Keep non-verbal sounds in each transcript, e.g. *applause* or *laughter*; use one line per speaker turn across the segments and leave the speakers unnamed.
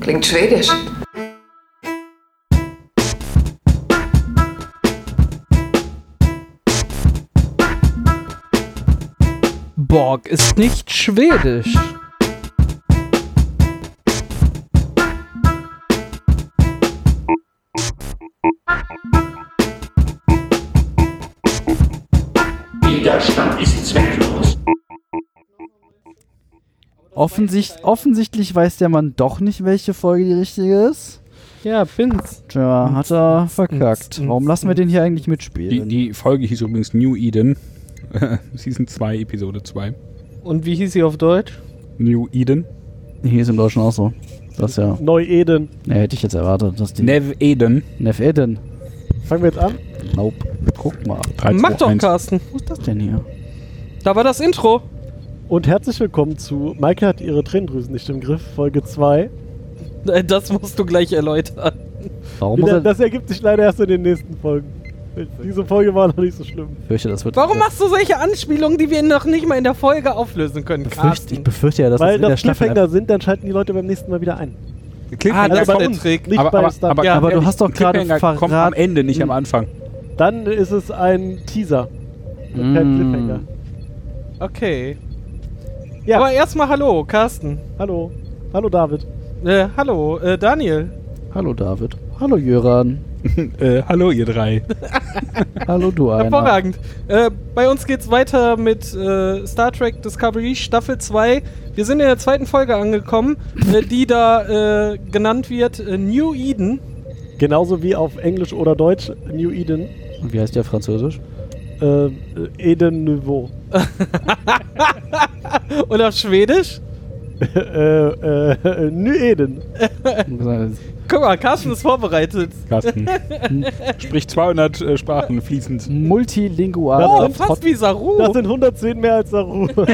Klingt schwedisch.
Borg ist nicht schwedisch.
Widerstand ist zwecklos.
Offensicht, offensichtlich weiß der Mann doch nicht, welche Folge die richtige ist.
Ja, bin's.
Tja, hat er verkackt. Warum lassen wir den hier eigentlich
Die,
mitspielen?
die Folge hieß übrigens New Eden. *laughs* Season 2, Episode 2.
Und wie hieß sie auf Deutsch?
New Eden.
Hier ist im Deutschen auch so. Das ja.
Neu-Eden.
Ne, hätte ich jetzt erwartet, dass die.
Nev Eden.
Nef Eden.
Fangen wir jetzt an.
Nope. Guck mal.
3,
Mach doch,
1.
Carsten.
Was ist das denn hier?
Da war das Intro.
Und herzlich willkommen zu Maike hat ihre Tränendrüsen nicht im Griff, Folge 2.
Äh, Das musst du gleich erläutern.
Warum muss er.
Das ergibt sich leider erst in den nächsten Folgen. Diese Folge war noch nicht so schlimm.
Ich fürchte, das wird.
Warum machst du solche Anspielungen, die wir noch nicht mal in der Folge auflösen können,
Befürchte, ich
Carsten?
befürchte ja, dass
Weil
das
das
in der Staffel.
Cliffhanger sind, dann schalten die Leute beim nächsten Mal wieder ein.
Cliffhanger
Ah, das
kommt-
war der Trick.
Nicht
aber,
bei
aber,
Star
aber,
Ja, aber du
der
hast doch gerade
Cliffhanger kommt am
verraten-
Ende, nicht am Anfang.
*laughs*
Dann ist es ein Teaser. Und kein
Mm.
Cliffhanger.
Okay.
Ja.
Aber erstmal hallo, Carsten.
Hallo. Hallo David.
Äh, hallo, äh, Daniel.
Hallo David. Hallo Jöran.
Äh, hallo, ihr drei.
Hallo
*laughs*
du einer.
Hervorragend. Äh, bei uns geht's weiter mit äh, Star Trek Discovery Staffel 2. Wir sind in der zweiten Folge angekommen, äh, die da äh, genannt wird äh, New Eden.
Genauso wie auf Englisch oder Deutsch New Eden.
Und wie heißt der Französisch?
Äh, Eden Nouveau. *laughs*
Und auf Schwedisch?
äh, äh, New Eden.
Guck mal, Carsten ist vorbereitet.
Carsten.
*laughs*
Spricht 200 äh, Sprachen fließend.
Oh,
Multilingualer,
fast wie Saru.
Das sind 110 mehr als Saru.
Pod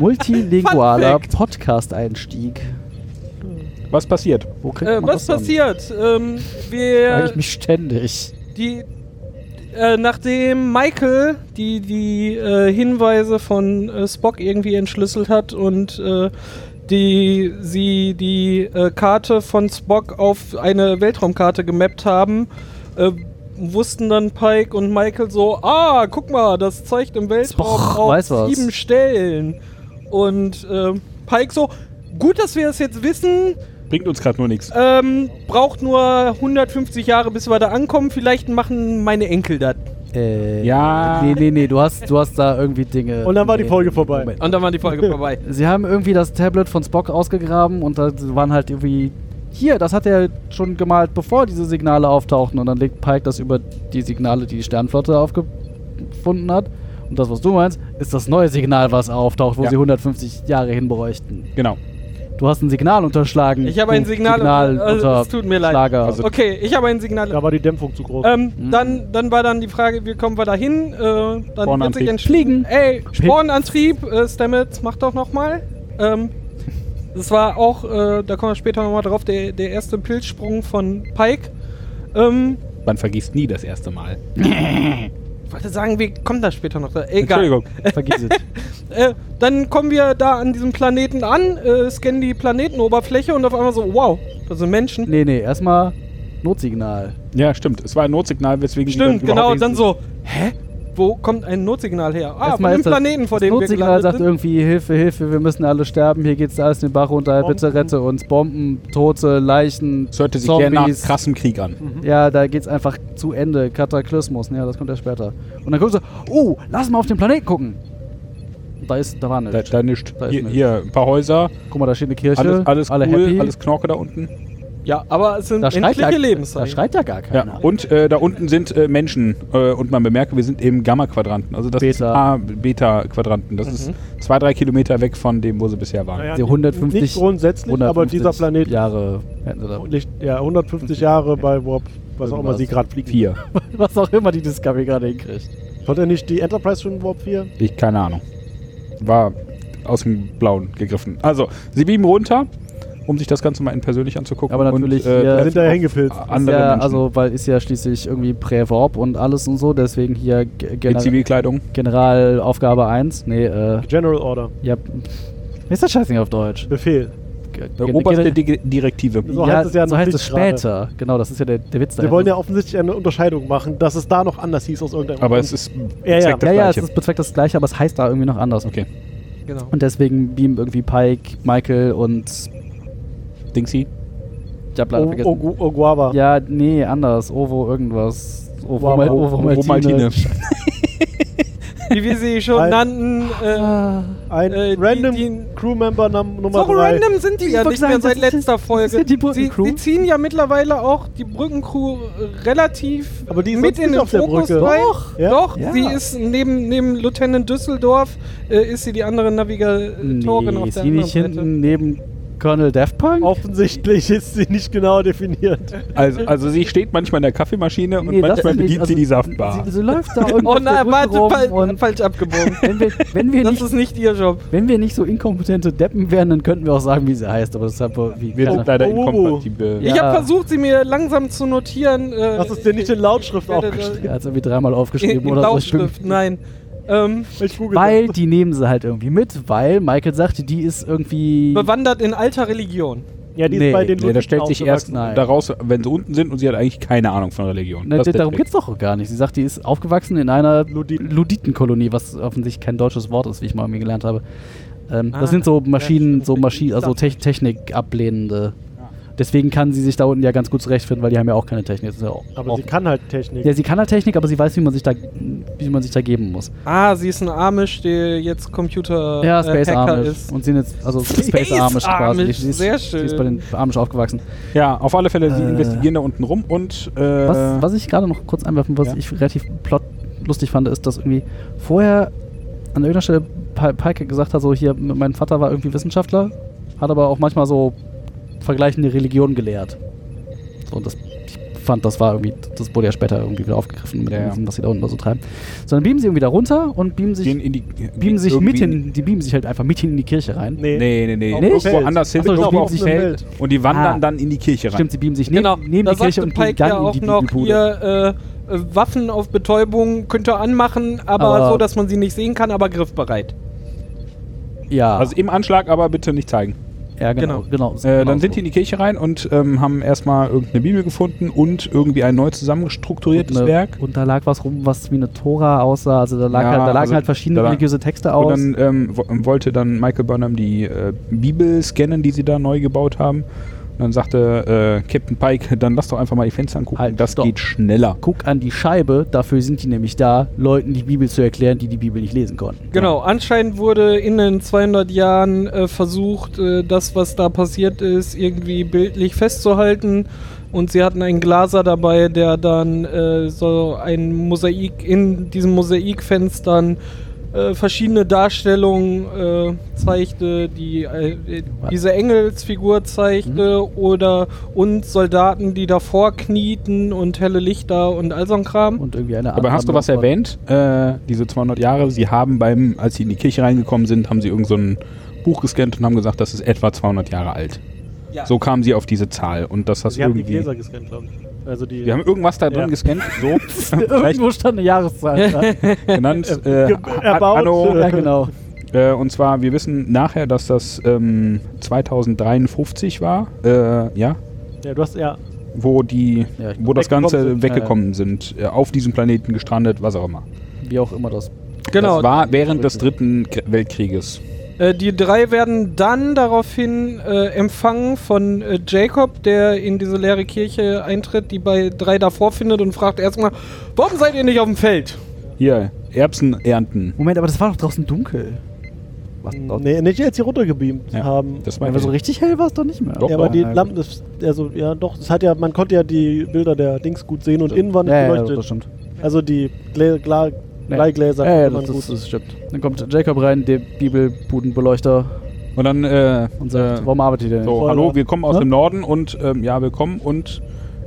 multilingualer
Fun
Podcast-Einstieg.
Was passiert?
Wo kriegt
Äh,
man
was
das denn?
passiert? Ähm,
Frag
wir,
ich mich ständig.
die, äh, nachdem Michael die, die äh, Hinweise von äh, Spock irgendwie entschlüsselt hat und äh, die, sie die äh, Karte von Spock auf eine Weltraumkarte gemappt haben, äh, wussten dann Pike und Michael so, ah, guck mal, das zeigt im Weltraum
Spock,
auf
weiß was."
sieben Stellen. Und äh, Pike so, gut, dass wir das jetzt wissen,
Bringt uns gerade nur nichts.
ähm, braucht nur 150 Jahre, bis wir da ankommen. Vielleicht machen meine Enkel das.
Äh,
Ja.
Nee, nee, nee, du hast, du hast da irgendwie Dinge.
Und dann war die
Nee,
Folge vorbei.
Moment.
Und dann war die Folge vorbei.
Sie haben irgendwie das Tablet von Spock ausgegraben und da waren halt irgendwie. Hier, das hat er schon gemalt, bevor diese Signale auftauchten. Und dann legt Pike das über die Signale, die die Sternflotte aufgefunden hat. Und das, was du meinst, ist das neue Signal, was auftaucht, wo
Ja.
sie 150 Jahre hin bräuchten.
Genau.
Du hast ein Signal unterschlagen.
Ich habe ein Signal. also, es tut mir leid.
Schlager.
Also-
Okay, ich habe ein Signal.
*laughs* da war die Dämpfung zu groß.
Ähm, dann, dann war dann die Frage, wie kommen wir da hin? Äh, dann wird
Spornantrieb.
sich entschieden. Ey, Spornantrieb, äh, Stamets, mach doch nochmal. Ähm, das war auch, äh, da kommen wir später nochmal drauf, der, der erste Pilzsprung von Pike. Ähm,
Man vergisst nie das erste Mal.
ich wollte sagen, wir kommen da später noch. drauf. Egal.
Entschuldigung. *laughs*
Vergiss es.
Äh, dann kommen wir da an diesem Planeten an, äh, scannen die Planetenoberfläche und auf einmal so, wow, das sind Menschen.
Nee, nee, erstmal Notsignal.
Ja, stimmt. Es war ein Notsignal, weswegen die
Stimmt, genau,
überhaupt
dann
nicht-
so, hä? Wo kommt ein Notsignal her? Ah,
Erstmal
von dem
ist das-
Planeten, vor
das
dem wir
Notsignal
gelandet
sagt
sind.
irgendwie Hilfe, Hilfe, wir müssen alle sterben, hier geht's alles in den Bach runter, bitte
Bomben.
rette uns. Bomben, Tote, Leichen,
Es hörte sich sehr nach
Zombies.
krassem Krieg an.
Ja, da geht's einfach zu Ende. Kataklysmus, ja, das kommt ja später. Und dann guckst du, oh, lass mal auf den Planeten gucken. Da ist, da war
Da,
nichts.
da nicht.
Da ist
hier,
nichts.
hier, ein paar Häuser,
Guck mal, da steht eine Kirche,
alles, alles
alle
cool,
happy.
alles Knorke da unten.
Ja, aber es sind
da, schreit ja,
endliche
da
Lebenszeichen.
schreit ja gar
Ja.
keiner.
Und äh, da unten sind äh, Menschen. Äh, und man bemerke, wir sind im Gamma-Quadranten. Also das ist
Beta. Mhm.
A- Beta-Quadranten. Das ist zwei, drei Kilometer weg von dem, wo sie bisher waren.
Naja,
die 150
Nicht grundsätzlich, aber dieser Planet.
Jahre hätten sie da.
Nicht, ja, 150 Jahre bei Warp, was auch immer
Irgendwas.
sie gerade fliegen.
Vier.
*laughs* Was auch immer die Discovery gerade hinkriegt.
Konnte nicht die Enterprise schon Warp 4?
Ich keine Ahnung. War aus dem Blauen gegriffen. Also, sie bieben runter, um sich das Ganze mal in persönlich anzugucken.
Aber natürlich
und, äh,
hier-
Da
Ja,
sind da hingepilzt.
andere
ja,
Menschen
also weil ist ja schließlich irgendwie Prävorb und alles und so, deswegen hier Ge-
in
General,
Zivilkleidung.
Generalaufgabe 1. Nee, äh,
General Order.
ja. Mir ist das scheiße nicht auf Deutsch.
Befehl.
Beobachte die Direktive.
So heißt es ja so heißt es später. Genau, das ist ja der, der Witz
Wir wollen ja offensichtlich eine Unterscheidung machen, dass es da noch anders hieß aus irgendeinem
Aber
Grund.
es ist
Ja, ja.
exakt
ja,
das
ja, es
Gleiche.
ist bezweckt das Gleiche, aber es heißt da irgendwie noch anders.
Okay.
*laughs*
Genau.
Und deswegen beamen irgendwie Pike, Michael und
Dingsy.
ich hab leider
O-
vergessen.
Ogu- Oguaba.
Ja, nee, anders. Ovo irgendwas. Ovo,
Wow,
Mal-
wow,
Ovo,
Wo Maltine.
Maltine.
Wie wir sie schon
Ein-
nannten, äh,
Ah.
Ein
Äh, die-
random
die-
Crewmember nam- Nummer
so
3.
random sind die
Ich
ja
wollt
nicht
sagen,
mehr
das
seit
ist ja-
letzter
das ist
Folge.
ja die
sie,
Brückencrew.
sie ziehen ja mittlerweile auch die Brückencrew äh, relativ
Aber die ist
mit
sonst
in
nicht
den
auf der
Fokus
Brücke.
rein.
Doch. Ja.
Doch,
Ja.
sie ist neben, neben Lieutenant Düsseldorf, äh, ist sie die andere Navigatorin
Nee,
auf
ist
der
die
anderen
nicht
Seite.
hinten neben Colonel Daft Punk?
Offensichtlich ist sie nicht genau definiert.
Also,
*laughs*
also sie steht manchmal in der Kaffeemaschine und
Nee, das
manchmal
nicht.
bedient
Also,
sie die Saftbar.
Sie, sie läuft
*laughs*
da irgendwo
Oh
auf der
nein, warte,
Brücke
fal
rum und
falsch
*laughs*
abgebogen.
wenn wir, wenn, wir
das
nicht,
ist nicht ihr Job.
wenn wir nicht so inkompetente Deppen wären, dann könnten wir auch sagen, wie sie heißt. Aber das ist aber wie
Wir
keiner-
sind leider
Oh.
inkompatibel.
Ja.
Ich habe versucht, sie mir langsam zu notieren. Äh,
Hast du es dir nicht in Lautschrift
ich werde-
aufgeschrieben?
Er hat es irgendwie dreimal aufgeschrieben *laughs*
in, in
oder so. Ich bin-
Lautschrift, nein. Ähm,
Ich google
Weil
das.
die nehmen sie halt irgendwie mit, weil Michael sagte, die ist irgendwie.
bewandert in alter Religion.
Ja, die
Nee.
ist bei den
Nee,
Ludwigen
das stellt sich erst
aufgewachsen.
Nein.
daraus, wenn sie unten sind und sie hat eigentlich keine Ahnung von Religion.
Ne,
Das ist der
darum
Trick.
geht's doch gar nicht. Sie sagt, die ist aufgewachsen in einer
Luditen.
Luditenkolonie, was offensichtlich kein deutsches Wort ist, wie ich mal irgendwie gelernt habe. Ähm,
Ah,
das sind so
ja,
Maschinen,
stimmt.
so Maschinen, also Te Technik ablehnende. Deswegen kann sie sich da unten ja ganz gut zurechtfinden, weil die haben ja auch keine Technik. Das ist Ja, auch
Aber sie kann halt Technik.
ja, sie kann halt Technik, aber sie weiß, wie man sich da, wie man sich da geben muss.
Ah, sie ist ein Amish, der jetzt Computer
Ja,
äh,
Space
Hacker
Amish.
ist.
Und sie jetzt, also Space
Space
Amish quasi.
Amish,
Sie ist,
sehr
Sie ist bei den Amish aufgewachsen.
Ja, auf alle Fälle, sie
Äh.
investigieren da unten rum und äh,
Was, was ich gerade noch kurz einwerfen, was
Ja.
ich relativ plotlustig fand, ist, dass irgendwie vorher an irgendeiner Stelle Pa- Pike gesagt hat, so hier, m- mein Vater war irgendwie Wissenschaftler, hat aber auch manchmal so vergleichende Religionen gelehrt. So, und das, ich fand, das war irgendwie, das wurde ja später irgendwie wieder aufgegriffen, mit
Ja,
dem
ja.
ganzen, was sie da unten so treiben. Sondern beamen sie irgendwie da runter und beamen sich,
gehen in die.
beamen sich
irgendwie-
mit hin, die beamen sich halt einfach mit hin in die Kirche rein.
nee.
Nee, nee, nee.
Auf
Nicht?
Irgendwo anders hin,
Ach so,
irgendwo
die
auf
beamen
dem
sich
Feld. Und die wandern
Ah.
dann in die Kirche rein.
Stimmt, sie beamen sich ne-
Genau,
neben
da
die Kirche
sagte
und gehen
Pike
dann
ja
in
auch
die
noch
Bude.
hier äh, äh, Waffen auf Betäubung könnt ihr anmachen, aber,
Aber-
so, dass man sie nicht sehen kann, aber griffbereit.
Ja,
Also im Anschlag, aber bitte nicht zeigen.
ja, genau. genau,
Äh,
genau
dann sind
so.
die in die Kirche rein und ähm, haben erstmal irgendeine Bibel gefunden und irgendwie ein neu zusammengestrukturiertes
eine-
Werk.
Und da lag was rum, was wie eine Tora aussah. Also da, lag
Ja,
halt, da lagen
also
halt verschiedene
da lag-
religiöse Texte
Und
aus.
dann ähm, wo- wollte dann Michael Burnham die äh, Bibel scannen, die sie da neu gebaut haben. Und dann sagte äh, Captain Pike, *laughs* dann lass doch einfach mal die Fenster angucken.
Halt,
das
stopp.
geht schneller.
Guck an die Scheibe, dafür sind die nämlich da, Leuten die Bibel zu erklären, die die Bibel nicht lesen konnten.
Genau, anscheinend wurde in den 200 Jahren äh, versucht, äh, das, was da passiert ist, irgendwie bildlich festzuhalten. Und sie hatten einen Glaser dabei, der dann äh, so ein Mosaik in diesen Mosaikfenstern äh, verschiedene Darstellungen äh, zeigte, die äh, äh, diese Engelsfigur zeigte
Mhm.
oder und Soldaten, die davor knieten und helle Lichter und all so ein Kram.
Und irgendwie eine
Aber hast du was
Ansammlung von-
erwähnt? Äh, diese 200 Jahre, sie haben beim, als sie in die Kirche reingekommen sind, haben sie irgend so ein Buch gescannt und haben gesagt, das ist etwa 200 Jahre alt.
Ja.
So kamen sie auf diese Zahl und das hast
Sie haben die
irgendwie.
Gläser gescannt, glaube ich. Also die
wir haben irgendwas da drin
Ja.
gescannt,
*laughs*
so vielleicht
Irgendwo stand eine Jahreszahl. dran.
*laughs* genannt. Äh,
*laughs* Ge- erbaut,
anno,
ja, genau.
Äh, und zwar, wir wissen nachher, dass das ähm, 2053 war, äh, ja,
Ja, du hast ja
wo die,
Ja, ich
wo das
weggekommen
Ganze
sind.
weggekommen sind, äh, auf diesem Planeten gestrandet, was auch immer.
Wie auch immer das.
Genau,
Das war während des dritten Kr- Weltkrieges.
Äh, die drei werden dann daraufhin äh, empfangen von äh, Jacob, der in diese leere Kirche eintritt, die bei drei davor findet und fragt erstmal, warum seid ihr nicht auf dem Feld?
Hier, Erbsen ernten.
Moment, aber das war doch draußen dunkel. Was denn dort?
nee, nicht jetzt hier runtergebeamt
Ja.
haben.
Das war
Aber so richtig hell war es doch nicht mehr.
Doch,
ja,
doch.
aber die
Ja, gut.
Lampen ist also ja doch, es hat ja man konnte ja die Bilder der Dings gut sehen und innen waren nicht
ja, ja,
beleuchtet.
das stimmt.
also die Glä Gla
Ja.
Bleigläser
Ja, ja,
konnte
das,
man
das, das stimmt. Dann kommt Jacob rein, der Bibelbudenbeleuchter,
Und dann äh,
und sagt,
äh,
warum arbeitet ihr denn?
so,
Voll
hallo,
da.
wir kommen aus
Ne?
dem Norden und ähm, ja, willkommen und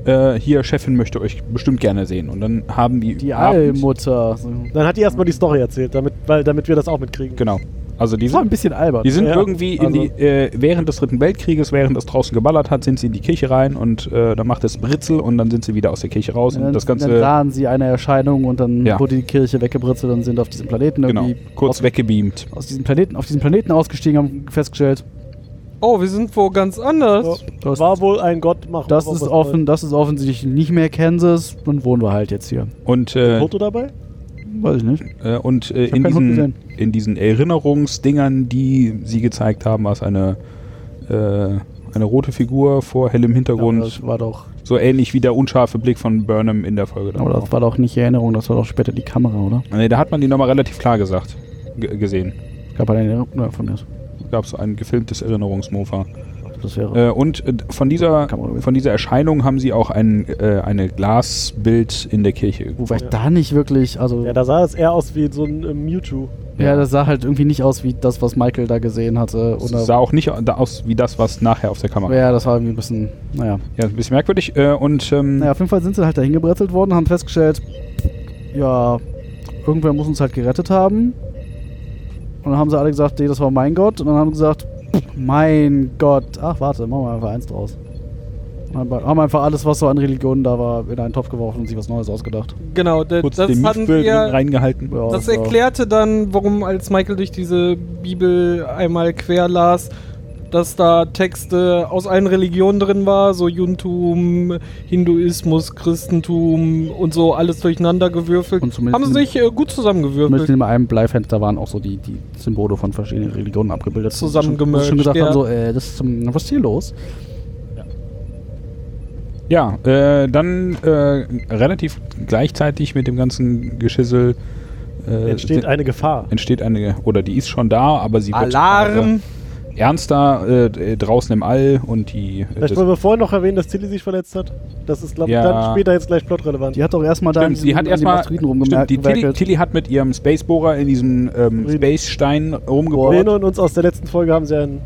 äh, hier, Chefin möchte euch bestimmt gerne sehen. Und dann haben die,
Die
Abend-
Allmutter. So.
Dann hat die erstmal die Story erzählt, damit weil damit wir das auch mitkriegen.
Genau. Also die
Das war ein
sind,
bisschen albern.
die sind
Ja,
irgendwie in
also-
die, äh, während des dritten Weltkrieges, während es draußen geballert hat, sind sie in die Kirche rein und äh, dann macht es Britzel und dann sind sie wieder aus der Kirche raus
dann,
und das
dann
Ganze
sahen sie eine Erscheinung und dann
Ja.
wurde die Kirche weggebritzelt und sind auf diesem Planeten
genau,
irgendwie
kurz
aus,
weggebeamt.
aus diesem Planeten, auf diesem Planeten ausgestiegen, haben festgestellt,
Oh, wir sind wo ganz anders.
Ja,
Das-
war wohl ein Gott, mach
Das
mal
ist
was
offen, das ist offensichtlich nicht mehr Kansas. Dann wohnen wir halt jetzt hier.
Und,
Neues.
äh,
Foto dabei?
Weiß ich nicht.
äh, und äh,
hab
in,
keinen Hund
diesen, in diesen Erinnerungsdingern, die sie gezeigt haben, war es eine, äh, eine rote Figur vor hellem
aber
Hintergrund.
das war doch,
so ähnlich wie der unscharfe Blick von Burnham in der Folge.
aber das war doch nicht die Erinnerung, das war doch später die Kamera, oder?
Nee, da hat man die nochmal relativ klar gesagt, g- gesehen.
Gab eine Erinnerung ne, von mir. aus.
Es gab so ein gefilmtes Erinnerungsmofa.
Das wäre.
Äh, und äh, von dieser, von dieser Erscheinung haben sie auch ein äh, eine Glasbild in der Kirche.
Wobei ich da nicht wirklich, also
Ja, da sah es eher aus wie so ein äh, Mewtwo.
Ja, das sah halt irgendwie nicht aus wie das, was Michael da gesehen hatte.
Es
Oder
sah auch nicht da aus wie das, was nachher auf der Kamera.
ja, das war irgendwie ein bisschen, naja.
Ja, ein bisschen merkwürdig. Äh, und ähm,
Naja, auf jeden Fall sind sie halt dahin gebrettelt worden, haben festgestellt, ja, irgendwer muss uns halt gerettet haben. Und dann haben sie alle gesagt, nee, das war mein Gott. Und dann haben sie gesagt, mein Gott. Ach, warte, machen wir einfach eins draus. Und dann Haben einfach alles, was so an Religionen da war, in einen Topf geworfen und sich was Neues ausgedacht.
Genau, da-
kurz
das
den
hatten
Miefbögen
wir.
reingehalten.
Ja,
Das
war-
erklärte dann, warum als Michael durch diese Bibel einmal quer las, dass da Texte aus allen Religionen drin war, so Judentum, Hinduismus, Christentum und so alles durcheinander gewürfelt.
Und zumindest
Haben sie
in-
sich äh, gut
Zumindest
zusammengewürfelt.
in einem Bleifenster waren auch so die, die Symbole von verschiedenen Religionen abgebildet.
Zusammengemerged,
Wo sie schon gesagt
ja.
haben, so, äh, das ist zum, was ist hier los?
Ja, äh, dann äh, relativ gleichzeitig mit dem ganzen Geschissel äh,
Entsteht eine Gefahr.
entsteht eine, oder die ist schon da, aber sie wird
Alarm!
äh, ernster äh, äh, draußen im All und die. Äh,
Vielleicht wollen wir vorhin noch erwähnen, dass Tilly sich verletzt hat. Das ist, glaube ich,
Ja.
dann später jetzt gleich plotrelevant.
Die hat doch erstmal da
stimmt, sie hat erstmal. Stimmt, die Tilly,
rumgemerkt.
Tilly hat mit ihrem Spacebohrer in diesem ähm,
Reden.
Space-Stein rumgebohrt.
Leno und uns aus der letzten Folge haben sie einen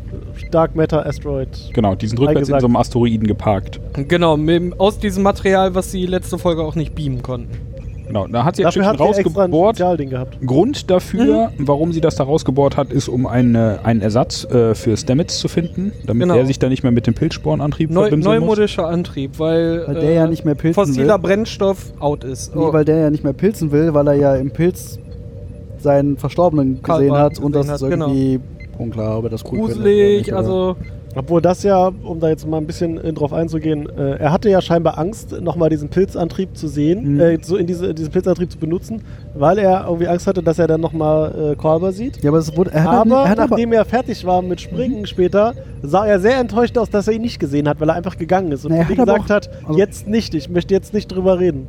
Dark Matter Asteroid.
Genau, die sind rückwärts in
Eingesackt.
so einem Asteroiden geparkt.
Genau, mit, aus diesem Material, was sie letzte Folge auch nicht beamen konnten.
Genau, da hat sie
Dafür
schon
hat sie extra ein Mhm.
rausgebohrt.
Spezialding gehabt.
Grund dafür, warum sie das da rausgebohrt hat, ist, um eine, einen Ersatz äh, für Stamets zu finden, damit
Genau.
er sich da nicht mehr mit dem Pilzspornantrieb
Neu,
verbimseln muss.
neumodischer Antrieb, weil, äh,
Weil der ja
äh,
nicht mehr pilzen
fossiler
will.
Brennstoff out ist. Oh,
Oh.
Nee, weil der ja nicht mehr pilzen will, weil er ja im Pilz seinen Verstorbenen
Karl
gesehen
Barth
hat und
gesehen
das ist
hat, genau.
irgendwie unklar, ob er das cool findet oder nicht,
gruselig,
aber-
also
Obwohl das ja, um da jetzt mal ein bisschen äh, drauf einzugehen, äh, er hatte ja scheinbar Angst, nochmal diesen Pilzantrieb zu sehen,
Mhm.
äh, so in diese, diesen Pilzantrieb zu benutzen, weil er irgendwie Angst hatte, dass er dann nochmal äh, Korber sieht.
Ja, aber es wurde. Er hat,
aber
er hat aber Mhm.
nachdem er fertig war mit Springen später, sah er sehr enttäuscht aus, dass er ihn nicht gesehen hat, weil er einfach gegangen ist und
Na, er
Tilly
hat aber
gesagt
auch-
hat,
also-
jetzt nicht, ich möchte jetzt nicht drüber reden.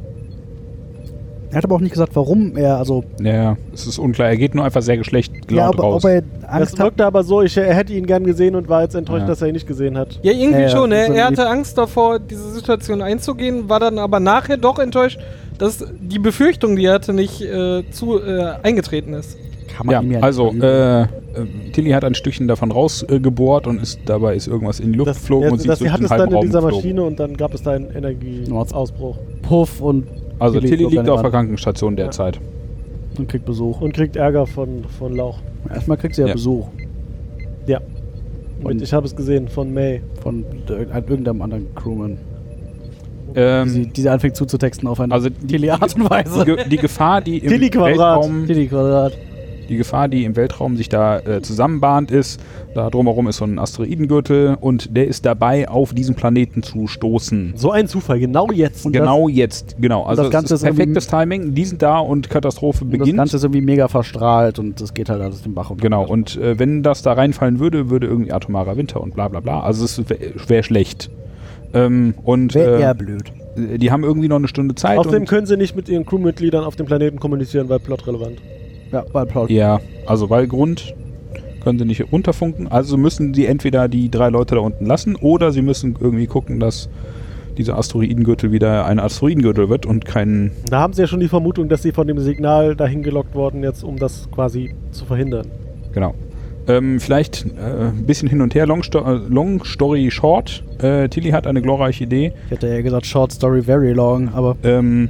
er hat aber auch nicht gesagt, warum er, also.
Ja, ja, es ist unklar. Er geht nur einfach sehr geschlecht laut
Ja, aber
raus.
ob er
Das
Angst hat.
wirkte aber so, ich, er hätte ihn gern gesehen und war jetzt enttäuscht,
Ja.
dass er ihn nicht gesehen hat.
Ja, irgendwie
Ja, ja,
schon. ne?
das
Er,
ist
er
irgendwie-
hatte Angst davor, diese Situation einzugehen, war dann aber nachher doch enttäuscht, dass die Befürchtung, die er hatte, nicht äh, zu äh, eingetreten ist.
Kann
ja,
ihm nicht
also,
verübeln.
äh, äh, Tilly hat ein Stückchen davon rausgebohrt und ist dabei ist irgendwas in die Luft
Das,
geflogen
ja,
und sie
das,
ist durch
sie hat
den
es dann
halben
in
Raum
dieser
geflogen.
Maschine und dann gab es da einen Energieausbruch
Puff und,
Also
Tilly
Tilly
flog an
liegt
der
auf der
Wand.
Krankenstation derzeit.
und kriegt Besuch.
und kriegt Ärger von, von Lauch.
Erstmal kriegt sie ja,
Ja.
Besuch
Ja.
Und-
Mit, ich habe es gesehen, von May.
von halt irgendeinem anderen Crewman. die,
Ähm,
die sie anfängt zuzutexten auf eine
Also die-
Tilly Art und
die,
Weise.
Ge- die
*laughs*
Gefahr, die im
Tilly Quadrat.
Weltraum
Tilly Quadrat.
Die Gefahr, die im Weltraum sich da äh, zusammenbahnt, ist, da drumherum ist so ein Asteroidengürtel und der ist dabei, auf diesen Planeten zu stoßen.
So ein Zufall, genau jetzt.
Und
genau jetzt, genau. Also
das
das
Ganze
ist
ist irgendwie-
perfektes Timing. Die sind da und Katastrophe
Und das
beginnt.
Ganze ist irgendwie mega verstrahlt und das geht halt alles den Bach runter.
genau, und äh, wenn das da reinfallen würde, würde irgendwie atomarer Winter und bla bla bla. Also es wäre wär schlecht. Ähm, und
Wäre eher
äh,
blöd.
die haben irgendwie noch eine Stunde Zeit.
Außerdem
Und,
können sie nicht mit ihren Crewmitgliedern auf dem Planeten kommunizieren, weil plotrelevant.
Ja, weil Plot.
ja, also weil Grund können sie nicht runterfunken. Also müssen sie entweder die drei Leute da unten lassen oder sie müssen irgendwie gucken, dass dieser Asteroidengürtel wieder ein Asteroidengürtel wird und kein
Da haben sie ja schon die Vermutung, dass sie von dem Signal dahin gelockt wurden, jetzt um das quasi zu verhindern.
Genau. Ähm, vielleicht äh, ein bisschen hin und her, long, sto äh, long story short. Äh, Tilly hat eine glorreiche Idee.
Ich hätte ja gesagt, Short Story very long, aber
Ähm,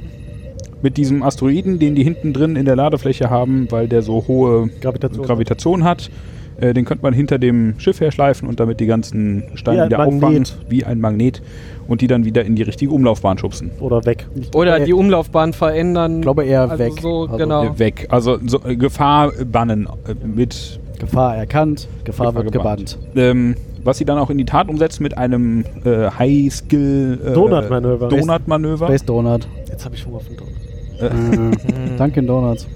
mit diesem Asteroiden, den die hinten drin in der Ladefläche haben, weil der so hohe
Gravitation.
Gravitation hat, äh, den könnte man hinter dem Schiff herschleifen und damit die ganzen
Wie
Steine
ein
wieder auffangen,
Magnet.
wie ein Magnet, und die dann wieder in die richtige Umlaufbahn schubsen.
Oder weg.
ich
Oder
glaube,
die Umlaufbahn verändern.
ich glaube eher
also
weg.
So,
Also
genau.
Äh, weg. Also so, äh, Gefahr äh, bannen äh, mit
Gefahr erkannt, Gefahr,
Gefahr
wird gebannt.
Ähm, Was sie dann auch in die Tat umsetzen mit einem äh, High-Skill äh,
Donut-Manöver.
Donut-Manöver.
Space *laughs* Donut.
Jetzt habe ich Hunger auf den Donut.
Dunkin' Donuts.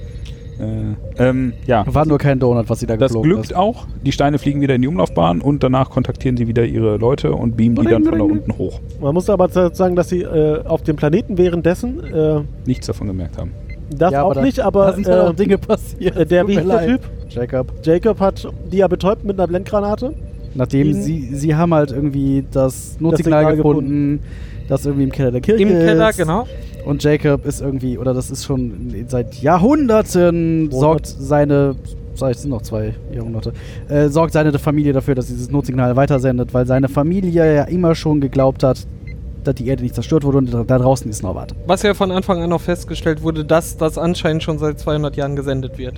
Äh, ähm, ja.
War nur kein Donut, was sie da
Das
geflogen
glückt auch. Die Steine fliegen wieder in die Umlaufbahn und danach kontaktieren sie wieder ihre Leute und beamen die dann von da unten hoch.
Man muss aber sagen, dass sie äh, auf dem Planeten währenddessen, äh,
Nichts davon gemerkt haben.
das
Ja,
auch
da-
nicht,
da
aber
sind dann
äh,
auch Dinge *laughs* passiert.
äh, der
Tut mir leid.
Typ,
Jacob.
Jacob, hat die ja betäubt mit einer Blendgranate.
Nachdem
Ihnen-
sie, sie haben halt irgendwie das Notsignal
Signal
gefunden, das irgendwie im Keller der Kirche
Im
ist.
Keller, genau.
Und Jacob ist irgendwie, oder das ist schon seit Jahrhunderten,
Jahrhundert-
sorgt seine, sag ich, es sind noch zwei Jahrhunderte, äh, sorgt seine Familie dafür, dass dieses Notsignal weitersendet, weil seine Familie ja immer schon geglaubt hat, dass die Erde nicht zerstört wurde und da da draußen ist noch was.
Was ja von Anfang an auch festgestellt wurde, dass das anscheinend schon seit 200 Jahren gesendet wird.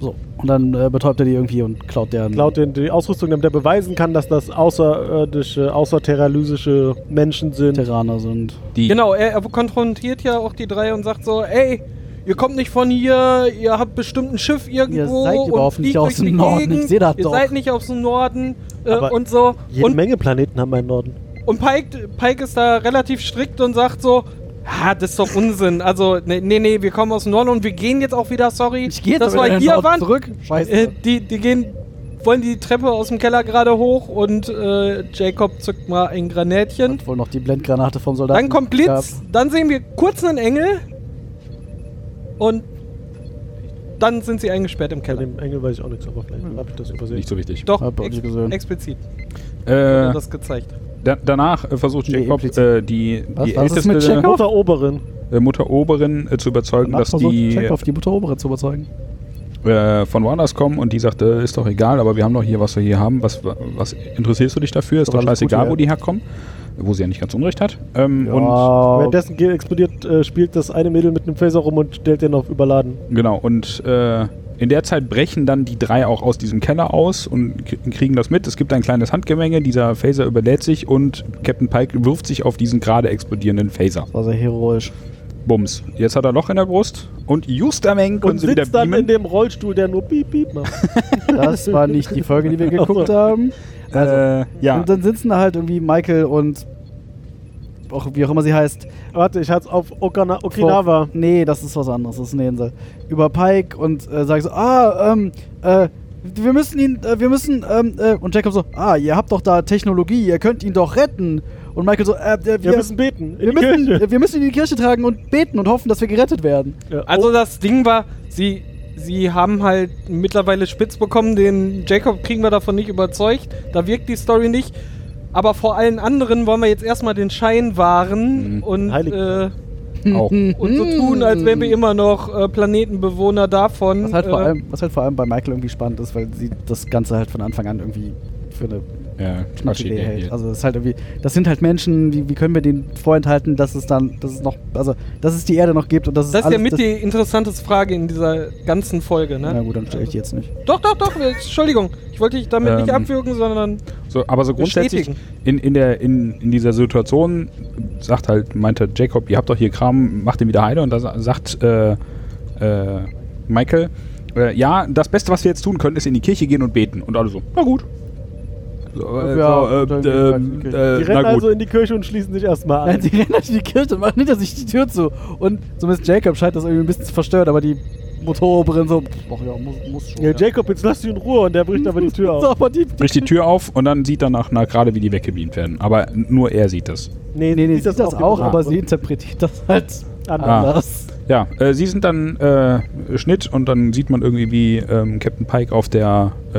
So. Und dann äh, betäubt er die irgendwie und klaut deren.
Laut den, die Ausrüstung, damit er beweisen kann, dass das außerirdische, außerterralysische Menschen sind.
Terraner sind.
Die
Genau, er, er konfrontiert ja auch die drei und sagt so, ey, ihr kommt nicht von hier, ihr habt bestimmt ein Schiff irgendwo.
seid
und
überhaupt nicht
fliegt
aus
durch
dem
die
Norden,
Gegend,
ich seh das
Ihr
doch."
seid nicht aus dem Norden äh,
Aber
und so.
Jede
Und,
Menge Planeten haben einen Norden.
und Pike, Pike ist da relativ strikt und sagt so, ah, das ist doch Unsinn. Also, nee, nee, nee, wir kommen aus dem Norden und wir gehen jetzt auch wieder, sorry.
Ich geh jetzt
das
aber
war
wieder
hier
nach
waren.
zurück. Scheiße.
Äh, die, die gehen, wollen die Treppe aus dem Keller gerade hoch und äh, Jacob zückt mal ein Granätchen.
Und wohl noch die Blendgranate vom Soldaten.
Dann kommt Blitz, dann sehen wir kurz einen Engel und dann sind sie eingesperrt im
Bei
Keller.
dem Engel weiß ich auch nichts, aber vielleicht habe ich das übersehen.
nicht so wichtig.
Doch,
Hab auch
ex
nicht gesehen.
explizit
Äh,
wurde das gezeigt.
da, danach äh, versucht
Nee,
Jacob
implizit.
äh, die,
Was?
die
Was ist mit
älteste
Jacob?
Mutter Oberin.
äh, Mutter Oberin äh, zu überzeugen,
Danach
dass
versucht
die
Jacob auf die Mutter obere zu überzeugen.
äh, von woanders kommen und die sagt, äh, ist doch egal, aber wir haben doch hier, was wir hier haben. Was, was interessierst du dich dafür? Ist
Doch
doch,
alles gut
scheißegal,
hier.
wo die herkommen. Wo sie ja nicht ganz Unrecht hat. Ähm,
und
Währenddessen ge- explodiert, äh, spielt das eine Mädel mit einem Phaser rum und stellt den auf Überladen.
Und genau, und äh, in der Zeit brechen dann die drei auch aus diesem Keller aus und k- kriegen das mit. Es gibt ein kleines Handgemenge, dieser Phaser überlädt sich und Captain Pike wirft sich auf diesen gerade explodierenden Phaser.
war sehr heroisch.
Bums. Jetzt hat er Loch in der Brust und Justameng können
Und
sie wieder
sitzt dann in
beamen.
dem Rollstuhl, der nur piep, piep macht.
*laughs* Das war nicht die Folge, die wir geguckt
Ach so.
haben.
Äh, ja,
Also, Und dann sitzen da halt irgendwie Michael und auch wie auch immer sie heißt.
*laughs* Warte, ich hatte es auf Okana
vor-
Okinawa.
Nee, das ist was anderes, das ist eine Insel. Über Pike und äh, sagt so, ah, ähm, äh, wir müssen ihn, äh, wir müssen, ähm, äh, und Jacob so, ah, ihr habt doch da Technologie, ihr könnt ihn doch retten. Und Michael so, äh, äh,
Wir
wir,
müssen beten. In
wir,
die
müssen,
Kirche.
äh, wir müssen ihn in die Kirche tragen und beten und hoffen, dass wir gerettet werden.
Ja.
Also das Ding war, sie, sie haben halt mittlerweile spitz bekommen, den Jacob kriegen wir davon nicht überzeugt, da wirkt die Story nicht. Aber vor allen anderen wollen wir jetzt erstmal den Schein wahren
Mhm.
und,
Heilig.
äh,
*laughs*
auch.
und so tun, als wären wir immer noch äh, Planetenbewohner davon.
Was halt, vor
äh,
allem, was halt vor allem bei Michael irgendwie spannend ist, weil sie das Ganze halt von Anfang an irgendwie für eine
Ja,
knatschige Idee
Idee
hält.
hier.
Also das ist halt irgendwie, das sind halt Menschen, wie, wie können wir denen vorenthalten, dass es dann, dass es noch, also dass es die Erde noch gibt und dass es
Das ist
alles,
ja mit die interessanteste Frage in dieser ganzen Folge, ne?
Na gut, dann stelle ich die jetzt nicht.
Doch, doch, doch, wir- Entschuldigung. Ich wollte dich damit nicht
Ähm.
abwürgen, sondern.
So, aber so grundsätzlich
Bestätigen.
in, in, der, in, in dieser Situation sagt halt, meinte Jacob, ihr habt doch hier Kram, macht ihn wieder heile. Und da sa- sagt äh, äh, Michael, äh, ja, das Beste, was wir jetzt tun können, ist in die Kirche gehen und beten. Und alle so, na gut. So, äh,
Ja,
so,
dann
äh,
geht's halt in die Kirche.
äh,
die
äh,
rennen
na gut.
also in die Kirche und schließen sich erstmal
Nein,
an.
sie rennen halt in die Kirche und machen hinter sich die Tür zu. Und zumindest Jacob scheint das irgendwie ein bisschen zu verstören, aber die Motoroberin so, pff, ach ja, muss, muss schon.
Ja, Jacob, jetzt lass dich in Ruhe und der bricht aber die
*laughs*
Tür
So,
auf.
aber die,
bricht die Tür auf und dann sieht er nach einer gerade, wie die weggebeamt werden. Aber nur er sieht das.
nee, nee, sie sieht das auch,
genau.
aber sie interpretiert das halt
Anders.
anders.
Ja, äh, sie sind dann äh, Schnitt und dann sieht man irgendwie, wie ähm, Captain Pike auf der äh,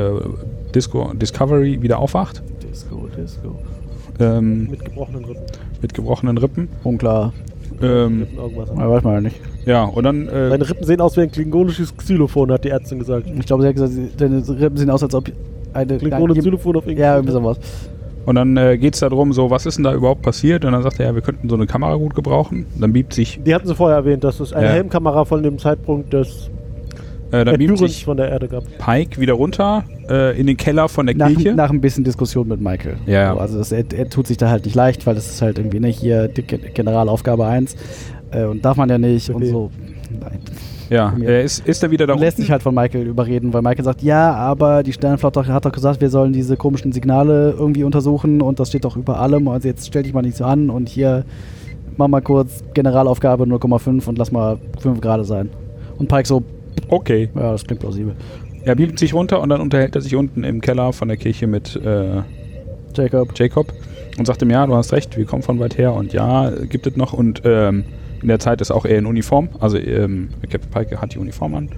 Disco Discovery wieder aufwacht.
Disco, Disco.
Ähm,
Mit gebrochenen Rippen.
mit gebrochenen Rippen.
Unklar.
Ähm,
Rippen irgendwas.
Mhm. Ja, weiß man ja nicht.
ja, und dann. Äh,
Meine Rippen sehen aus wie ein klingonisches Xylophon, hat die Ärztin gesagt.
Ich glaube, sie hat gesagt, sie- deine Rippen sehen aus, als ob eine.
Klingone,
nein,
Xylophon auf
Ja, irgendwie
irgendwas.
sowas.
und dann äh, geht es darum, so, was ist denn da überhaupt passiert? Und dann sagt er, ja, wir könnten so eine Kamera gut gebrauchen. Dann biebt sich, äh,
Die hatten sie vorher erwähnt, dass es eine
Ja.
Helmkamera von dem Zeitpunkt des
äh, dann biebt
Entführens
sich
von der Erde gab.
Also
Pike wieder runter äh, in den Keller von der
Nach,
Kirche.
nach ein bisschen Diskussion mit Michael.
Ja, ja.
So, Also, das, er, er tut sich da halt nicht leicht, weil das ist halt irgendwie, ne, hier die Gen- Generalaufgabe 1. Äh, und darf man ja nicht und
Okay.
so. Nein.
Ja,
Mir.
er ist, ist er wieder da
Und lässt sich halt von Michael überreden, weil Michael sagt, ja, aber die Sternenflotte hat doch gesagt, wir sollen diese komischen Signale irgendwie untersuchen und das steht doch über allem. Also jetzt stell dich mal nicht so an und hier mach mal kurz Generalaufgabe 0,5 und lass mal 5 Grad sein. Und Pike so,
Okay.
ja, das klingt plausibel.
Er beamt sich runter und dann unterhält er sich unten im Keller von der Kirche mit äh,
Jacob,
Jacob und sagt ihm, ja, du hast recht, wir kommen von weit her und ja, äh, gibt es noch. Und ähm, in der Zeit ist auch er in Uniform, also ähm, Captain Pike hat die Uniform an.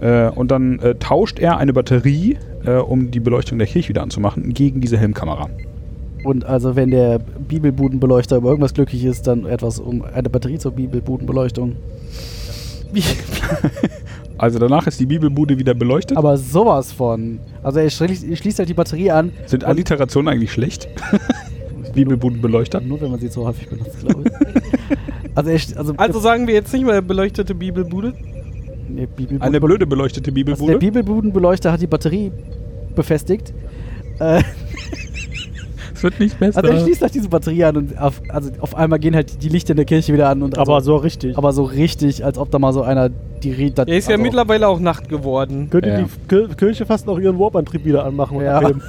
Äh, und dann äh, tauscht er eine Batterie, äh, um die Beleuchtung der Kirche wieder anzumachen, gegen
*laughs*
diese Helmkamera.
und also wenn der Bibelbudenbeleuchter über irgendwas glücklich ist, dann etwas um eine Batterie zur Bibelbudenbeleuchtung.
Also danach ist die Bibelbude wieder beleuchtet.
Aber sowas von. Also er schließt, schließt halt die Batterie an.
Sind Alliterationen eigentlich schlecht? *laughs* Bibelbuden beleuchtet?
Nur wenn man sie so häufig benutzt, glaube ich. also, er, sch- also,
Also sagen wir jetzt nicht mehr beleuchtete Bibelbude.
Nee, Bibelbude-
Eine blöde beleuchtete
also der
Bibelbude?
Bibelbudenbeleuchter hat die Batterie befestigt. Äh,
Es wird nicht
also er
besser.
schließt halt diese Batterie an und auf, also auf einmal gehen halt die Lichter in der Kirche wieder an. Und also,
Aber so richtig.
aber so richtig, als ob da mal so einer die also Ried...
Er ist ja
Also.
mittlerweile auch Nacht geworden.
Könnte
Ja.
die Kir- Kirche fast noch ihren Warp-Antrieb wieder anmachen und
Ja.
abheben.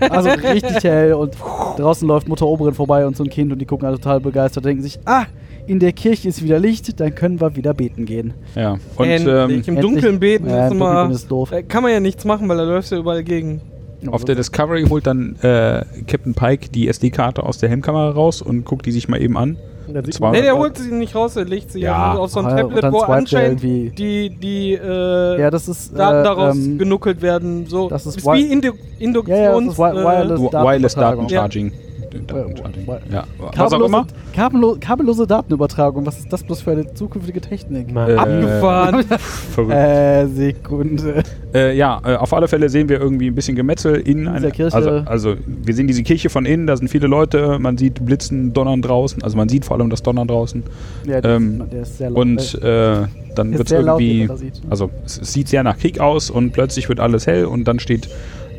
Also richtig hell und draußen läuft Mutter Oberin vorbei und so ein Kind und die gucken alle total begeistert, denken sich, ah, in der Kirche ist wieder Licht, dann können wir wieder beten gehen.
Ja. Und ähm,
Endlich. Im
endlich.
Dunkeln beten
Ja,
ist
im
immer.
Dunkeln ist doof.
Da kann man ja nichts machen, weil da läufst du überall gegen.
Auf der Discovery holt dann äh, Captain Pike die SD-Karte aus der Helmkamera raus und guckt die sich mal eben an.
Und dann sieht
Zwar-
man-
Ne, der holt sie nicht raus, er legt sie
Ja.
einfach auf so ein
Ah, und
Tablet,
dann
wo
swiped er
anscheinend
irgendwie.
die, die äh,
ja, das ist...
Daten
äh,
daraus
ähm,
genuckelt werden. So.
das ist wi-
wie Indu Induktions.
Ja, ja, das ist wi-
äh,
wireless. Das
Wi-
Daten-
Wireless
Übertragung.
Datencharging.
Wa-
Datencharging. Ja. Was auch
Kabellose,
immer.
kabello- kabellose Datenübertragung, was ist das bloß für eine zukünftige Technik?
Mann.
Abgefahren.
Äh, Verrückt.
Äh, Sekunde. *laughs*
Äh, ja, äh, auf alle Fälle sehen wir irgendwie ein bisschen Gemetzel in einer
Kirche.
Also, also wir sehen diese Kirche von innen, da sind viele Leute, man sieht Blitzen, Donnern draußen, also man sieht vor allem das Donnern draußen.
Ja, der,
Ähm,
ist, der ist sehr laut.
Und äh, dann
Ist
wird es
sehr laut, wie
irgendwie,
man da sieht.
also es es sieht sehr nach Krieg aus und plötzlich wird alles hell und dann steht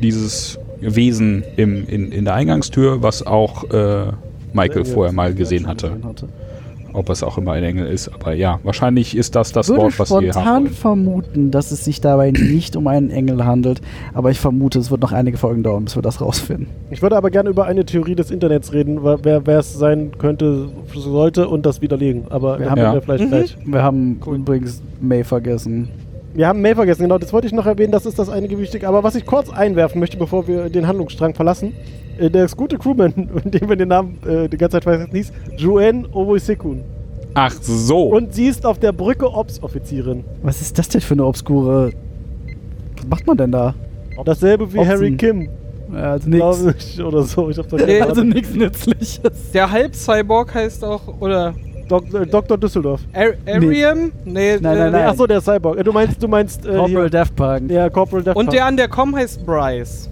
dieses Wesen im, in, in der Eingangstür, was auch äh, Michael vorher mal gesehen hatte.
genau.
Ob es auch immer ein Engel ist, aber ja, wahrscheinlich ist das das
Ich würde
Wort, was wir haben
spontan
wollen.
vermuten, dass es sich dabei nicht um einen Engel handelt, aber ich vermute, es wird noch einige Folgen dauern, bis wir das rausfinden.
Ich würde aber gerne über eine Theorie des Internets reden, wa- wer wer es sein könnte, sollte und das widerlegen. Aber
Wir
wir
haben- Mhm.
Ja.
haben wir vielleicht gleich.
Wir haben übrigens May vergessen.
Wir haben May vergessen, genau. Das wollte ich noch erwähnen, das ist das einige wichtig. Aber was ich kurz einwerfen möchte, bevor wir den Handlungsstrang verlassen, äh, der gute Crewman, *laughs* von dem wir den Namen äh, die ganze Zeit vergessen hieß, Joanne Owoisekun.
Ach so.
Und sie ist auf der Brücke Ops-Offizierin.
Was ist das denn für eine obskure... Was macht man denn da?
Dasselbe wie
Opsen.
Harry Kim,
Äh, Also
glaube ich, oder so. Ich
*laughs*
hab's
Nee, *laughs*
vergessen.
Also nichts Nützliches.
*laughs* Der Halb-Cyborg heißt auch, oder
Dok äh, Dr. Düsseldorf.
Ar Arium? Nee,
Nein,
äh,
nein,
Nee,
nein.
achso, der Cyborg. Äh, Du meinst, du meinst äh,
Corporal Death Punk.
hier, ja, Corporal Death
Und
Cop.
der an der Com heißt Bryce.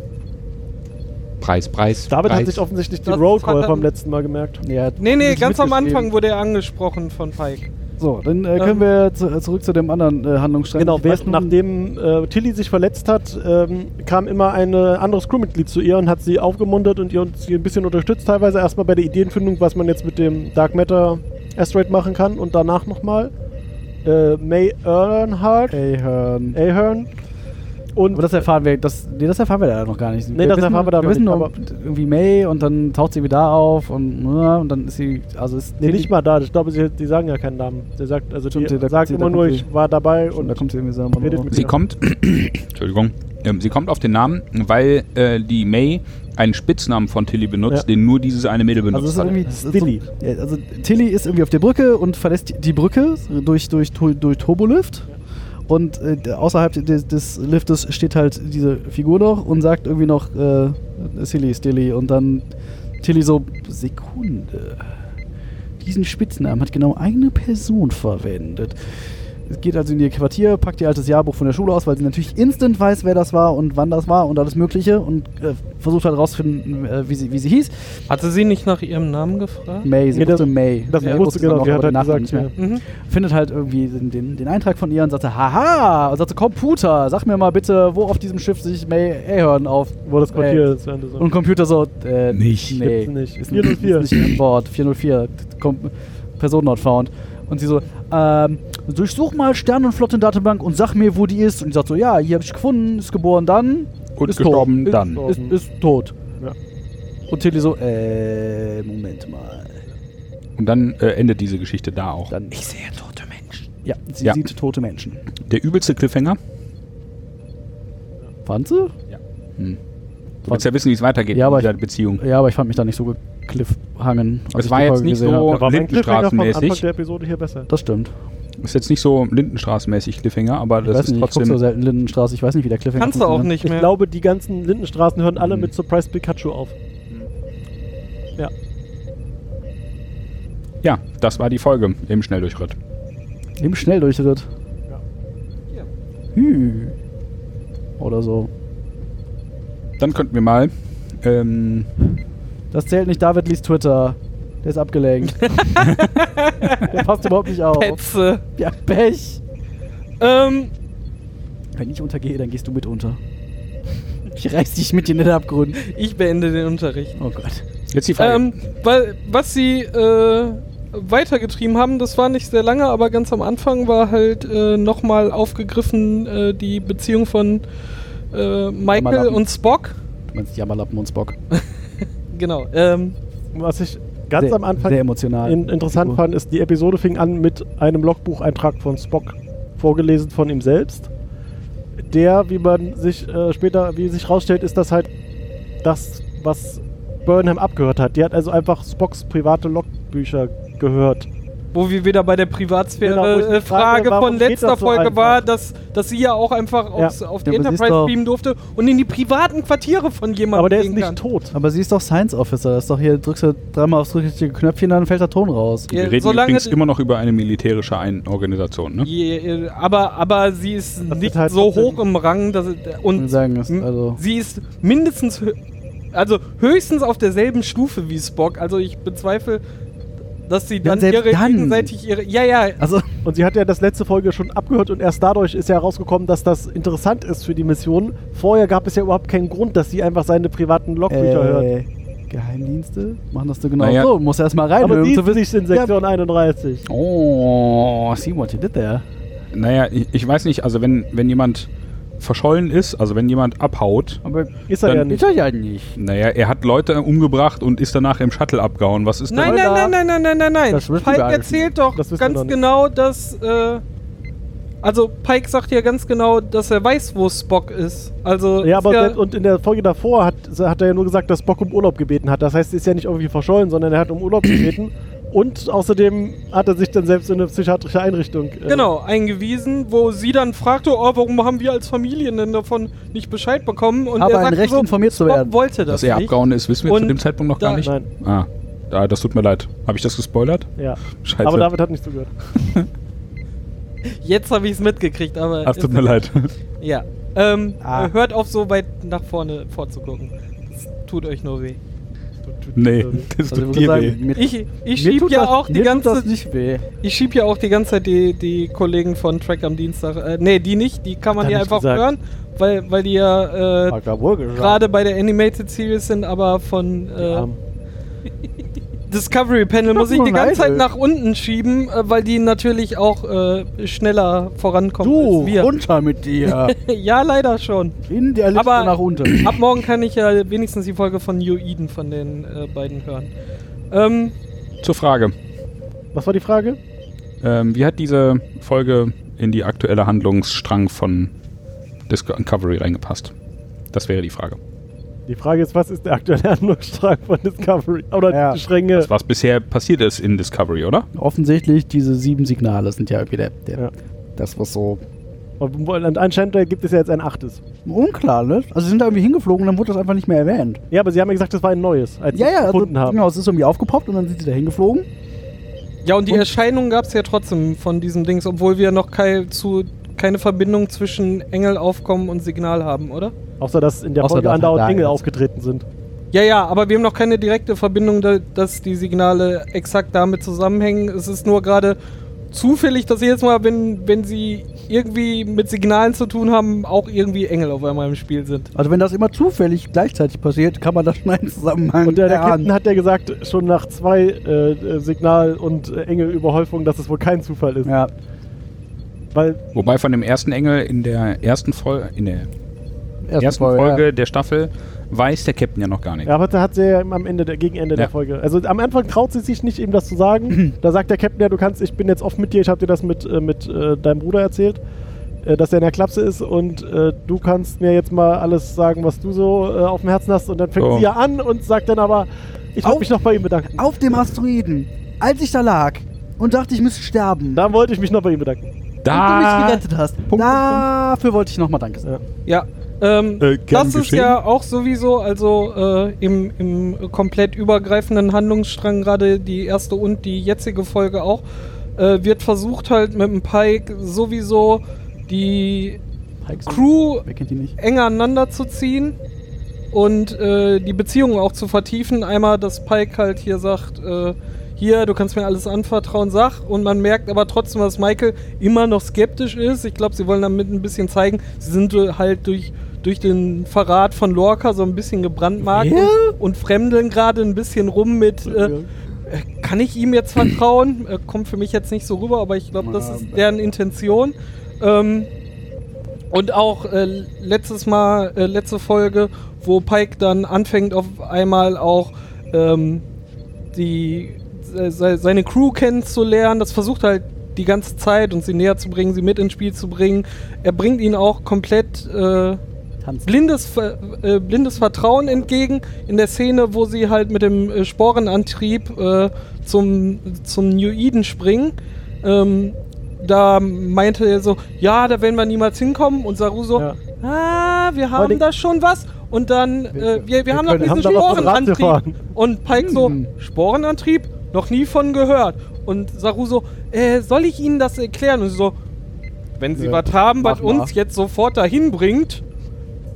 Preis, Preis.
David
Preis.
hat sich offensichtlich den
Das
Rollcall
hat er-
vom letzten Mal gemerkt.
Ja,
Nee, nee,
nicht
ganz am Anfang
mitgeschrieben.
wurde er angesprochen von Pike.
So, dann äh,
Ähm,
können wir zu, zurück zu dem anderen äh, Handlungsstrang.
Genau,
Ich
wer-
weiß nun-
nachdem äh, Tilly sich verletzt hat, ähm, kam immer ein äh, anderes Crewmitglied zu ihr und hat sie aufgemuntert und ihr und sie ein bisschen unterstützt, teilweise erstmal bei der Ideenfindung, was man jetzt mit dem Dark Matter Asteroid machen kann und danach nochmal äh, May Earnhardt,
Ahern.
Ahern und
Aber das erfahren wir, das, nee, das erfahren wir leider noch gar nicht.
Nee, das erfahren wir da
wir
noch
wissen
nicht,
nur irgendwie May und dann taucht sie wieder auf und, ja, und dann ist sie, also ist
nee, nicht mal da, ich glaube, sie, die sagen ja keinen Namen. Sie sagt, also
Stimmt,
die
da-
sagt
da
immer
kommt
nur,
sie.
ich war dabei
und
und
da kommt sie irgendwie selber
redet
drauf.
mit-
Sie kommt, *clears throat* Entschuldigung, ähm, sie kommt auf den Namen, weil äh, die May einen Spitznamen von Tilly benutzt,
Ja.
den nur dieses eine Mädel
Also
benutzt
es ist
hat.
irgendwie
Das ist
so-
Tilly.
ja, also Tilly ist irgendwie auf der Brücke und verlässt die- die Brücke durch durch Tu- durch Turbolift. Und äh, d- außerhalb des, des Liftes steht halt diese Figur noch und sagt irgendwie noch äh, Silly, Stilly. Und dann Tilly so, Sekunde. Diesen Spitznamen hat genau eine Person verwendet. Es geht also in ihr Quartier, packt ihr altes Jahrbuch von der Schule aus, weil sie natürlich instant weiß, wer das war und wann das war und alles Mögliche und äh, versucht halt rauszufinden, äh, wie, sie, wie sie hieß.
Hatte sie nicht nach ihrem Namen gefragt?
May, sie
Nee, das-
wusste May.
das
May
wusste
dann
genau,
noch,
die hat
aber
halt
Nachnamen
gesagt,
nicht mehr.
ja.
Mhm.
Findet halt irgendwie den, den, den Eintrag von ihr und sagte, haha, und sagte, Computer, sag mir mal bitte, wo auf diesem Schiff sich May Ahern auf...
wo das Quartier
Äh,
ist. wenn du so-
Und Computer so, äh,
Nicht.
Nee,
Gibt's nicht.
Ist,
404.
ist nicht an Bord, 404, Kom Person not found. Und sie so, ähm, durchsuch mal Stern- und Flottendatenbank und sag mir, wo die ist. Und ich sagt so, ja, hier habe ich gefunden, ist geboren dann.
Und
ist
gestorben
tot.
dann.
Ist, ist, ist tot.
Ja.
Und Tilly so, äh, Moment mal.
Und dann äh, endet diese Geschichte da auch.
Dann, ich sehe tote Menschen. Ja, sie
Ja.
sieht tote Menschen.
Der übelste Cliffhanger.
Fand sie?
Du willst ja wissen, wie es weitergeht
Ja, aber
mit
ich-
dieser Beziehung.
Ja, aber ich fand mich da nicht so gekliffhangen. als
Es
ich
war
die
jetzt
Folge
nicht
gesehen
so-
habe.
Da war mein Cliffhanger vom
Lindenstraßenmäßig.
Anfang der Episode hier besser.
Das stimmt.
Ist jetzt nicht so Lindenstraßenmäßig Cliffhanger, aber
Ich
das
weiß
ist
nicht, ich guck
trotzdem.
so selten Lindenstraße. Ich weiß nicht, wie der Cliffhanger
Kannst du auch
funktioniert.
nicht
Ich
mehr.
glaube, die ganzen Lindenstraßen hören alle
Hm.
Mhm.
mit Surprise Pikachu auf.
ja, das war die Folge im Schnelldurchritt.
Im Schnelldurchritt.
Ja.
Ja.
Hü. Oder so.
Dann könnten wir mal. Ähm,
Das zählt nicht. David liest Twitter. Der ist abgelenkt. der passt überhaupt nicht auf.
Petze.
Ja, Pech.
Ähm,
Wenn ich untergehe, dann gehst du mit unter. Ich reiß dich mit in den Abgrund.
ich beende den Unterricht.
Oh Gott.
jetzt die Frage.
Ähm, weil, was sie äh, weitergetrieben haben, das war nicht sehr lange, aber ganz am Anfang war halt äh, nochmal aufgegriffen äh, die Beziehung von äh, Michael
Jammerlappen.
und Spock.
Du meinst Jammerlappen und Spock.
Genau. Ähm,
Was ich ganz
sehr,
am Anfang
Sehr emotional.
in, interessant
Figur.
fand, ist, die Episode fing an mit einem Logbucheintrag von Spock, vorgelesen von ihm selbst. Der, wie man sich äh, später, wie sich rausstellt, ist das halt das, was Burnham abgehört hat. Die hat also einfach Spocks private Logbücher gehört.
wo wir wieder bei der
Genau, wo ich die
Privatsphäre-Frage
Frage, warum
von
geht
letzter
das so
Folge war,
einfach?
dass, dass sie ja auch einfach aufs, auf die
Ja, aber sie ist
Enterprise
doch-
beamen durfte und in die privaten Quartiere von jemandem
Aber der ist
gehen
nicht
kann.
tot.
Aber sie ist doch Science Officer. Das ist doch hier, drückst du dreimal aufs richtige Knöpfchen, dann fällt der Ton raus.
Ja,
wir reden
solange
übrigens
die-
immer noch über eine militärische ein Organisation. Ne?
Je- Aber, aber sie ist
Das
nicht
ist halt
so
trotzdem-
hoch im Rang dass, äh, und
Ich sagen, das-
m-
also-
sie ist mindestens, hö- also höchstens auf derselben Stufe wie Spock. Also ich bezweifle, dass sie dann
selbst
ihre
dann.
gegenseitig ihre. Ja, ja,
Also,
Und sie hat ja das letzte Folge schon abgehört und erst dadurch ist ja herausgekommen, dass das interessant ist für die Mission. Vorher gab es ja überhaupt keinen Grund, dass sie einfach seine privaten Logbücher hört.
äh, Geheimdienste machen das so genau
Naja.
so. Muss erst mal rein,
Aber
um
sie
zu
ist
wissen.
nicht in Sektion 31.
Oh, see what you did there.
Naja, ich, ich weiß nicht, also wenn, wenn jemand verschollen ist, also wenn jemand abhaut,
Aber
Ist er
Dann-
ja nicht.
ich ja nicht.
naja, er hat Leute umgebracht und ist danach im Shuttle abgehauen. Was ist da?
Nein,
Spoiler.
nein, nein, nein, nein, nein, nein, nein.
Das wissen
Pike
wir alles
erzählt doch
Das wissen wir
ganz
doch nicht.
genau, dass. Äh, also Pike sagt ja ganz genau, dass er weiß, wo Spock ist. Also
Ja,
ist
aber selbst- und in der Folge davor hat, hat er ja nur gesagt, dass Bock um Urlaub gebeten hat. Das heißt, er ist ja nicht irgendwie verschollen, sondern er hat um
*clears throat*
Urlaub gebeten. Und außerdem hat er sich dann selbst in eine psychiatrische Einrichtung. äh,
Genau, eingewiesen, wo sie dann fragte, oh, warum haben wir als Familie denn davon nicht Bescheid bekommen? Und
Aber
er
ein
sagte
Recht,
so,
informiert zu
Bob
werden.
wollte
Dass
das
er
nicht.
abgehauen ist, wissen wir zu
Und
dem Zeitpunkt noch gar
da-
nicht.
Nein,
Ah, da, das tut mir leid. Habe ich das gespoilert?
ja.
Also-
Scheiße.
Aber David hat nicht zugehört.
Jetzt habe ich es mitgekriegt, aber...
Ach, tut mir leid.
Ja. Ähm,
Ah.
äh, Hört auf, so weit nach vorne vorzugucken. Das tut euch nur weh.
*laughs*
nee, *laughs* das
Also,
tut
ich würde
dir weh.
sagen, mir,
Ich, ich
mir
schieb
tut
ja
das,
auch die
mir tut
ganze...
das nicht weh.
Ich schieb ja auch die ganze Zeit die, die Kollegen von Track am Dienstag... Äh, nee, die nicht, die kann man
er
ja
nicht
einfach
gesagt.
hören, weil, weil die ja... Äh,
Gerade
Gerade bei der Animated Series sind aber von äh,
Ähm,
Discovery Panel
Ich
muss ich
hab
die
nur
ganze Zeit
Neidel.
nach unten schieben, äh, weil die natürlich auch äh, schneller vorankommen als
du,
wir.
runter mit dir.
*laughs* ja, leider schon.
In der Liste
Aber-
nach unten.
*clears throat* Ab morgen kann ich ja wenigstens die Folge von New Eden von den äh, beiden hören. Ähm,
Zur Frage.
was war die Frage?
Ähm, wie hat diese Folge in die aktuelle Handlungsstrang von Discovery reingepasst? Das wäre die Frage.
Die Frage ist, was ist der aktuelle *laughs* Handlungsstrang von Discovery? Oder
Ja.
die Stränge.
Was bisher passiert ist in Discovery, oder?
Offensichtlich, diese sieben Signale sind ja irgendwie der, der,
Ja.
das, was so
Und anscheinend äh, gibt es ja jetzt ein achtes.
unklar, ne? Also sie sind da irgendwie hingeflogen, dann wurde das einfach nicht mehr erwähnt.
Ja, aber sie haben ja gesagt, das war ein neues, als
Ja,
sie es
ja, also,
gefunden haben.
genau, es ist irgendwie aufgepoppt und dann sind sie da hingeflogen.
ja, und die
Und-
Erscheinung gab es ja trotzdem von diesem Dings, obwohl wir noch kei zu, keine Verbindung zwischen Engelaufkommen und Signal haben, oder?
Außer, dass in der
Außer,
Folge
dass
andauernd
da
Engel
jetzt-
aufgetreten sind.
Ja, ja, aber wir haben noch keine direkte Verbindung, da- dass die Signale exakt damit zusammenhängen. Es ist nur gerade zufällig, dass jedes Mal, wenn, wenn sie irgendwie mit Signalen zu tun haben, auch irgendwie Engel auf einmal im Spiel sind.
Also wenn das immer zufällig gleichzeitig passiert, kann man das schon einen Zusammenhang
Und der, der
erahnen.
Captain hat ja gesagt, schon nach zwei äh, äh, Signal- und äh, Engelüberhäufung, dass es wohl kein Zufall ist.
Ja.
Weil
Wobei von dem ersten Engel in der ersten Folge, in der
Erste
ersten
Folge, ja.
Folge der Staffel weiß der Captain ja noch gar nichts.
Ja, aber da hat sie ja am Ende der, gegen Ende
Ja.
der Folge. Also am Anfang traut sie sich nicht, ihm das zu sagen. da sagt der Captain ja, du kannst, ich bin jetzt oft mit dir, ich habe dir das mit, äh, mit äh, deinem Bruder erzählt, äh, dass er in der Klapse ist und äh, du kannst mir jetzt mal alles sagen, was du so äh, auf dem Herzen hast. Und dann fängt
So.
sie ja an und sagt dann aber, ich muss
Auf-
mich noch bei ihm bedanken.
Auf dem Asteroiden, als ich da lag und dachte, ich müsste sterben,
Dann wollte ich mich noch bei ihm bedanken.
und du mich
*laughs* Da
gerettet hast.
Punkt,
Dafür wollte ich nochmal Danke sagen.
Ja, ähm,
Äh, gern
das ist
geschehen.
ja auch sowieso, also äh, im, im komplett übergreifenden Handlungsstrang, gerade die erste und die jetzige Folge auch, äh, wird versucht halt mit dem Pike sowieso die
Pikes-
Crew
Wer kennt die nicht?
enger aneinander zu ziehen und äh, die Beziehungen auch zu vertiefen. Einmal, dass Pike halt hier sagt, äh, hier, du kannst mir alles anvertrauen, sag. Und man merkt aber trotzdem, dass Michael immer noch skeptisch ist. Ich glaube, sie wollen damit ein bisschen zeigen, sie sind äh, halt durch, durch den Verrat von Lorca so ein bisschen gebrandmarkt und fremdeln gerade ein bisschen rum mit, äh, äh, kann ich ihm jetzt vertrauen? äh, kommt für mich jetzt nicht so rüber, aber ich glaube, das ist deren Intention. Ähm, und auch äh, letztes Mal, äh, letzte Folge, wo Pike dann anfängt auf einmal auch ähm, die, se- se- seine Crew kennenzulernen. Das versucht er halt die ganze Zeit und sie näher zu bringen, sie mit ins Spiel zu bringen. Er bringt ihnen auch komplett äh,
Tanz.
blindes, Ver- äh, blindes Vertrauen entgegen in der Szene, wo sie halt mit dem äh, Sporenantrieb äh, zum, zum New Eden springen. Ähm, da meinte er so, ja, da werden wir niemals hinkommen. Und Saru so,
Ja.
ah, wir
Vor
haben
allem-
da schon was. Und dann, äh, wir, wir, haben noch
können-
diesen
haben da was mit Rad
Sporenantrieb.
gefahren.
Und Pike so, Sporenantrieb? Noch nie von gehört. Und Saru so, äh, soll ich Ihnen das erklären? Und sie so, wenn Sie
Nö,
was haben, was
mach mal.
uns jetzt sofort dahin bringt,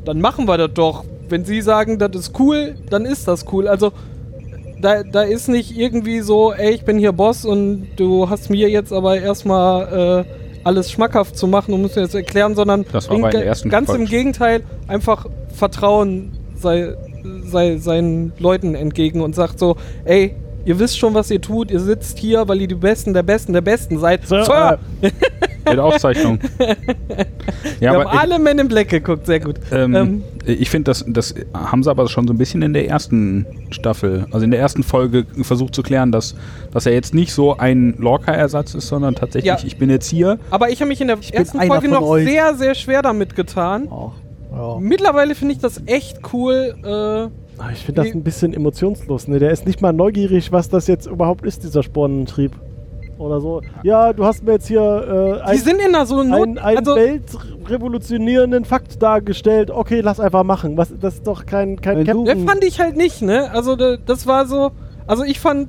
dann machen wir das doch. Wenn Sie sagen, das ist cool, dann ist das cool. Also da, da ist nicht irgendwie so, ey, ich bin hier Boss und du hast mir jetzt aber erstmal äh, alles schmackhaft zu machen und musst mir jetzt erklären, sondern
Das war
in-
bei der ersten
ganz im
falsch.
Gegenteil, einfach Vertrauen sei, sei seinen Leuten entgegen und sagt so, ey, ihr wisst schon, was ihr tut, ihr sitzt hier, weil ihr die Besten der Besten der Besten seid.
Sir,
Sir,
*laughs*
mit Aufzeichnung. ja,
wir haben
aber ich,
alle Men in Black geguckt, sehr gut.
Ähm,
Ähm,
ich finde, das, das haben sie aber schon so ein bisschen in der ersten Staffel, also in der ersten Folge versucht zu klären, dass, dass er jetzt nicht so ein Lorca-Ersatz ist, sondern tatsächlich,
Ja.
ich bin jetzt hier.
aber ich habe mich in der
bin
ersten
einer
Folge
von
noch
euch.
sehr, sehr schwer damit getan.
Auch.
Mittlerweile finde ich das echt cool. Äh,
Ah, Ich finde das ein bisschen emotionslos. Ne? Der ist nicht mal neugierig, was das jetzt überhaupt ist, dieser Spornentrieb. Oder so. Ja, du hast mir jetzt hier äh,
die
ein-
sind in einer so Not.
einen, einen
also,
weltrevolutionierenden Fakt dargestellt. Okay, lass einfach machen. Was, das ist doch kein, kein
Wenn du-
Der
Captain.
fand ich halt nicht, ne? Also da- das war so, also ich fand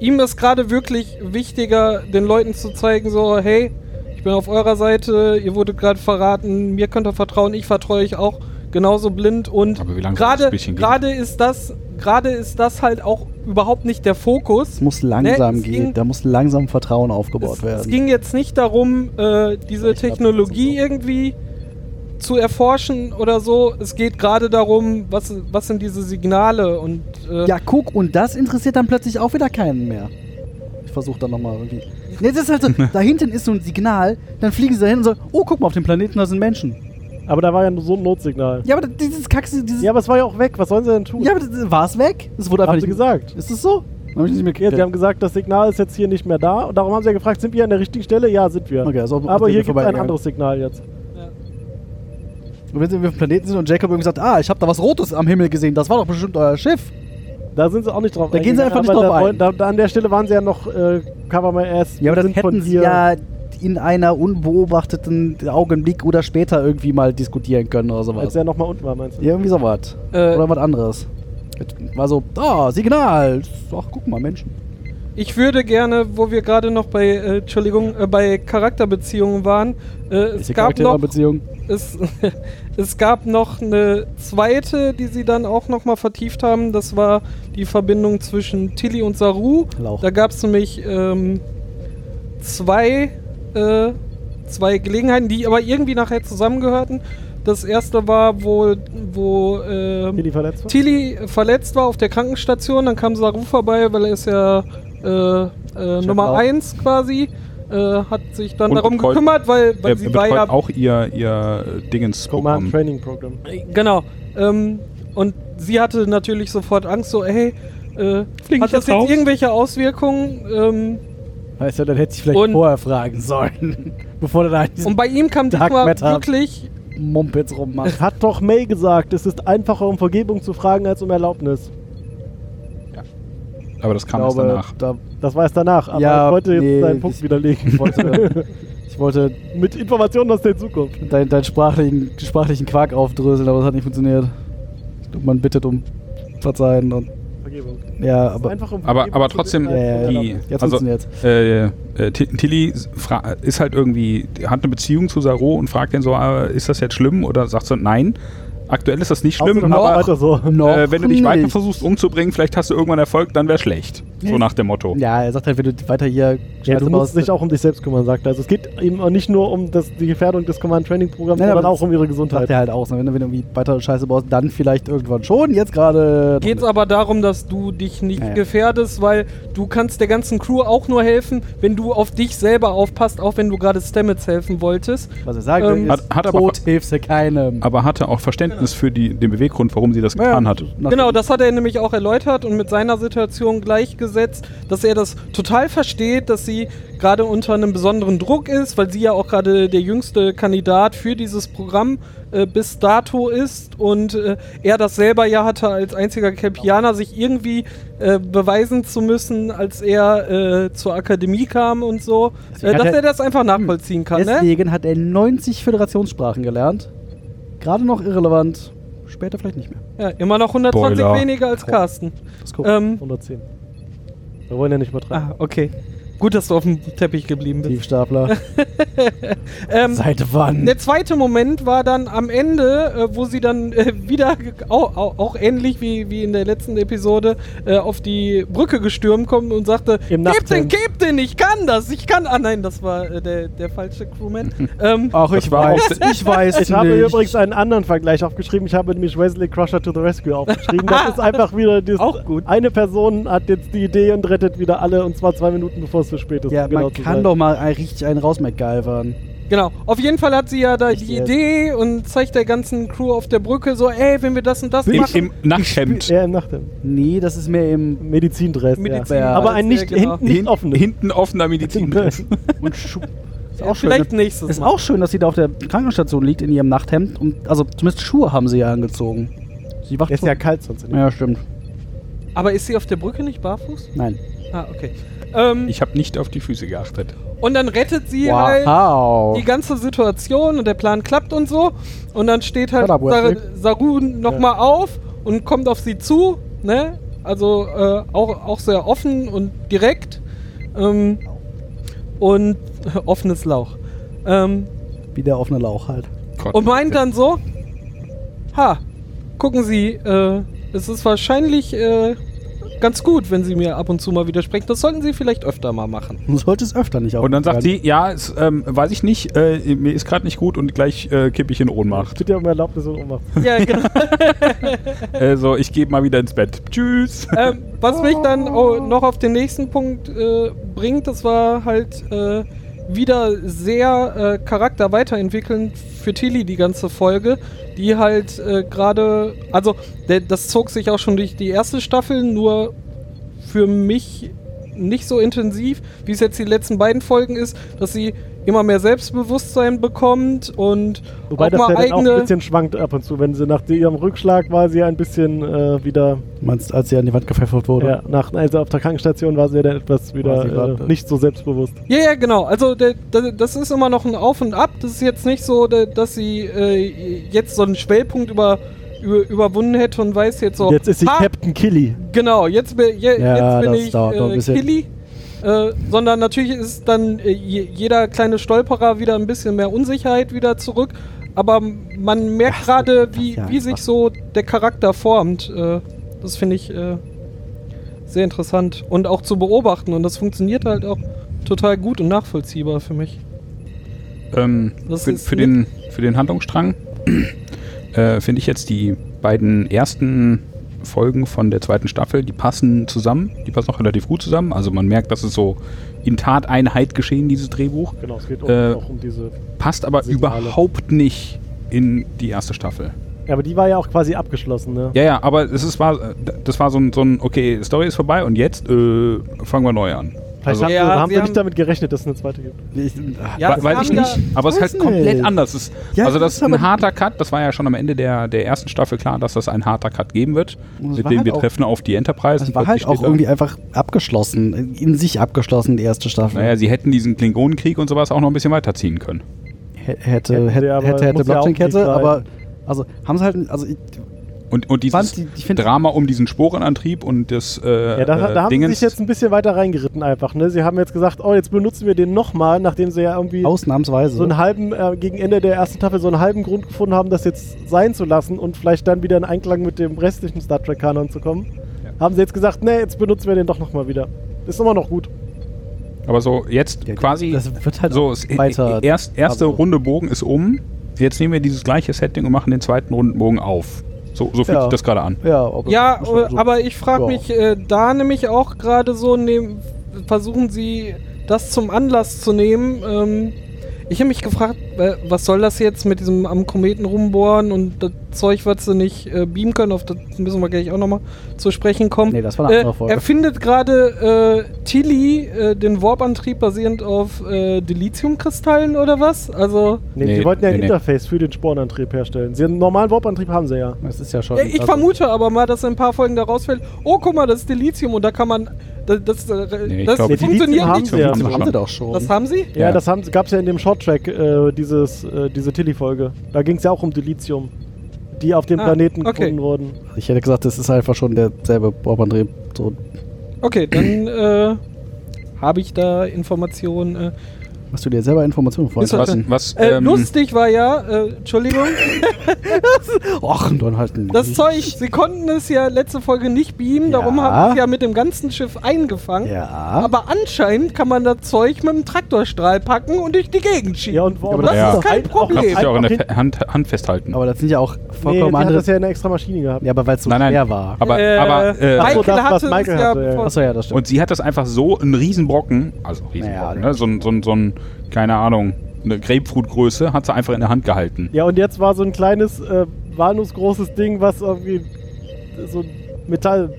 ihm ist gerade wirklich wichtiger, den Leuten zu zeigen, so, hey, ich bin auf eurer Seite, ihr wurdet gerade verraten, mir könnt ihr vertrauen, ich vertraue euch auch genauso blind und
Aber wie lange soll das
gerade
Spielchen gehen?
gerade ist das gerade ist das halt auch überhaupt nicht der Fokus.
Es muss langsam
Ne, es ging-
gehen, da muss langsam Vertrauen aufgebaut
Es,
werden.
es ging jetzt nicht darum, äh, diese
Vielleicht
Technologie
absetzen, so.
irgendwie zu erforschen oder so. Es geht gerade darum, was, was sind diese Signale und äh,
Ja, guck, und das interessiert dann plötzlich auch wieder keinen mehr. Ich versuche dann nochmal irgendwie. Nee, das ist *laughs* halt so, da hinten ist so ein Signal, dann fliegen sie dahin und sagen, oh, guck mal, auf dem Planeten, da sind Menschen.
aber da war ja nur so ein Notsignal.
Ja, aber dieses Kackse, dieses...
Ja, aber es war ja auch weg. Was sollen sie denn tun?
Ja, aber das- war's weg? Es wurde einfach
haben
nicht...
sie gesagt.
Ist es so? Dann hab ich nicht mehr
Ja, sie haben gesagt, das Signal ist jetzt hier nicht mehr da. Und darum haben sie ja gefragt, sind wir an der richtigen Stelle? Ja, sind wir.
Okay, also
aber hier gibt es ein
vorbeigegangen.
anderes Signal jetzt.
Und wenn sie auf dem Planeten sind und Jacob irgendwie sagt, ah, ich habe da was Rotes am Himmel gesehen, das war doch bestimmt euer Schiff.
Da sind sie auch nicht drauf
Da gehen sie
eingegangen,
einfach
aber
nicht drauf
da,
ein.
Da, da, an der Stelle waren sie ja noch äh, Cover My Ass.
Ja,
wir
aber das
sind von
hätten sie
hier-
ja in einer unbeobachteten Augenblick oder später irgendwie mal diskutieren können oder
Als
sowas.
er nochmal unten war, meinst du?
Irgendwie sowas.
Äh,
oder was anderes. War so, ah, Signal. Ach, guck mal, Menschen.
ich würde gerne, wo wir gerade noch bei äh, Entschuldigung, äh, bei Charakterbeziehungen waren, äh, es,
Welche
gab noch,
Beziehung.
es, *laughs* es gab noch eine zweite, die sie dann auch nochmal vertieft haben. Das war die Verbindung zwischen Tilly und Saru.
Lauch.
Da gab es nämlich ähm, zwei, äh, zwei Gelegenheiten, die aber irgendwie nachher zusammengehörten. Das erste war, wo, wo ähm,
Tilly verletzt war?
Tilly verletzt war auf der Krankenstation, dann kam Saru vorbei, weil er ist ja äh, äh, Nummer
auch.
1 quasi, äh, hat sich dann
Und
darum
betreut-
gekümmert, weil, weil
Er
sie war
betreut
ja
auch ihr, ihr äh, Dingens Programm.
Command Training Program.
Genau. Ähm, und sie hatte natürlich sofort Angst, so, hey, äh,
Flieg ich
hat das
jetzt raus?
jetzt irgendwelche Auswirkungen? Ähm,
Weißt du, dann hätte ich vielleicht
Und-
vorher fragen sollen, *laughs* bevor du da in
und
diesem
bei ihm kam
Dark
diesmal
Matter.
wirklich,
Mumpitz
*laughs*
rummachst.
Hat doch May gesagt, es ist einfacher um Vergebung zu fragen als um Erlaubnis.
Aber das kam erst
glaube,
danach.
Da,
Das war es danach, aber
Ja,
ich wollte jetzt
nee,
deinen Punkt
ich-
*laughs*
widerlegen.
ich, wollte, ich wollte
*laughs* Mit Informationen aus der Zukunft.
deinen dein sprachlichen, sprachlichen Quark aufdröseln, aber es hat nicht funktioniert. Ich glaub, Man bittet um Verzeihen und
Vergebung. Es
ja,
ist
aber
Einfach um
Aber,
Vergebung
aber
zu
trotzdem,
bitten als um
ja, ja.
Erlaubnis.
die,
jetzt
also,
funktioniert's.
äh, äh, T- Tilly fra- ist halt irgendwie, hat eine Beziehung zu Saro und fragt ihn so, äh, ist das jetzt schlimm? Oder sagt so, nein, aktuell ist das nicht schlimm,
Außerdem
aber
weiter so.
Noch
äh, wenn du dich
nicht.
weiter versuchst umzubringen, vielleicht hast du irgendwann Erfolg, dann wäre schlecht. So nach dem Motto.
Ja, er sagt halt, wenn du weiter hier
Ja, du musst
baust-
dich auch um dich selbst kümmern, sagt er. Also es geht eben auch nicht nur um das, die Gefährdung des Command Training Programms,
Nein,
sondern
aber
auch um ihre
sagt
Gesundheit.
er halt auch. ne? Wenn, du- wenn du irgendwie weiter Scheiße baust, dann vielleicht irgendwann schon. Jetzt gerade.
geht's aber darum, dass du dich nicht
Ja, ja.
gefährdest, weil du kannst der ganzen Crew auch nur helfen, wenn du auf dich selber aufpasst, auch wenn du gerade Stamets helfen wolltest.
Was er sagt,
Ähm,
ist,
Hat- hat aber-
Tod hilfst du keinem.
Aber hatte auch Verständnis für die, den Beweggrund, warum sie das getan hat.
Nach-
Genau, das hat er nämlich auch erläutert und mit seiner Situation gleichgesetzt, dass er das total versteht, dass sie gerade unter einem besonderen Druck ist, weil sie ja auch gerade der jüngste Kandidat für dieses Programm äh, bis dato ist und äh, er das selber ja hatte als einziger Kelpianer, sich irgendwie äh, beweisen zu müssen, als er äh, zur Akademie kam und so, äh,
hat er-
dass
Hm,
er das einfach nachvollziehen kann. Ne?
Deswegen hat er 90 Föderationssprachen gelernt. Gerade noch irrelevant. Später vielleicht nicht mehr.
Ja, immer noch 120
Spoiler.
weniger als Carsten.
Das gucken.
Ähm,
110. Wir wollen ja nicht mehr
ah,
dran.
okay. Gut, dass du auf dem Teppich geblieben bist.
Tiefstapler.
Ähm,
Seit wann?
Der zweite Moment war dann am Ende, äh, wo sie dann äh, wieder, ge- au, au, auch ähnlich wie, wie in der letzten Episode, äh, auf die Brücke gestürmt kommen und sagte,
Im
gebt den,
Nachthemd."
gebt den, ich kann das, ich kann. Ah nein, das war äh, der, der falsche Crewman. ähm,
Ach,
Das
ich
war auch
weiß, ich weiß
Ich habe
nicht.
übrigens einen anderen Vergleich aufgeschrieben. Ich habe nämlich Wesley Crusher to the Rescue aufgeschrieben. Das ist einfach wieder dieses,
Auch gut.
Eine Person hat jetzt die Idee und rettet wieder alle und zwar zwei Minuten bevor es zu spät ist.
ja,
um genau
man
zu
kann
sein.
doch mal ein- richtig einen raus MacGyvern.
Genau. Auf jeden Fall hat sie ja da die
jetzt.
Idee und zeigt der ganzen Crew auf der Brücke so, ey, wenn wir das und das
Im,
machen.
im Nachthemd.
Ja, im Nachthemd.
Nee, das ist mehr im
Medizindress.
Medizin-
ja. Aber ein
Ja,
nicht,
genau.
hinten nicht
Hin-
offenes.
Hinten offener Medizindress.
und Schub. Ist
Ja,
auch schön. ne?
Vielleicht
Ist
nächstes Mal.
auch schön, dass sie da auf der Krankenstation liegt in ihrem Nachthemd und also zumindest Schuhe haben sie ja angezogen. Sie wacht
ist ja kalt sonst. in dem-
ja, stimmt.
Aber ist sie auf der Brücke nicht barfuß?
Nein.
Ah, okay. Ähm,
Ich habe nicht auf die Füße geachtet.
und dann rettet sie halt
Wow.
die ganze Situation und der Plan klappt und so. Und dann steht halt
Shut up,
Sar
Wesley.
Saru nochmal auf und kommt auf sie zu. Ne? Also äh, auch, auch sehr offen und direkt. Ähm, und *laughs* offenes Lauch. Ähm,
Wie der offene Lauch halt.
Gott.
und meint dann so: Ha, gucken Sie, äh, es ist wahrscheinlich äh, ganz gut, wenn Sie mir ab und zu mal widersprechen. Das sollten Sie vielleicht öfter mal machen.
Du solltest öfter nicht auf
Und dann sagt sie, ja, es, ähm, weiß ich nicht, äh, mir ist gerade nicht gut und gleich äh, kippe ich in
*laughs*
Ohnmacht.
Bitte um Erlaubnis und Ohnmacht.
*laughs* Ja, genau.
äh, so, ich gehe mal wieder ins Bett. Tschüss.
ähm, was mich dann au- noch auf den nächsten Punkt äh, bringt, das war halt äh, wieder sehr äh, Charakter weiterentwickelnd für Tilly die ganze Folge, die halt äh, gerade, also der, das zog sich auch schon durch die erste Staffel, nur für mich nicht so intensiv, wie es jetzt die letzten beiden Folgen ist, dass sie immer mehr Selbstbewusstsein bekommt und
Wobei das ja dann auch ein bisschen schwankt ab und zu. Wenn sie nach ihrem Rückschlag war sie ja ein bisschen äh, wieder,
Du meinst, als sie an die Wand gepfeffert wurde?
ja, nach, also auf der Krankenstation war sie ja dann etwas
War sie
wieder
grad,
äh,
äh,
nicht so selbstbewusst.
Ja, ja, genau. Also der, der, das ist immer noch ein Auf und Ab. Das ist jetzt nicht so, der, dass sie äh, jetzt so einen Schwellpunkt über, über, überwunden hätte und weiß jetzt so. "Ah,
Jetzt ist sie
"Ha,
Captain Killy.
Genau, jetzt, bin- je,
Ja,
jetzt bin
das
ich
dauert noch ein
äh,
bisschen.
Killy. Äh, sondern natürlich ist dann äh, je, jeder kleine Stolperer wieder ein bisschen mehr Unsicherheit wieder zurück. Aber man merkt gerade,
das
wie,
ja
wie sich
einfach.
so der Charakter formt. Äh, das finde ich äh, sehr interessant und auch zu beobachten. Und das funktioniert halt auch total gut und nachvollziehbar für mich.
Ähm,
Das
für,
ist
für, den, für den Handlungsstrang *clears throat* äh, finde ich jetzt die beiden ersten Folgen von der zweiten Staffel, die passen zusammen, die passen auch relativ gut zusammen. Also man merkt, dass es so in Tateinheit geschehen, dieses Drehbuch.
Genau, es geht auch,
Äh,
auch um diese.
Passt aber
Signale.
überhaupt nicht in die erste Staffel.
Ja, aber die war ja auch quasi abgeschlossen, ne?
Ja, ja, aber es ist, war, das war so ein, so ein okay, Story ist vorbei und jetzt äh, fangen wir neu an.
Vielleicht
Also-
haben,
Ja,
wir, haben
sie
wir nicht
haben-
damit gerechnet, dass es eine zweite
Äh,
gibt.
Ich, ah,
Ja,
Wa-
das
weiß
kam
ich
ja-
nicht, aber es ist
weiß
halt komplett
nicht.
anders. Es Ist,
Ja,
also
das
das
ist
ist ein
aber-
harter Cut, das war ja schon am Ende der, der ersten Staffel klar, dass das ein harter Cut geben wird,
Das
mit
war
dem
halt
wir
auch-
treffen auf die Enterprise.
Das
und
war halt
plötzlich
auch
steht da-
irgendwie einfach abgeschlossen, in sich abgeschlossen, die erste Staffel.
Naja, sie hätten diesen Klingonenkrieg und sowas auch noch ein bisschen weiterziehen können.
Hä- hätte,
Hätten sie
hätte,
aber-
hätte, hätte
muss ja auch
Blockchain-Kette,
nicht
aber also haben sie halt, also ich
Und, und dieses
fand, die, ich finde,
Drama um diesen Sporenantrieb und das äh,
Ja, da,
äh,
da haben sie
Dingens,
sich jetzt ein bisschen weiter reingeritten einfach, ne? Sie haben jetzt gesagt, oh, jetzt benutzen wir den nochmal, nachdem sie ja irgendwie
ausnahmsweise.
so einen halben, äh, gegen Ende der ersten Staffel so einen halben Grund gefunden haben, das jetzt sein zu lassen und vielleicht dann wieder in Einklang mit dem restlichen Star Trek-Kanon zu kommen.
Ja.
Haben sie jetzt gesagt, nee, jetzt benutzen wir den doch nochmal wieder. Ist immer noch gut.
aber so jetzt
Ja,
quasi
das wird halt
so es, äh,
weiter-
erst, erste
also-
Runde Bogen ist um. Jetzt nehmen wir dieses gleiche Setting und machen den zweiten Rundenbogen auf. So, so fühlt
Ja.
sich das gerade an.
ja, ob-
Ja,
ob-
äh, aber ich frage
Ja.
mich äh, da nämlich auch gerade so, nehm, versuchen Sie das zum Anlass zu nehmen. Ähm, ich habe mich gefragt, äh, was soll das jetzt mit diesem am Kometen rumbohren und das Zeug, was sie nicht äh, beamen können, auf das müssen wir gleich auch nochmal zu sprechen kommen.
Nee, das war eine
äh,
andere Folge.
Er findet gerade äh, Tilly äh, den Warp-Antrieb basierend auf äh, Dilithium-Kristallen oder was? Also,
Nee,
Nee,
sie wollten ja ein
nee, nee.
Interface für den Spornantrieb herstellen. Sie, einen normalen Warp-Antrieb haben sie ja.
das ist ja schon
Ja, ich
also-
vermute aber mal, dass in ein paar Folgen da rausfällt, oh, guck mal, das ist Dilithium und da kann man. Das, das, äh,
Nee, ich
das
glaub,
Nee, Dilithium
funktioniert
haben
nicht.
sie ja.
Das haben
schon.
sie doch schon.
Das haben sie?
Ja,
Ja.
das gab es ja in dem Short-Track, äh, dieses, äh, diese Tilly-Folge. Da ging es ja auch um Dilithium, die auf dem
Ah,
Planeten
okay.
gefunden wurden.
ich hätte gesagt, das ist einfach schon derselbe Bob-Antrieb. So.
Okay, dann äh, habe ich da Informationen. Äh,
Hast du dir selber Informationen vorhin
Ist das-
lassen?
Was,
äh,
ähm,
lustig war ja, äh, Entschuldigung,
Och, und dann halt ein
das Zeug, sie konnten es ja letzte Folge nicht beamen, darum
Ja.
haben sie es ja mit dem ganzen Schiff eingefangen.
Ja.
Aber anscheinend kann man das Zeug mit dem Traktorstrahl packen und durch die Gegend schieben.
Ja, und warum
das ist
doch
kein
ein-
Problem.
Kannst du es ja auch in
einfach
der Fe- Hand, Hand festhalten.
aber das sind ja auch
Nee,
vollkommen
die hat
andere.
das ja in einer extra Maschine gehabt.
ja, aber weil es so
Nein, nein.
schwer war.
aber,
äh,
aber, äh,
Ach so,
Michael
das, was
hatte
Michael
es ja,
hatte, ja.
bevor-
Achso, ja, das stimmt.
und sie hat das einfach so einen Riesenbrocken, also Riesenbrocken,
Naja,
ne? so, ein- so, ein- so ein, keine Ahnung, eine Grapefruit-Größe, hat sie einfach in der Hand gehalten.
Ja, und jetzt war so ein kleines, äh, großes Ding, was irgendwie so Metall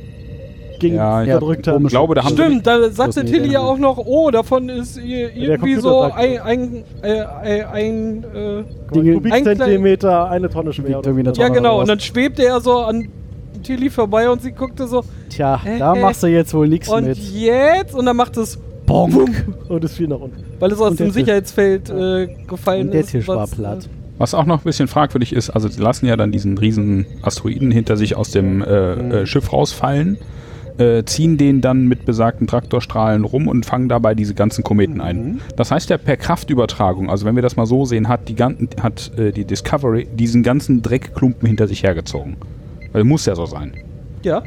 gegen
Ja, ich
verdrückt hat.
um
Ich glaube, da haben
Stimmt, da sagte
Großen
Tilly ja
Ideen.
auch noch, oh, davon ist i- irgendwie
Computer
so
sagt
ein,
das.
ein, äh, äh, ein äh,
Dinge-
Kubikzentimeter, eine Tonne schwer.
Wiegt irgendwie eine
ja
Tonne
genau,
raus.
und dann schwebte er so an Tilly vorbei und sie guckte so,
Tja,
Äh,
da
äh.
machst du jetzt wohl nichts
und
mit.
jetzt? Und dann macht es,
Bonk.
Und es fiel nach unten.
weil es aus
Und
dem
der Tisch.
Sicherheitsfeld äh, gefallen
Und der
ist.
Tisch war
was, äh,
platt.
Was auch noch ein bisschen fragwürdig ist, also sie lassen ja dann diesen riesen Asteroiden hinter sich aus dem äh,
Mhm.
äh, Schiff rausfallen, äh, ziehen den dann mit besagten Traktorstrahlen rum und fangen dabei diese ganzen Kometen
Mhm.
ein. Das heißt ja per Kraftübertragung, also wenn wir das mal so sehen, hat die, gan- hat, äh, die Discovery diesen ganzen Dreckklumpen hinter sich hergezogen. Weil muss ja so sein.
Äh, ja,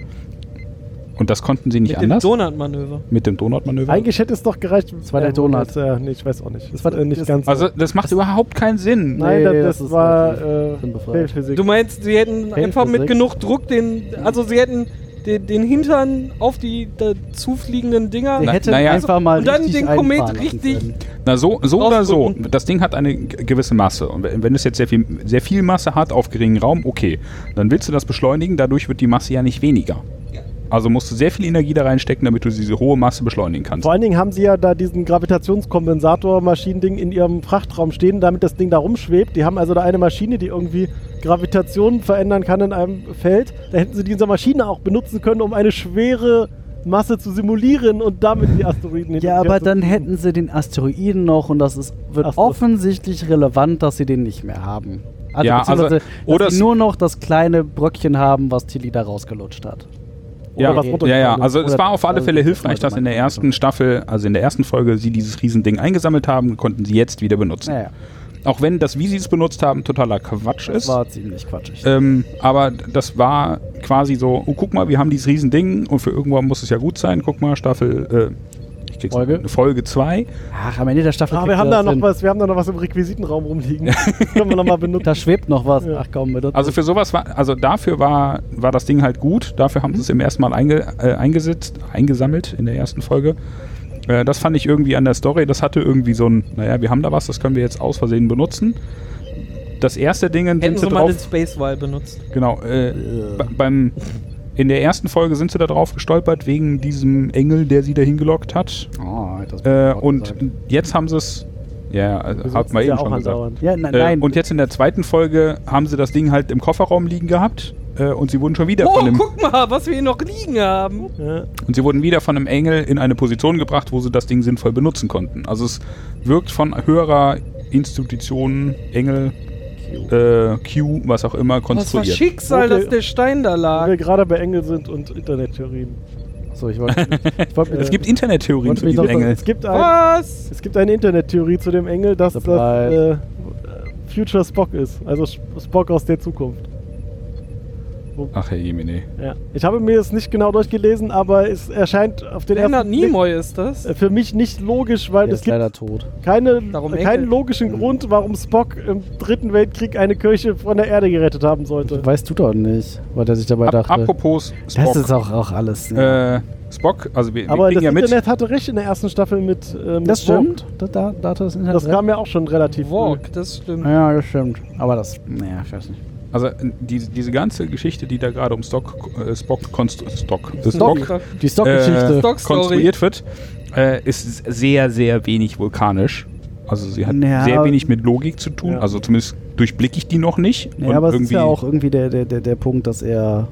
Und das konnten sie nicht
mit
anders?
dem Donut-Manöver.
mit dem Donutmanöver?
Eigentlich hätte es doch gereicht. Das
war der Donut.
Äh, nee, ich weiß auch nicht. Das
war-
war äh, nicht
das-
ganz.
Also das macht überhaupt keinen Sinn.
Nein,
Nee,
das,
nee,
das,
das ist
war
definitiv.
äh,
Bin befreit.
Fehlphysik.
Du meinst, sie hätten
Elf
einfach
bis
mit
sechs.
genug Druck den, also sie hätten den, den Hintern auf die dazu fliegenden Dinger
Der
Na-
hätte
naja.
einfach mal
Und dann
richtig
den Komet
einfahren lassen
richtig-
können.
Na so, so oder so.
Ausdrücken.
Das Ding hat eine g- gewisse Masse. Und wenn wenn es jetzt sehr viel, sehr viel Masse hat auf geringem Raum, okay. Dann willst du das beschleunigen, dadurch wird die Masse ja nicht weniger. Also musst du sehr viel Energie da reinstecken, damit du diese hohe Masse beschleunigen kannst.
Vor allen Dingen haben sie ja da diesen Gravitationskompensator-Maschinending in ihrem Frachtraum stehen, damit das Ding da rumschwebt. Die haben also da eine Maschine, die irgendwie Gravitation verändern kann in einem Feld. Da hätten sie diese Maschine auch benutzen können, um eine schwere Masse zu simulieren und damit die Asteroiden hin und
Ja,
her
aber
zu-
dann hätten sie den Asteroiden noch und das ist, wird
Ach so.
offensichtlich relevant, dass sie den nicht mehr haben. Also,
Ja,
beziehungsweise,
also-
dass
oder
sie
es-
nur noch das kleine Bröckchen haben, was Tilly da rausgelutscht hat.
ja,
was
ja,
runtergefallen
ja.
ist.
Also es
Oder-
war auf alle
also
Fälle
das
hilfreich,
meinte
dass in der
man einfach.
ersten Staffel, also in der ersten Folge, sie dieses Riesending eingesammelt haben, konnten sie jetzt wieder benutzen.
Naja,
Auch wenn das, wie sie es benutzt haben, totaler Quatsch
das
ist.
war ziemlich quatschig.
Ähm, aber das war quasi so, oh, guck mal, wir haben dieses Riesending und für irgendwann muss es ja gut sein. Guck mal, Staffel, äh, ich Klicks
Folge?
nach unten. Folge 2.
Ach, am Ende der Staffel.
Ah,
kriegt
wir haben
ihr
da
das
noch
hin.
was, wir haben da noch was im Requisitenraum rumliegen. Das können wir nochmal benutzen.
Da schwebt noch was.
Ja.
Ach komm, bitte.
Also für sowas war, also dafür war, war das Ding halt gut. Dafür haben sie es im ersten Mal einge, äh, eingesetzt, eingesammelt in der ersten Folge. Äh, das fand ich irgendwie an der Story. Das hatte irgendwie so ein, naja, wir haben da was, das können wir jetzt aus Versehen benutzen. Das erste Ding
Hätten
sind sie
sie mal
drauf.
den Space Wall benutzt.
Genau. Äh, be- beim, in der ersten Folge sind sie da drauf gestolpert wegen diesem Engel, der sie da hingelockt hat.
Oh, das
Äh, und jetzt haben sie es. Ja, also, hat man eben schon gesagt.
Ja, nein,
Äh,
nein.
Und jetzt in der zweiten Folge haben sie das Ding halt im Kofferraum liegen gehabt äh, und sie wurden schon wieder
Oh,
von dem
guck mal, was wir hier noch liegen haben.
Ja.
und sie wurden wieder von einem Engel in eine Position gebracht, wo sie das Ding sinnvoll benutzen konnten. Also es wirkt von höherer Institution Engel äh, Q, was auch immer
Was war
konstruiert.
Schicksal,
Okay.
dass der Stein da
Wo
lag.
wir gerade bei Engel sind und Internettheorien.
So, ich
*laughs*
wollte. Ich wollte
Es
äh,
gibt Internettheorien
Wollte
zu
mich
diesem
noch-
Engel.
Es gibt,
Ah!
ein,
Was?
es gibt eine Internettheorie zu dem Engel, dass das äh,
Surprise.
Future Spock ist. Also Sp- Spock aus der Zukunft.
Ach Herr Jemine.
Ja. Ich habe mir es nicht genau durchgelesen, aber es erscheint auf den
Leonard
ersten Blick
Nimoy ist das.
äh, für mich nicht logisch, weil
der
es
ist
gibt
leider Mhm. tot.
keine,
Darum
äh, keinen
Engel.
logischen Grund, warum Spock im Dritten Weltkrieg eine Kirche von der Erde gerettet haben sollte.
Weißt du doch nicht, weil der sich dabei
Ap
dachte.
apropos
das
Spock.
ist auch, auch alles. ne?
Äh, Spock, also wir, wir
Aber das
kriegen ja mit.
Internet hatte recht in der ersten Staffel mit, äh, mit
das
Worf.
stimmt. Da, da, da hat das Internet.
Das kam ja auch schon relativ früh.
Walk, das stimmt.
ja, das stimmt. Aber das. Naja, ich weiß nicht.
Also äh, die, diese ganze Geschichte, die da gerade um Stock, äh, Spock, Konst, Stock, Spock
Stock.
Die Stockgeschichte.
äh,
Stock-Story.
konstruiert wird, äh, ist sehr, sehr wenig vulkanisch. Also sie hat
Ja.
sehr wenig mit Logik zu tun.
Ja.
Also zumindest durchblicke ich die noch nicht.
ja,
Äh, Und
aber es ist
irgendwie,
ja auch irgendwie der, der, der, der Punkt, dass er,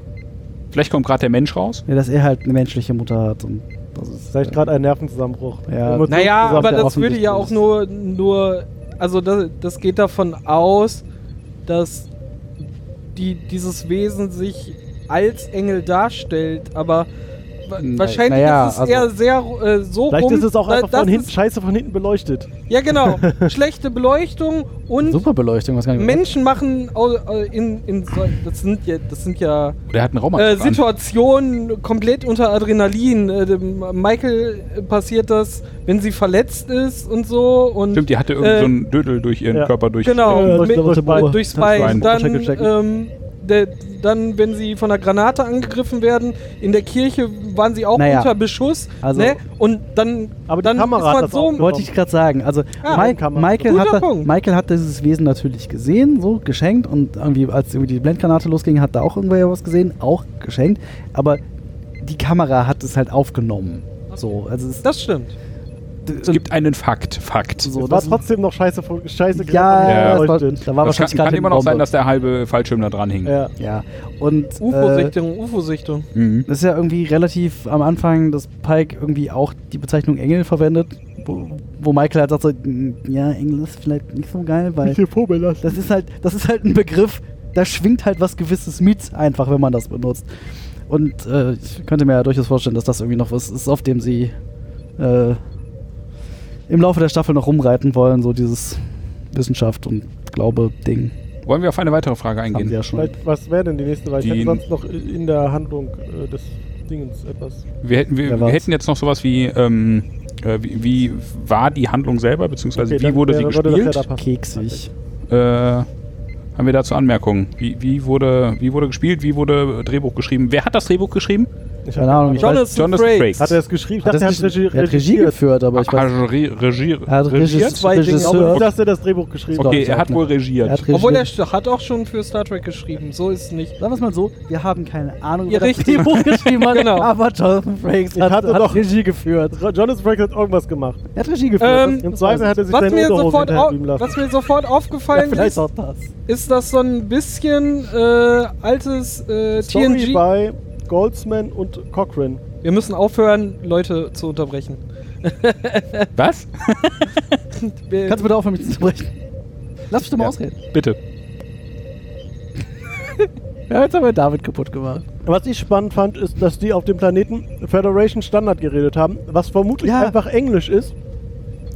vielleicht kommt gerade der Mensch raus.
ja, dass er halt eine menschliche Mutter hat. Und das ist
Vielleicht gerade ein Nervenzusammenbruch.
Ja.
Emotionszusammenbruch.
Naja,
Sagt
aber
er
das würde ja auch
offensichtlich.
nur, nur also das, das geht davon aus, dass die, dieses Wesen sich als Engel darstellt, aber wa-
Na-
wahrscheinlich
naja,
ist es eher
also-
sehr äh, so
Vielleicht
rum,
ist es auch
da-
einfach
das
von hinten,
ist-
scheiße von hinten beleuchtet.
Ja genau,
*laughs*
schlechte Beleuchtung und
Super Beleuchtung, was kann ich
Menschen machen au- äh, in, in so, das sind ja das sind ja
Der hat einen
äh,
Raumanzug an.
Situation komplett unter Adrenalin. Äh, dem Michael äh, passiert das, wenn sie verletzt ist und so. Und
Stimmt, die hatte irgendwie
äh,
so einen Dödel durch ihren
ja.
Körper durch.
Genau,
Äh,
mit,
durch- durch-
durchs
Bein.
Bein. Dann,
Checken, checken.
ähm, der, dann, wenn sie von einer Granate angegriffen werden, in der Kirche waren sie auch
Naja.
unter Beschuss.
Also-
ne? Und dann,
Aber die
dann
Kamera hat
ist man
das
so.
aufgenommen.
Wollte ich gerade sagen. Also
Ja,
Mi-
kann man-
Michael,
Guter
hat da,
Punkt.
Michael hat dieses Wesen natürlich gesehen, so geschenkt und irgendwie als irgendwie die Blendgranate losging, hat da auch irgendwer was gesehen, auch geschenkt. Aber die Kamera hat es halt aufgenommen. So, also es,
Das stimmt.
Es gibt einen Fakt. Fakt.
so,
es war trotzdem noch scheiße von scheiße
ja,
gerade von hinten
Ja.
das war,
beleuchtet.
da war
das kann,
wahrscheinlich
kann
gerade
immer
eine
noch sein,
Bombe.
dass der halbe Fallschirm da dran hing.
Ja.
ja und äh,
UFO-Sichtung, UFO-Sichtung.
Mhm.
das ist ja irgendwie relativ am Anfang, dass Pike irgendwie auch die Bezeichnung Engel verwendet, wo, wo Michael halt sagt so, "Mm, ja Engel ist vielleicht nicht so geil, weil
Bisschen vorbelassen.
Das ist halt, das ist halt ein Begriff, da schwingt halt was gewisses mit, einfach, wenn man das benutzt. Und äh, ich könnte mir ja durchaus vorstellen, dass das irgendwie noch was ist, auf dem sie äh, im Laufe der Staffel noch rumreiten wollen, so dieses Wissenschaft und Glaube-Ding.
Wollen wir auf eine weitere Frage
Haben sie
eingehen?
ja schon.
Vielleicht, was wäre denn die nächste? Weil ich
Die-
hätte sonst noch in der Handlung äh, des Dingens etwas.
Wir hätten, wir,
Wer
wir
war's?
hätten jetzt noch sowas wie, ähm, äh, wie, wie war die Handlung selber, beziehungsweise
Okay,
wie
dann
wurde sie
wäre- würde das ja
gespielt?
da passen.
Keksig.
äh, haben wir dazu Anmerkungen? Wie, wie, wurde, wie wurde gespielt? Wie wurde Drehbuch geschrieben? Wer hat das Drehbuch geschrieben?
Ich
Keine
hab-
Ahnung, ich
Jonathan,
Jonathan
Frakes.
Hat er es geschrieben? Ich
Hat
dachte,
das nicht,
er
er hat Regie geführt, aber ich weiß
Ah, Regie, Regie,
Er hat
regiert?
Regisseur.
Zwei Dinge,
Ich glaube nicht,
Regisseur.
dass er das Drehbuch geschrieben
Okay,
ich
er
auch
hat
nicht.
wohl
Er
regiert.
hat
Obwohl er
regiert.
st- hat auch schon für Star Trek geschrieben. So ist es nicht.
Sagen wir es mal so, wir haben keine Ahnung,
Ja,
wer das
richtig.
Drehbuch geschrieben *laughs* hat,
Genau.
aber Jonathan Frakes
Ich
hat,
hatte
hat
doch-
Regie geführt.
hat. Jonathan Frakes hat irgendwas gemacht.
Er hat Regie geführt.
Ähm,
das-
Im
das
Zweifel
weiß
hat er sich
Was
seine
mir,
Unterhose
sofort au
hinterher blieben lassen.
was mir sofort
ich. ja,
aufgefallen
vielleicht
ist,
auch das.
ist das so ein bisschen äh, altes äh,
Story
TNG.
bei Goldsman und Cochrane.
Wir müssen aufhören, Leute zu unterbrechen.
Was?
Wir-
Kannst du bitte aufhören, mich zu unterbrechen? Lass mich doch mal
Ja.
ausreden.
Bitte.
Ja, jetzt haben wir David kaputt gemacht.
Was ich spannend fand, ist, dass die auf dem Planeten Federation Standard geredet haben, was vermutlich
Ja.
einfach Englisch ist.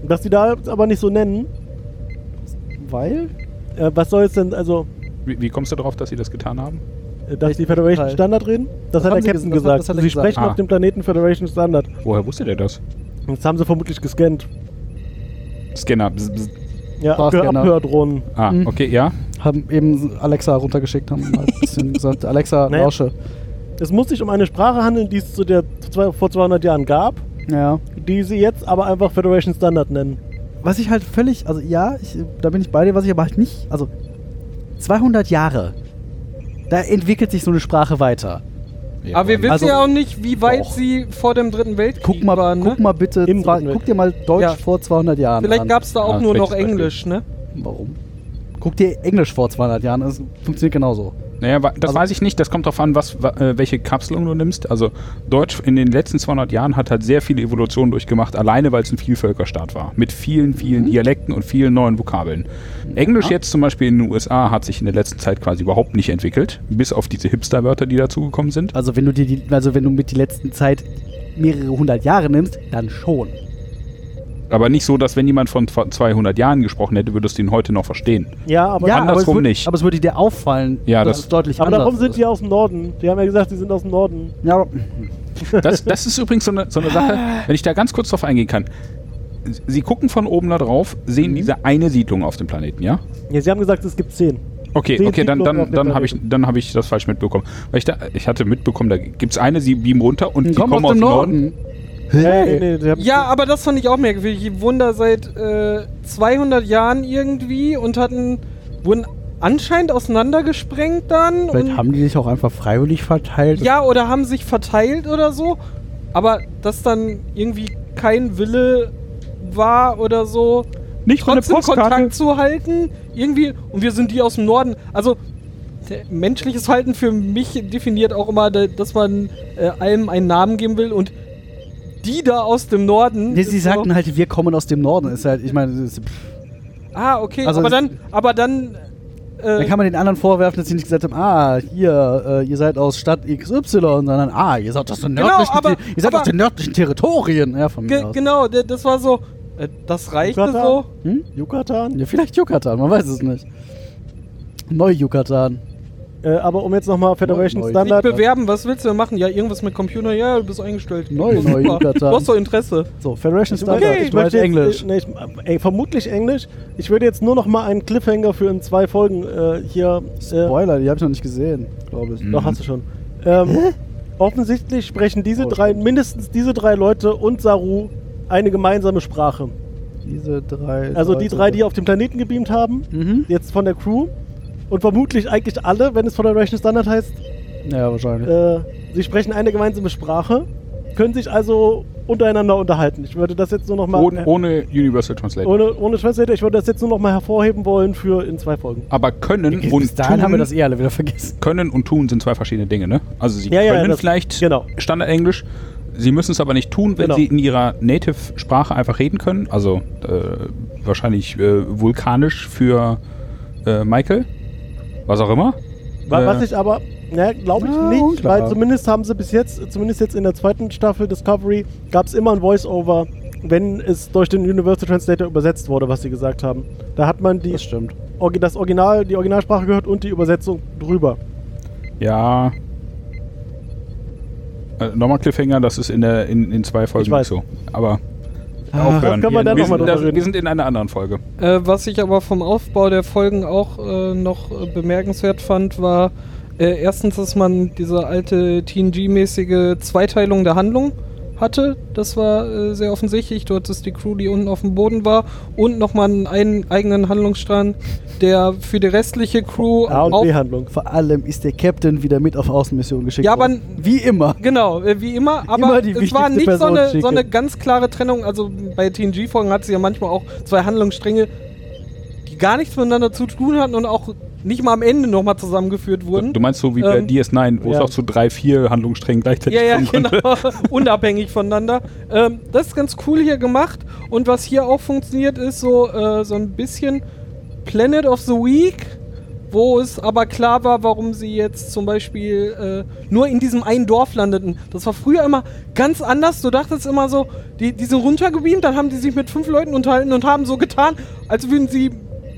Dass die da jetzt aber nicht so nennen.
Weil?
Äh, was soll es denn, also,
Wie, wie kommst du darauf, dass sie das getan haben?
äh, dass die Federation
Teil.
Standard reden? Das
haben
hat
sie
der Captain
gesagt, das hat-
gesagt.
das hat er
sie
gesagt.
sprechen
Ah.
auf dem Planeten Federation Standard.
Woher wusste der das?
Das haben sie vermutlich gescannt.
Scanner. bzz, bzz.
Ja,
War
Abhör
Scanner.
Abhördrohnen.
Ah,
Mhm.
okay, ja.
Haben eben Alexa runtergeschickt, haben mal ein *laughs* bisschen gesagt, Alexa,
Naja.
lausche.
Es muss sich um eine Sprache handeln, die es zu der zwei, vor 200 Jahren gab,
Ja.
die sie jetzt aber einfach Federation Standard nennen.
Was ich halt völlig, also ja, ich, da bin ich bei dir, was ich aber halt nicht, also 200 Jahre, da entwickelt sich so eine Sprache weiter.
Aber wir wissen
Also-
ja auch nicht, wie weit
Doch.
sie vor dem Dritten Weltkrieg
Guck mal,
waren. Ne?
guck mal bitte,
Im
zwei,
Dritten Weltkrieg.
guck dir mal Deutsch
Ja.
vor 200 Jahren
Vielleicht
an.
gab es da auch
Ah,
nur noch
schlechtes Beispiel.
Englisch, ne?
Warum? Guck dir Englisch vor 200 Jahren an, es funktioniert genauso.
Naja, wa- das weiß ich nicht. Das kommt darauf an, was, wa- äh, welche Kapselung du nimmst. Also Deutsch in den letzten 200 Jahren hat halt sehr viele Evolutionen durchgemacht, alleine weil es ein Vielvölkerstaat war. Mit vielen, vielen Dialekten und vielen neuen Vokabeln. Englisch jetzt zum Beispiel in den USA hat sich in der letzten Zeit quasi überhaupt nicht entwickelt. Bis auf diese Hipster-Wörter, die dazugekommen sind.
Also wenn du dir die, also wenn du mit die letzten Zeit mehrere hundert Jahre nimmst, dann schon.
Aber nicht so, dass wenn jemand von vor 200 Jahren gesprochen hätte, würdest du ihn heute noch verstehen.
Ja, aber,
ja, aber es,
andersrum
würde,
nicht.
aber es würde dir auffallen,
Ja,
dass
das-
es deutlich
aber
anders
darum sind
ist.
die aus dem Norden. Die haben ja gesagt, sie sind aus dem Norden.
Ja, aber-
Das, das ist übrigens so eine, so eine Sache, wenn ich da ganz kurz drauf eingehen kann. Sie gucken von oben da drauf, sehen diese eine Siedlung auf dem Planeten, ja?
Ja, sie haben gesagt, es gibt 10.
Okay,
Zehn
okay, dann,
Siedlungen auf
dann,
dem
dann habe ich,
Planeten.
dann hab ich das falsch mitbekommen. Weil ich, da, ich hatte mitbekommen, da gibt es eine, sie beamen runter und die
Komm
kommen aus dem Norden.
Hey. Nee, nee, die haben-
Ja, aber das fand ich auch merkwürdig. Die wohnen da seit äh, 200 Jahren irgendwie und hatten, wurden anscheinend auseinandergesprengt dann.
vielleicht
und,
haben die sich auch einfach freiwillig verteilt.
ja, oder haben sich verteilt oder so. Aber dass dann irgendwie kein Wille war oder so,
Nicht mal eine
trotzdem
Postkarte.
Kontakt zu halten. Irgendwie, und wir sind die aus dem Norden. Also, der- menschliches Verhalten für mich definiert auch immer, da- dass man äh, allem einen Namen geben will und die da aus dem Norden.
Nee, sie
ist so-
sagten halt, wir kommen aus dem Norden. Ist halt, ich meine, das ist- pff,
Ah, okay,
Also
aber
es-
dann, aber dann,
da
äh,
kann man den anderen vorwerfen, dass sie nicht gesagt haben, ah, hier, äh, ihr seid aus Stadt XY, sondern ah, ihr seid aus den
Genau,
nördlichen,
aber-
Te- ihr seid
aber-
aus den nördlichen Territorien. Ja, von mir
ge
aus.
genau, d- das war so, äh, das reichte
Yucatan?
so.
Hm?
Yucatan.
Ja, vielleicht Yucatan, man weiß es nicht. Neu-Yucatan.
Äh, aber um jetzt nochmal Federation
Neu- neu.
Sich
Standard.
bewerben, was willst du denn machen? Ja, irgendwas mit Computer, ja, du bist eingestellt.
Neu-
Super.
neu Yucatan.
Du hast doch Interesse.
So, Federation
Ich möchte-
Standard.
ich möchte jetzt, äh, Nee, ich, äh, vermutlich Englisch. Ich würde jetzt nur noch mal einen Cliffhanger für in zwei Folgen äh, hier. Äh,
Spoiler, die habe ich noch nicht gesehen, glaube ich.
Doch, hast du schon. Ähm, offensichtlich sprechen diese
Oh,
drei,
stimmt.
mindestens diese drei Leute und Saru eine gemeinsame Sprache.
Diese drei.
Also die drei, die auf dem Planeten gebeamt haben,
Mhm.
jetzt von der Crew. Und vermutlich eigentlich alle, wenn es Federation Standard heißt,
Ja, wahrscheinlich.
äh, sie sprechen eine gemeinsame Sprache, können sich also untereinander unterhalten. Ich würde das jetzt nur noch mal
Ohne, ohne Universal Translator.
ohne, ohne Translator, ich würde das jetzt nur noch mal hervorheben wollen für in zwei Folgen.
Aber können
Bis
und
dahin
tun,
haben wir das eh alle wieder vergessen.
können und tun sind zwei verschiedene Dinge, ne? Also sie
Ja, ja,
können
das-
vielleicht
genau.
Standardenglisch, sie müssen es aber nicht tun, wenn
Genau.
sie in ihrer Native-Sprache einfach reden können. Also äh, wahrscheinlich äh, vulkanisch für äh, Michael, was auch immer.
Wa-
Äh,
Was ich aber, ne, glaube ich
Na,
nicht,
unklar.
weil zumindest haben sie bis jetzt, zumindest jetzt in der zweiten Staffel Discovery, gab es immer ein Voice-Over, wenn es durch den Universal Translator übersetzt wurde, was sie gesagt haben. Da hat man die,
Das stimmt.
Orgi- das Original, die Originalsprache gehört und die Übersetzung drüber.
Ja. Äh, Nochmal Cliffhanger, das ist in, der, in, in zwei Folgen
Ich weiß.
nicht so. Aber
das
aufhören.
können wir dann
wir,
noch
sind,
mal drüber
da-
reden.
wir sind in einer anderen Folge.
Äh, was ich aber vom Aufbau der Folgen auch äh, noch äh, bemerkenswert fand, war äh, erstens, dass man diese alte TNG-mäßige Zweiteilung der Handlung hatte. Das war äh, sehr offensichtlich. Dort ist die Crew, die unten auf dem Boden war. Und nochmal einen, einen eigenen Handlungsstrang, der für die restliche Crew
A und
auf-
B-Handlung.
Vor allem ist der Captain wieder mit auf Außenmission geschickt
Ja, aber-
worden. Wie immer.
Genau, äh, wie immer, aber
Immer die
es war
wichtigste
nicht so
Person
eine, so
schicke.
eine ganz klare Trennung. Also bei TNG-Folgen hat sie ja manchmal auch zwei Handlungsstränge, die gar nichts miteinander zu tun hatten und auch nicht mal am Ende nochmal zusammengeführt wurden.
Du meinst so wie bei
Ähm,
DS9, wo es
ja.
auch zu drei, vier Handlungssträngen gleichzeitig
Ja, ja,
kommen konnte.
genau. *laughs* Unabhängig voneinander. Ähm, das ist ganz cool hier gemacht. Und was hier auch funktioniert, ist so, äh, so ein bisschen Planet of the Week, wo es aber klar war, warum sie jetzt zum Beispiel äh, nur in diesem einen Dorf landeten. Das war früher immer ganz anders. Du dachtest immer so, die, die sind runtergebeamt, dann haben die sich mit fünf Leuten unterhalten und haben so getan, als würden sie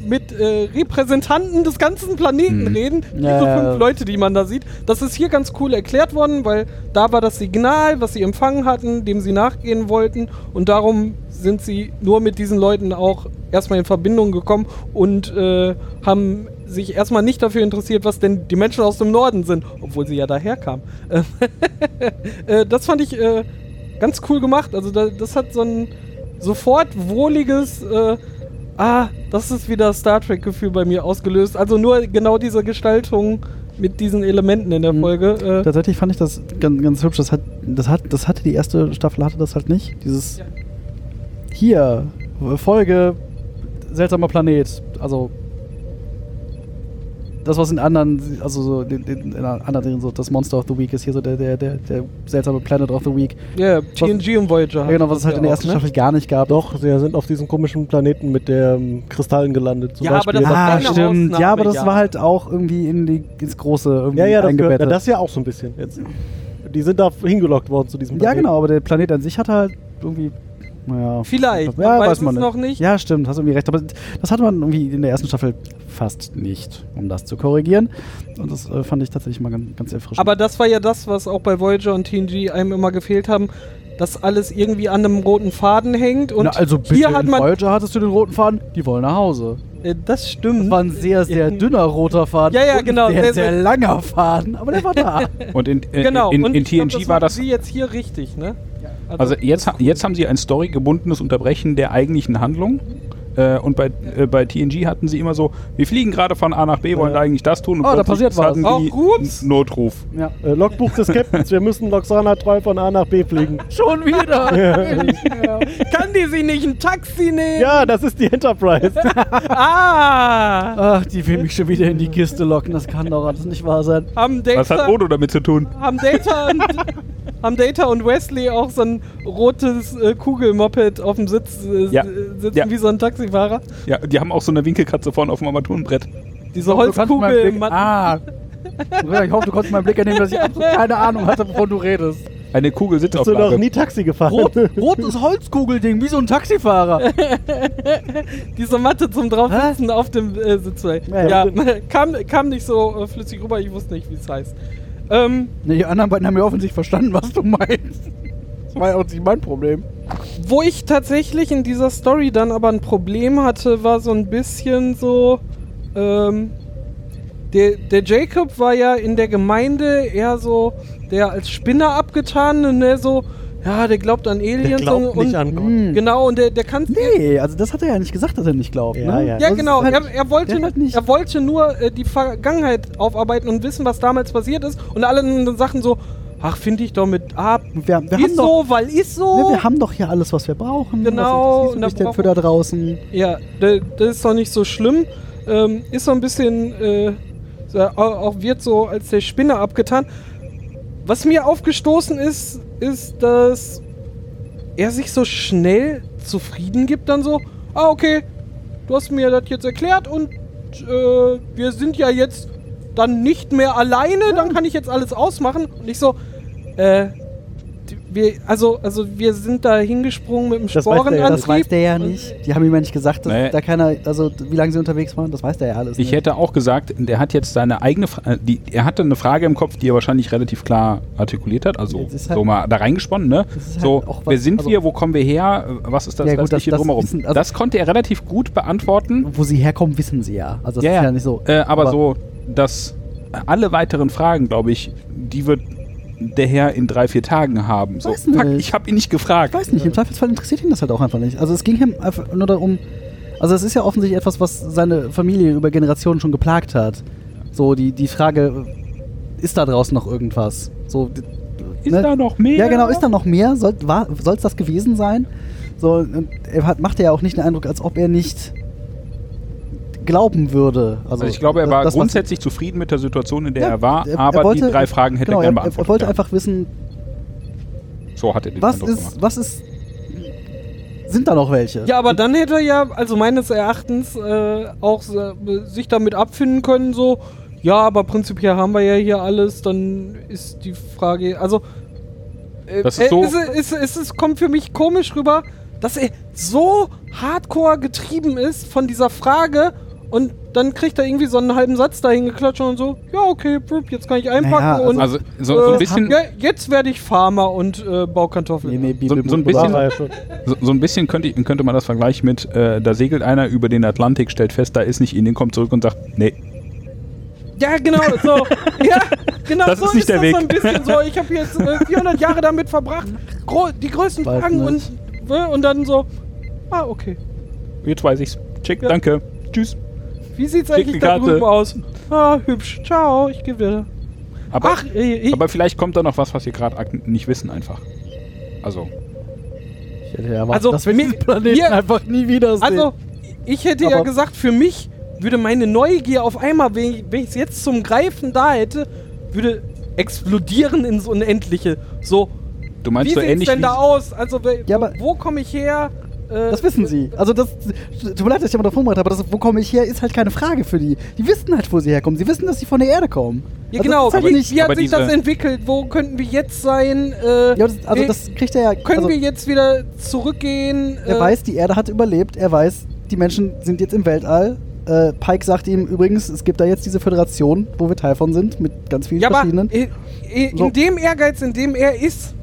mit äh, Repräsentanten des ganzen Planeten
Mhm.
reden.
Hm. Ja,
diese
ja,
fünf
ja.
Leute, die man da sieht. Das ist hier ganz cool erklärt worden, weil da war das Signal, was sie empfangen hatten, dem sie nachgehen wollten. Und darum sind sie nur mit diesen Leuten auch erstmal in Verbindung gekommen und äh, haben sich erstmal nicht dafür interessiert, was denn die Menschen aus dem Norden sind, obwohl sie ja daherkamen. Äh, äh, das fand ich äh, ganz cool gemacht. Also da, das hat so ein sofort wohliges, äh, ah, das ist wieder Star Trek-Gefühl bei mir ausgelöst. Also nur genau diese Gestaltung mit diesen Elementen in der
Mhm.
Folge. Äh,
Tatsächlich fand ich das ganz, ganz hübsch. Das, hat, das, hat, das hatte die erste Staffel, hatte das halt nicht. Dieses
Ja.
hier, Folge, seltsamer Planet. Also das, was in anderen, also so in, in, in anderen, so das Monster of the Week ist hier so der, der, der, der seltsame Planet of the Week.
ja, TNG und Voyager.
Ja,
hat
genau, was
das
es halt in der
auch,
ersten
ne?
Staffel gar nicht gab.
Doch, sie sind auf diesem komischen Planeten mit den ähm, Kristallen gelandet. Zum
Ja, aber
Beispiel.
das-
Ah,
eine
stimmt.
Ausnahme,
Ja, aber das
ja.
war halt auch irgendwie in die, ins Große irgendwie
ja, ja, das, gehört,
eingebettet.
ja, das ja auch so ein bisschen jetzt. Die sind da hingelockt worden zu diesem
ja,
Planeten.
genau, aber der Planet an sich hat halt irgendwie. Naja.
Vielleicht, man
Ja,
weiß
weiß man
es
nicht.
noch nicht.
Ja, stimmt, hast irgendwie recht. Aber das hatte man irgendwie in der ersten Staffel fast nicht, um das zu korrigieren. Und das äh, fand ich tatsächlich mal ganz, ganz erfrischend.
Aber das war ja das, was auch bei Voyager und TNG einem immer gefehlt haben, dass alles irgendwie an einem roten Faden hängt. Und
Na, also bitte
hier hat
in
man.
Voyager hattest du den roten Faden, die wollen nach Hause.
Äh, das stimmt.
Das war ein sehr, sehr dünner roter Faden.
Ja, ja,
und ein
genau,
Sehr,
sehr,
sehr,
sehr-
langer Faden, aber der war
*laughs*
da.
Und in, äh,
genau.
in, in,
und ich glaub,
TNG war
machen
das.
Sie jetzt hier richtig, ne?
Also jetzt, ha- jetzt haben sie ein storygebundenes Unterbrechen der eigentlichen Handlung. Äh, und bei, äh, bei TNG hatten sie immer so, wir fliegen gerade von A nach B, wollen da eigentlich das tun. Und
Oh, da
plötzlich
passiert was.
hatten
Oh,
die
ups.
einen Notruf.
ja.
Äh, Logbuch des Captains, wir müssen Loxana treu von A nach B fliegen.
Schon wieder.
Kann die sie nicht ein Taxi nehmen?
Ja, das ist die Enterprise.
Ah!
*laughs* Ach, die will mich schon wieder in die Kiste locken. Das kann doch alles nicht wahr sein.
Haben Data,
Was hat Odo damit zu tun?
haben Data und haben Data und Wesley auch so ein rotes äh, Kugelmoped auf dem Sitz äh,
Ja.
äh, sitzen
Ja.
wie so ein Taxifahrer?
Ja, die haben auch so eine Winkelkatze vorne auf dem Armaturenbrett.
Diese
Du kannst meinen
Holzkugel.
Blick-
man- *laughs*
Ah. Ich hoffe, du konntest meinen Blick entnehmen, dass ich absolut keine Ahnung hatte, wovon du redest.
Eine Kugel sitzt auf
Hast du noch nie Taxi gefahren?
Rot, rotes Holzkugelding, wie so ein Taxifahrer.
Diese Matte zum draufsitzen auf dem äh, Sitz. Ja, *laughs*
Ja.
kam, kam nicht so äh, flüssig rüber, ich wusste nicht, wie es heißt. Ähm,
Nee, die anderen beiden haben ja offensichtlich verstanden, was du meinst. Das war ja auch nicht mein Problem.
Wo ich tatsächlich in dieser Story dann aber ein Problem hatte, war so ein bisschen so. Ähm, der, der Jacob war ja in der Gemeinde eher so der als Spinner abgetane, ne, so, ja, der glaubt an Aliens
Der glaubt
und,
nicht an Gott.
Hm.
genau, und der, der kann
Nee, also das hat er ja nicht gesagt, dass er nicht glaubt.
Ja,
ne?
ja,
ja.
Das ist
genau.
halt-
er, er, wollte,
der hat nicht-
er wollte nur äh, die Vergangenheit aufarbeiten und wissen, was damals passiert ist. Und alle anderen Sachen so, ach, finde ich doch mit ab.
Wir, wir, haben
ist
doch,
so, weil ist so.
ne, wir haben doch hier alles, was wir brauchen.
Genau,
Was ist
und
das
da
nicht denn für da draußen?
Ja, da- das ist doch nicht so schlimm. Ähm, ist so ein bisschen, äh, so, au- auch wird so als der Spinner abgetan. Was mir aufgestoßen ist, ist, dass er sich so schnell zufrieden gibt, dann so, ah, okay, du hast mir das jetzt erklärt und äh, wir sind ja jetzt dann nicht mehr alleine, dann kann ich jetzt alles ausmachen. Und ich so, äh, die- wir, also, also wir sind da hingesprungen mit dem
Das weiß der ja,
Sporenantrieb.
Das weiß der ja nicht. Die haben ihm ja nicht gesagt, dass
Nee.
da keiner, also wie lange sie unterwegs waren, das weiß der ja alles.
Ich
nicht.
hätte auch gesagt, der hat jetzt seine eigene, Fra- äh, die, er hatte eine Frage im Kopf, die er wahrscheinlich relativ klar artikuliert hat, also
Jetzt ist halt-
so mal da reingesponnen, ne?
Das ist halt
so,
auch was-
wer sind
also-
wir, wo kommen wir her, Äh, was ist das
Ja, gut,
Restliche
das- das
drumherum?
wissen- also-
das konnte er relativ gut beantworten,
Wo sie herkommen, wissen sie ja. Also das
Ja,
ist
ja.
ja. nicht so.
äh, aber, so, dass alle weiteren Fragen, glaube ich, die wird der Herr in drei, vier Tagen haben. So,
Weiß nicht.
fuck, ich habe ihn nicht
Ich
gefragt.
weiß nicht, im Zweifelsfall interessiert ihn das halt auch einfach nicht. Also es ging ihm einfach nur darum, also es ist ja offensichtlich etwas, was seine Familie über Generationen schon geplagt hat. So die, die Frage, ist da draußen noch irgendwas? So, d-
Ist
ne?
da noch mehr?
Ja genau, ist da noch mehr? Soll es das gewesen sein? So, und er hat, macht ja auch nicht den Eindruck, als ob er nicht glauben würde. Also,
Also ich glaube, er war
das, was-
grundsätzlich zufrieden mit der Situation, in der
Ja,
er war,
er- er
aber die
wollte-
drei Fragen hätte
genau,
er gerne
er, er,
beantwortet.
er wollte
ja.
einfach wissen,
so hat er den
was
Eindruck
ist,
gemacht.
was ist, sind da noch welche?
Ja, aber dann hätte er ja, also meines Erachtens, äh, auch äh, sich damit abfinden können, so, ja, aber prinzipiell haben wir ja hier alles, dann ist die Frage, also, äh,
Das ist so-
äh, es, es, es, es kommt für mich komisch rüber, dass er so hardcore getrieben ist von dieser Frage Und dann kriegt er irgendwie so einen halben Satz dahin geklatscht und so, ja, okay, blub, jetzt kann ich einpacken
Naja, also-
und
Also so, so
äh,
ein bisschen,
ja, jetzt werde ich Farmer und äh, baue Kartoffeln.
Nee, nee,
So,
Bibel-
so ein
War
bisschen,
er ja schon.
so, so ein bisschen könnte, ich- könnte man das vergleichen mit, äh, da segelt einer über den Atlantik, stellt fest, da ist nicht Indien, kommt zurück und sagt, nee,
Ja, genau, so.
*laughs*
ja, genau,
Das
so
ist nicht der
das
Weg.
so ein bisschen so. Ich habe jetzt äh, 400 Jahre damit verbracht, gro die größten
Bald
Fragen und,
nicht.
äh, und dann so, ah, okay.
jetzt weiß ich's. Check,
Ja.
danke. Tschüss.
Wie sieht's
Schick
eigentlich
die
da
Karte.
drüben aus? Ah, hübsch. Ciao, ich gehe wieder.
Aber,
Ach, äh, ich,
aber vielleicht kommt da noch was, was wir gerade ak- nicht wissen einfach. Also,
Ich hätte ja erwartet,
Also,
dass wir
mir-
diesen Planeten
mir-
einfach nie wiedersehen.
also, ich hätte ja
Aber-
gesagt, für mich würde meine Neugier auf einmal, wenn ich es jetzt zum Greifen da hätte, würde explodieren ins Unendliche. So,
du meinst
wie
so
sieht's
ähnlich
denn
wie...
da aus? Also, we-
Ja, aber-
wo komme ich her? Äh,
das wissen sie. Also das, tut mir leid, dass ich immer davon gemacht habe, aber das, wo komme ich her, ist halt keine Frage für die. Die wissen halt, wo sie herkommen. Sie wissen, dass sie von der Erde kommen.
Ja,
Also
genau.
Das ist
wie,
halt nicht,
wie
ja,
hat
aber
sich
diese-
das entwickelt? Wo könnten wir jetzt sein? Äh,
aber das, also
äh,
das kriegt er ja.
können
also,
wir jetzt wieder zurückgehen?
Er
äh,
weiß, die Erde hat überlebt. Er weiß, die Menschen sind jetzt im Weltall. Äh, Pike sagt ihm übrigens, es gibt da jetzt diese Föderation, wo wir Teil von sind, mit ganz vielen
ja, aber
verschiedenen.
äh, äh, in
So.
dem Ehrgeiz, in dem er ist,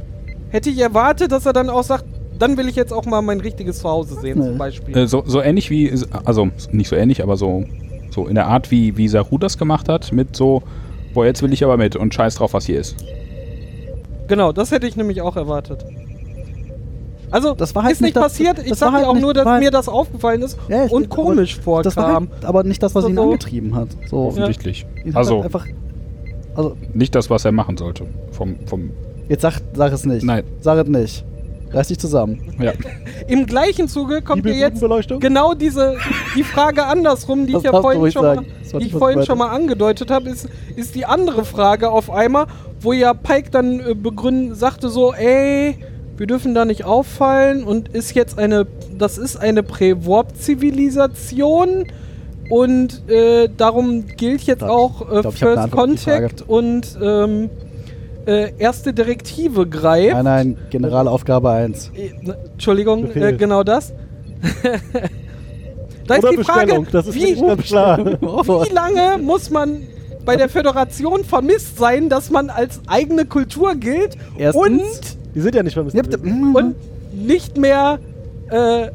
hätte ich erwartet, dass er dann auch sagt, dann will ich jetzt auch mal mein richtiges Zuhause sehen,
Nee.
zum Beispiel.
Äh, so, so ähnlich wie, also nicht so ähnlich, aber so, so in der Art, wie, wie Saru das gemacht hat, mit so, boah, jetzt will ich aber mit und scheiß drauf, was hier ist.
Genau, das hätte ich nämlich auch erwartet. Also,
Das war halt
ist nicht
nicht das-
passiert. Ich
das war
sage
halt
auch
nicht-
nur, dass
war halt-
mir das aufgefallen ist
Ja, ich-
und
aber
komisch vorkam.
das war halt aber nicht das, was
So,
ihn
so.
angetrieben hat. So.
Offensichtlich.
Ihn hat
Also,
halt einfach. Also,
nicht das, was er machen sollte. Vom, vom,
jetzt sag, sag es nicht.
Nein.
Sag es nicht. Reiß dich zusammen.
ja.
Im gleichen Zuge kommt ihr jetzt
Bibelbodenbeleuchtung?
genau diese die Frage andersrum, die
Das
ich ja
darfst du
vorhin
ruhig
schon mal,
sagen. Das war
die
die
ich vorhin
Frage.
schon mal angedeutet habe, ist, ist die andere Frage auf einmal, wo ja Pike dann äh, begründen sagte so, ey, wir dürfen da nicht auffallen und ist jetzt eine, das ist eine Prä-Warp-Zivilisation und äh, darum gilt jetzt
Darf ich-
auch äh,
ich glaub, ich hab eine
First
Antwort auf die
Contact und ähm, äh, erste Direktive greift.
Nein, nein, Generalaufgabe 1.
Äh, ne, Entschuldigung, äh,
Befehl.
genau
*laughs*
das. da ist
Oder
die Frage,
Bestellung, das ist
wie,
nicht ganz klar.
*laughs* wie lange muss man bei der Föderation vermisst sein, dass man als eigene Kultur gilt
Erstens-
Die sind ja nicht vermisst. gewesen.
und, und nicht mehr äh,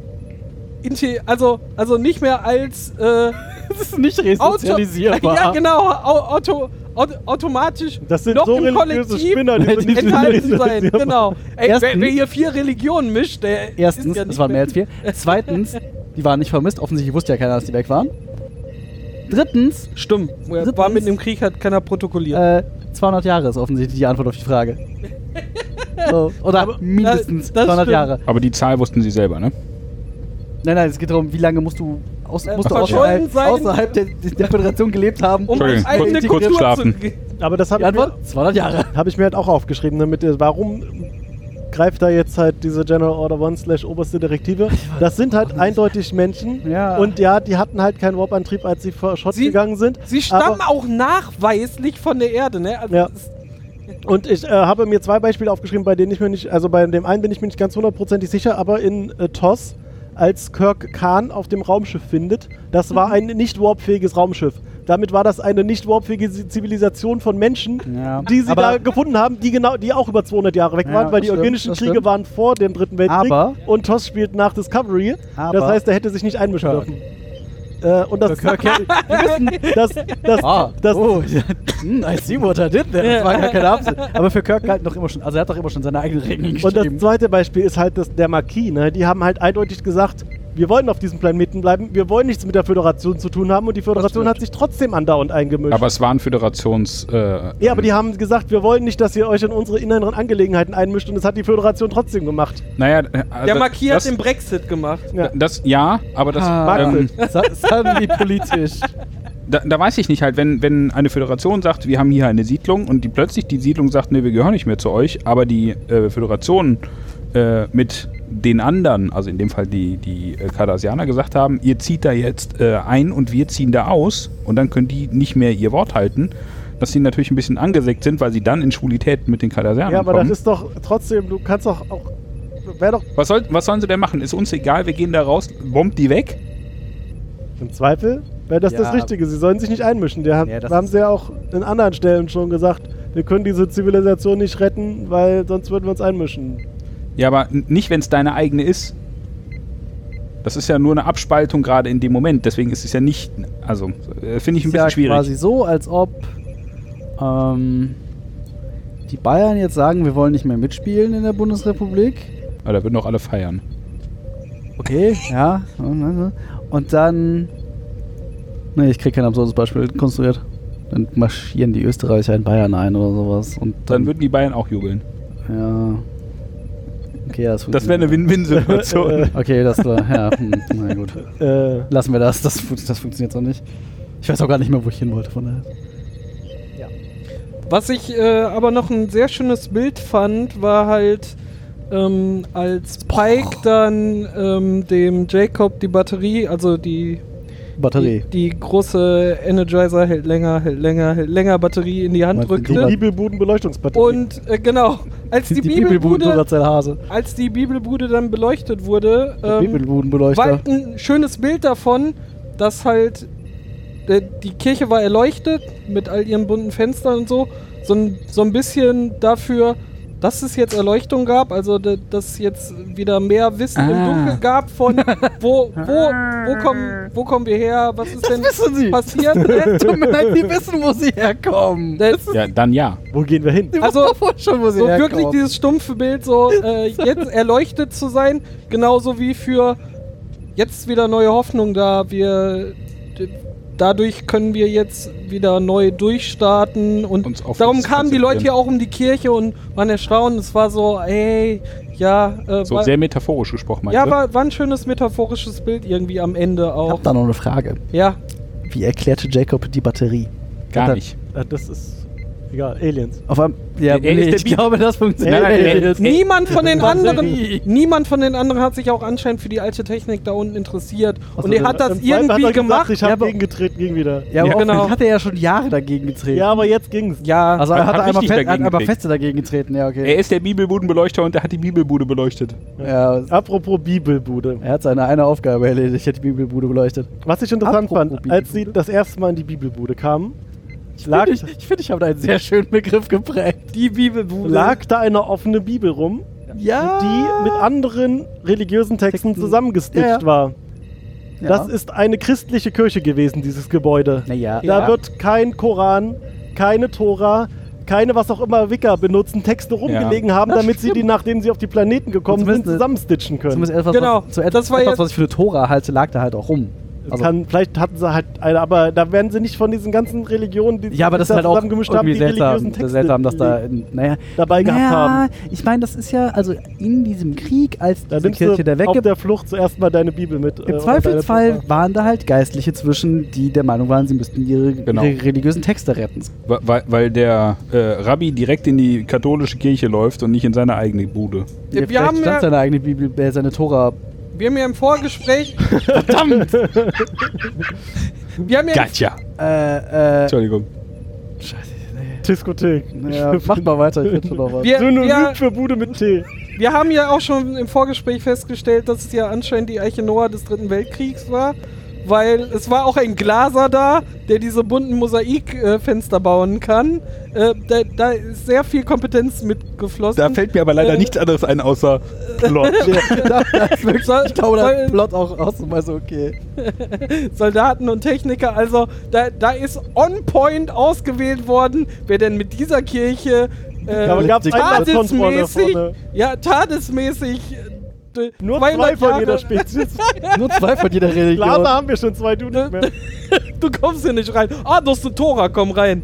inte- also, also nicht mehr als äh,
Das ist nicht
Auto
resozialisierbar.
ja *laughs* genau au, Auto, au, automatisch
Das sind
noch
so
im
religiöse
Kollektiv
Spinner, die sind nicht
enthalten sein
realisierbar.
genau Ey, wer,
Erstens-
wer hier vier Religionen mischt der
Erstens,
ist ja
es
nicht
waren mehr als vier.
*laughs*
Zweitens, die waren nicht vermisst. Offensichtlich wusste ja keiner, dass die weg waren. Drittens,
Stimmt.
Drittens-
War mit im Krieg, hat keiner protokolliert.
äh, 200 Jahre ist offensichtlich die Antwort auf die
*laughs*
Frage. so, oder mindestens
das- das
200
stimmt.
Jahre.
Aber die Zahl wussten sie selber, ne?
Nein, nein, es geht darum, wie lange musst du, aus,
Äh,
musst du
verschollen
außerhalb,
sein?
außerhalb der, der Föderation gelebt haben,
um
Entschuldigung,
als eigene
kurz- kurz
Kultur
schlafen.
zu ge-
Aber das
Die
habe ich, mir-
Antwort? 200 Jahre.
hab ich mir halt auch aufgeschrieben, damit ihr, warum greift da jetzt halt diese General Order One slash oberste Direktive? Das sind halt eindeutig Menschen.
Ja.
Und ja, die hatten halt keinen Warp-Antrieb, als sie vor Schott
Sie-
gegangen sind.
Sie stammen auch nachweislich von der Erde, ne? Also
Ja.
es ist-
Und ich äh, habe mir zwei Beispiele aufgeschrieben, bei denen ich mir nicht, also bei dem einen bin ich mir nicht ganz hundertprozentig sicher, aber in äh, TOS, als Kirk Khan auf dem Raumschiff findet, das
Mhm.
war ein nicht warpfähiges Raumschiff. Damit war das eine nicht warpfähige Z- Zivilisation von Menschen,
Ja.
die sie
Aber-
da gefunden haben, die genau, die auch über 200 Jahre weg
Ja,
waren,
das
weil die
stimmt,
Organischen
das
Kriege
stimmt.
waren vor dem Dritten Weltkrieg
Aber-
und TOS spielt nach Discovery.
Aber-
das heißt, er hätte sich nicht einmischen
Kirk.
dürfen. Äh, und das, *laughs* das,
*laughs*
das,
Ah,
das,
oh, hm, I see what I did there. Das war gar keine Absicht. Aber für Kirk galten doch immer schon, also er hat doch immer schon seine eigenen Regeln
Und das
geschrieben.
zweite Beispiel ist halt das, der Marquis. Ne? Die haben halt eindeutig gesagt, wir wollen auf diesem Planeten bleiben, wir wollen nichts mit der Föderation zu tun haben und die Föderation hat sich trotzdem andauernd eingemischt.
Aber es waren Föderations... Äh,
ja, aber die haben gesagt, wir wollen nicht, dass ihr euch in unsere inneren Angelegenheiten einmischt und das hat die Föderation trotzdem gemacht.
naja, äh, also
der Marquis
das,
hat den Brexit gemacht.
Ja.
das, ja, aber das...
Ah.
ähm,
Sa- Suddenly *laughs* politisch.
da, da weiß ich nicht halt, wenn, wenn eine Föderation sagt, wir haben hier eine Siedlung und die plötzlich die Siedlung sagt, nee, wir gehören nicht mehr zu euch, aber die äh, Föderation äh, mit den anderen, also in dem Fall die, die äh, Cardassianer gesagt haben, ihr zieht da jetzt äh, ein und wir ziehen da aus und dann können die nicht mehr ihr Wort halten, dass sie natürlich ein bisschen angesägt sind, weil sie dann in Schwulität mit den Cardassianern
ja, aber
kommen.
das ist doch trotzdem, du kannst doch auch. Wäre doch
was, soll, was sollen sie denn machen? Ist uns egal, wir gehen da raus, bombt die weg?
im Zweifel. Wäre das das
Ja.
Richtige? Sie sollen sich nicht einmischen. Der hat,
Ja, das
haben
ist-
sie ja auch in anderen Stellen schon gesagt, wir können diese Zivilisation nicht retten, weil sonst würden wir uns einmischen.
Ja, aber n- nicht, wenn es deine eigene ist. Das ist ja nur eine Abspaltung gerade in dem Moment. Deswegen ist es ja nicht. Also, äh, finde ich ein
ist
bisschen
ja
schwierig.
quasi so, als ob ähm, die Bayern jetzt sagen, wir wollen nicht mehr mitspielen in der Bundesrepublik.
Aber Ah, da würden auch alle feiern.
Okay, ja. ne, Und dann. Nee, ich krieg kein absurdes Beispiel konstruiert. Dann marschieren die Österreicher in Bayern ein oder sowas. Und
Dann
dann,
würden die Bayern auch jubeln.
Ja. Okay, ja, das,
Das wäre eine
funktioniert.
*laughs* Win-Win-Situation.
Okay, das war. Ja, hm, na gut.
Äh,
Lassen wir das. Das, fun- das funktioniert so nicht. Ich weiß auch gar nicht mehr, wo ich hin wollte. Von daher.
Was ich äh, aber noch ein sehr schönes Bild fand, war halt, ähm, als Pike dann ähm, dem Jacob die Batterie, also die,
Batterie.
die, die große Energizer hält länger, hält länger, hält länger Batterie in die Hand
Meinst du
drückte.
Ja. die
Bibelbudenbeleuchtungsbatterie.
Und äh, genau, als die, Bibelbude,
Bibelbudenhase.
als die Bibelbude dann beleuchtet wurde,
Ähm,
ähm,
Bibelbudenbeleuchter.
war ein schönes Bild davon, dass halt äh, die Kirche war erleuchtet mit all ihren bunten Fenstern und so. So ein, so ein bisschen dafür, dass es jetzt Erleuchtung gab, also d- dass es jetzt wieder mehr Wissen im
Ah.
Dunkel gab von wo, wo, wo, kommen, wo kommen wir her, was ist denn
wissen Sie.
passiert. ne?
Tut mir leid, die wissen, wo sie herkommen.
Das-
ja, dann ja.
Wo gehen wir hin?
Also,
Also, schon, wo sie
so
herkommen.
wirklich dieses stumpfe
*laughs*
Bild, so äh, jetzt erleuchtet zu sein, genauso wie für jetzt wieder neue Hoffnung da. Wir d- dadurch können wir jetzt wieder neu durchstarten und
Uns auf
darum
uns
kamen die Leute
konzentrieren.
ja auch um die Kirche und waren erstaunt. Es war so, hey, ja, äh,
So
war,
sehr metaphorisch gesprochen, meinst
ja,
du?
war, war ein schönes metaphorisches Bild irgendwie am Ende
ich
auch.
hab da noch eine Frage.
Ja,
Wie erklärte Jacob die Batterie?
Gar nicht.
Äh, das ist egal. Aliens.
Auf einem, ja,
Er- er ist
nee,
der
ich
Bi-
glaube, das funktioniert.
Nein, nein,
nicht.
niemand von
*laughs*
den
Batterie.
anderen, niemand von den anderen hat sich auch anscheinend für die alte Technik da unten interessiert.
Also
und er
der-
äh,
hat das
Im Zweifel hat
irgendwie
er
gemacht.
Gesagt, ich
Ja,
habe
aber-
gegengetreten, ging wieder.
ja, aber
Ja, genau.
offensichtlich hat er ja schon Jahre dagegen getreten.
Ja, aber jetzt ging's.
Ja,
also er
Hat
hat, einmal,
richtig
fe hat
dagegen
einmal
gekriegt.
feste dagegen getreten, ja, okay.
Er ist der Bibelbudenbeleuchter und er hat die Bibelbude beleuchtet.
Ja,
Apropos Bibelbude.
er hat seine eine Aufgabe erledigt, ich hätte die Bibelbude beleuchtet.
Was ich interessant
Apropos
fand, als sie
Bibelbude.
das erste Mal in die Bibelbude kamen, lag,
Ich, ich finde, ich habe da einen sehr schönen Begriff geprägt.
die Bibelbude.
lag da eine offene Bibel rum,
Ja.
die mit anderen religiösen Texten
Texten.
zusammengestitcht
Ja, ja.
war.
ja.
Das ist eine christliche Kirche gewesen, dieses Gebäude.
Naja,
Da
Ja.
wird kein Koran, keine Tora, keine was auch immer Wicker benutzen, Texte rumgelegen haben,
Das
damit sie die, nachdem sie auf die Planeten gekommen
Zumindest
sind,
eine-
zusammenstitchen können.
zumindest etwas,
Genau,
was, zu etwas,
das war
etwas
jetzt-
was ich für eine Tora halte, lag da halt auch rum.
Es
Also,
kann, vielleicht hatten sie halt eine, aber da werden sie nicht von diesen ganzen Religionen, die
ja, aber das ist
da
halt auch
zusammengemischt haben,
irgendwie
die religiösen
seltsam,
Texte
seltsam, dass da,
li-
naja,
dabei gehabt haben.
ich meine, das ist ja, also in diesem Krieg, als
Da
diese
nimmst
Kirche da
du auf
wegge
der Flucht zuerst mal deine Bibel mit. äh,
Im
oder deine
Zweifelsfall
Tora.
waren da halt Geistliche zwischen, die der Meinung waren, sie müssten ihre,
Genau.
ihre religiösen Texte retten.
Wa- Weil, weil der äh, Rabbi direkt in die katholische Kirche läuft und nicht in seine eigene Bude.
Ja, wir
Vielleicht
haben
stand
ja-
seine eigene Bibel, äh, seine Tora.
Wir haben ja im Vorgespräch. Verdammt! wir haben ja.
Gotcha.
Äh, äh,
Entschuldigung.
Diskothek.
naja,
*laughs*
mach mal weiter, ich finde schon noch was.
Wir,
Synonym
wir,
für Bude mit Tee.
wir haben ja auch schon im Vorgespräch festgestellt, dass es ja anscheinend die Eiche Noah des Dritten Weltkriegs war. Weil es war auch ein Glaser da, der diese bunten Mosaikfenster bauen kann. Äh, da, da ist sehr viel Kompetenz mitgeflossen.
Da fällt mir aber leider nichts anderes ein, außer Plot. *laughs*
Sol-
*laughs* ich glaube, da
Sol-
ist Plot auch aus und mal so, okay.
Soldaten und Techniker. Also da, da ist on point ausgewählt worden, wer denn mit dieser Kirche äh,
Ja, aber gab's einen davon vorne,
tadesmäßig,
vorne.
ja, tadesmäßig äh, d-
Nur
200
zwei von
Jahre-
jeder Spezies.
Nur zwei von jeder
Lama
Religion.
haben wir schon zwei du nicht mehr.
Du kommst hier nicht rein. Ah, du hast eine Tora, komm rein.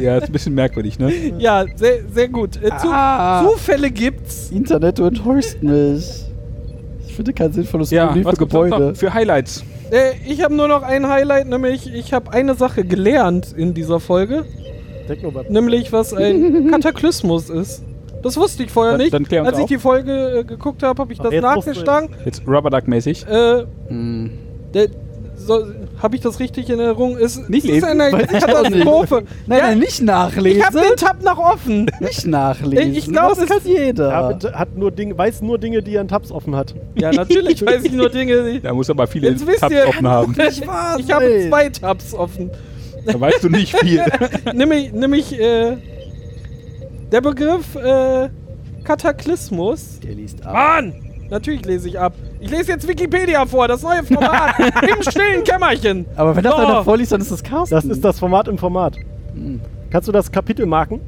ja, ist ein bisschen merkwürdig, ne?
Ja, sehr, sehr gut. Äh, zu,
Ah.
Zufälle gibt's.
Internet, du enttäuschst mich. Ich finde kein sinnvolles Synonym für
gibt's sonst
Gebäude.
noch für Highlights?
Äh, ich habe nur noch ein Highlight, nämlich ich habe eine Sache gelernt in dieser Folge,
Technobab.
nämlich
*laughs*
was ein Kataklysmus ist. Das wusste ich vorher
Dann-
nicht.
dann klär uns
Als ich
auf.
die Folge äh, geguckt habe, habe ich
Aber
das
jetzt musst du-
nachgeschlagen.
Jetzt Rubber Duck mäßig.
Äh,
Hm.
der, so, habe ich das richtig in Erinnerung? Ist,
Nicht
ist
lesen,
eine Katastrophe.
Nein,
Ja,
nein, nicht
ich habe
nachlesen.
den Tab noch offen.
Nicht nachlesen.
Ich glaub,
das
es-
kann jeder.
Ja, aber hat nur Dinge, weiß nur Dinge, die er in Tabs offen hat.
Ja, natürlich weiß *laughs* ich nur Dinge. die-
Da muss aber viele
Jetzt wisst
Tabs
ihr.
offen haben.
*laughs* Ich,
wahr
habe
sein.
zwei Tabs offen.
Da weißt du nicht viel.
nämlich, nämlich äh, der Begriff äh, Kataklysmus.
Der liest ab.
Mann! Natürlich lese ich ab. Ich lese jetzt Wikipedia vor, das
*laughs*
neue Format im stillen Kämmerchen.
Aber wenn das
So.
einer vorliest, dann ist das Carsten.
Das ist das Format im Format. Kannst du das Kapitel marken?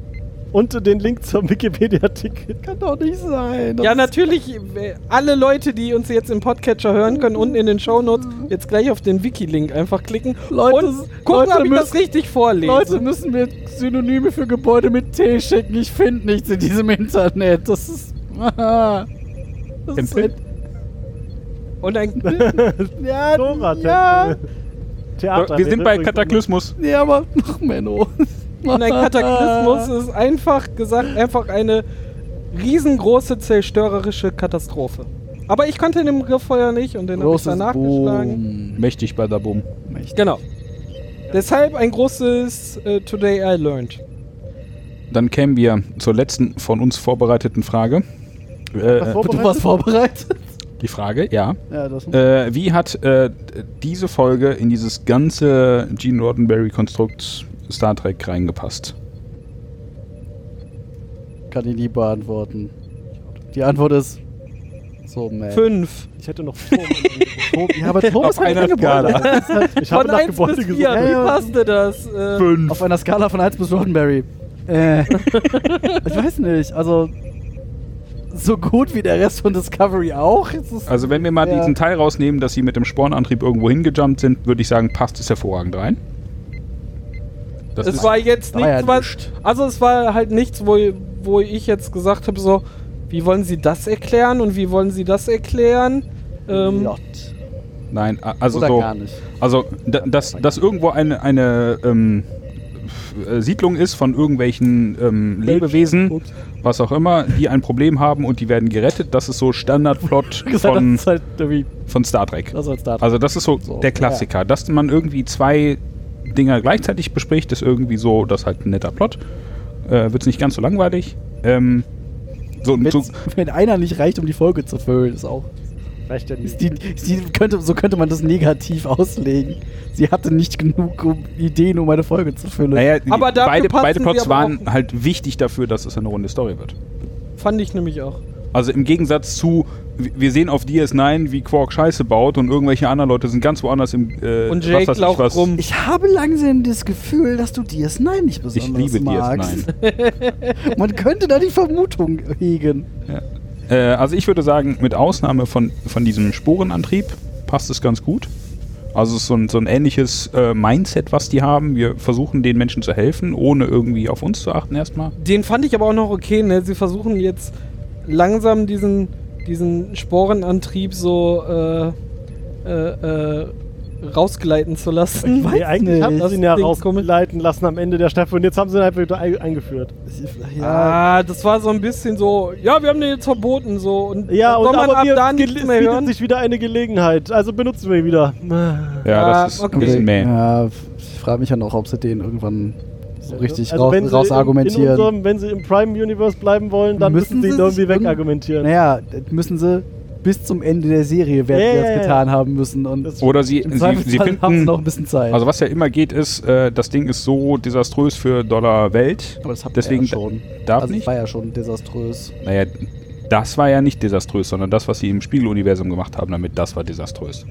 Und äh, den Link zum Wikipedia-Ticket.
Kann doch nicht sein. Das
Ja, natürlich, äh, alle Leute, die uns jetzt im Podcatcher hören können, unten in den Shownotes, jetzt gleich auf den Wiki-Link einfach klicken
Leute,
und gucken,
Leute
ob ich das
müssen-
richtig vorlese.
Leute müssen mir Synonyme für Gebäude mit T schicken. Ich finde nichts in diesem Internet. Das ist. *laughs* Das ist
Tempel?
ein-
Und ein
ja,
Dora,
ja,
Theater.
Wir sind bei
übrigens
Kataklysmus.
nee, aber noch Menno.
Und ein Kataklysmus ist einfach gesagt einfach eine riesengroße zerstörerische Katastrophe. Aber ich konnte den Begriff vorher nicht und den habe ich
Großes
dann nachgeschlagen.
Boom.
Hm, Mächtig bei der Boom.
Mächtig.
Genau. Deshalb ein großes äh, Today I Learned.
Dann kämen wir zur letzten von uns vorbereiteten Frage.
Ach,
Äh,
vor-
Du warst vorbereitet?
die Frage, ja.
Ja, das
Äh, wie hat äh, diese Folge in dieses ganze Gene Roddenberry-Konstrukt Star Trek reingepasst?
kann ich nie beantworten. Die Antwort ist. So, man.
Fünf.
Ich hätte noch Turm. Turm- ja, aber Turm
Auf
ist halt
einer
ein Gebäude.
Skala. *laughs*
Das ist halt- Ich habe
Von
nach
1
Gebäude
bis 4.
gesucht.
Wie
Ja, ja.
passte das? Äh,
Auf einer Skala von 1 bis Roddenberry.
*laughs*
Äh. ich weiß nicht, also. So gut wie der Rest von Discovery auch. Es ist
Also wenn wir mal
Ja.
diesen Teil rausnehmen, dass sie mit dem Spornantrieb irgendwo hingejumpt sind, würde ich sagen, passt es hervorragend rein. Das
es
ist
war jetzt
war ja
nichts, was. Also es war halt nichts, wo, wo ich jetzt gesagt habe, so, wie wollen Sie das erklären und wie wollen Sie das erklären? Ähm,
Lot.
nein, a- also
Oder
so,
gar nicht.
also da- dass, dass irgendwo eine eine ähm, f- äh, Siedlung ist von irgendwelchen ähm, Lebewesen,
Gut.
was auch immer, die ein Problem haben und die werden gerettet. Das ist so
*laughs*
Standardplot
Gesagt,
von,
das ist halt irgendwie.
von Star Trek.
Das ist halt Star Trek.
Also das ist so,
So,
der Klassiker, dass man irgendwie zwei Dinger gleichzeitig bespricht, ist irgendwie so, das ist halt ein netter Plot. Äh, Wird es nicht ganz so langweilig. Ähm, so, und so,
Wenn's- wenn einer nicht reicht, um die Folge zu füllen, ist auch.
Reicht ja nicht.
Ist die, ist die könnte, so könnte man das negativ auslegen. Sie hatte nicht genug um Ideen, um eine Folge zu füllen.
naja, die-
Aber dafür
beide,
passen
beide
sie
Plots
aber
waren
auch-
halt wichtig dafür, dass es eine runde Story wird.
Fand ich nämlich auch.
Also im Gegensatz zu, w- wir sehen auf DS9, wie Quark Scheiße baut und irgendwelche anderen Leute sind ganz woanders im äh,
Und Jake
was weiß ich
laucht
was.
rum.
Ich habe langsam das Gefühl, dass du DS9 nicht
Ich
besonders
liebe
magst.
DS9.
*laughs* Man könnte da die Vermutung hegen.
Äh, also ich würde sagen, mit Ausnahme von, von diesem Sporenantrieb passt es ganz gut. Also es ist so ein, so ein ähnliches äh, Mindset, was die haben. Wir versuchen den Menschen zu helfen, ohne irgendwie auf uns zu achten erstmal.
Den fand ich aber auch noch okay, ne? Sie versuchen jetzt langsam diesen, diesen Sporenantrieb so äh, äh, äh, rausgleiten zu lassen. *laughs*
Nee, eigentlich
nicht.
haben
Das
sie ihn ja
Ding
rausleiten lassen am Ende der Staffel und jetzt haben sie ihn halt wieder ei- eingeführt.
Ja,
Ah, das war so ein bisschen so, ja, wir haben den jetzt verboten, so. Und
Ja,
soll
und
man
aber
ab
wir,
da
es
nichts
bietet
mehr hören?
sich wieder eine Gelegenheit. Also benutzen wir ihn wieder.
Ja,
Ah,
das ist
okay.
ein bisschen mehr.
ja, ich frage mich ja noch, ob sie den irgendwann so richtig
Also wenn
raus,
sie
raus
in- In
argumentieren.
unserem, wenn sie im Prime Universe bleiben wollen, dann müssen,
Müssen
sie ihn
sie sich
irgendwie
irgend-
wegargumentieren.
naja, das müssen sie bis zum Ende der Serie werden
Ja,
sie
ja,
das
ja.
getan haben müssen. Und
Das-
Oder sie,
im
sie,
Zweifelsfall
sie
haben sie
finden,
noch ein bisschen Zeit.
also was ja immer geht, ist, äh, das Ding ist so desaströs für Dollar Welt.
aber das hatten wir
Deswegen
ja schon.
darf
also
nicht.
war ja schon desaströs.
Naja, das war ja nicht desaströs, sondern das, was sie im Spiegeluniversum gemacht haben, damit das war desaströs.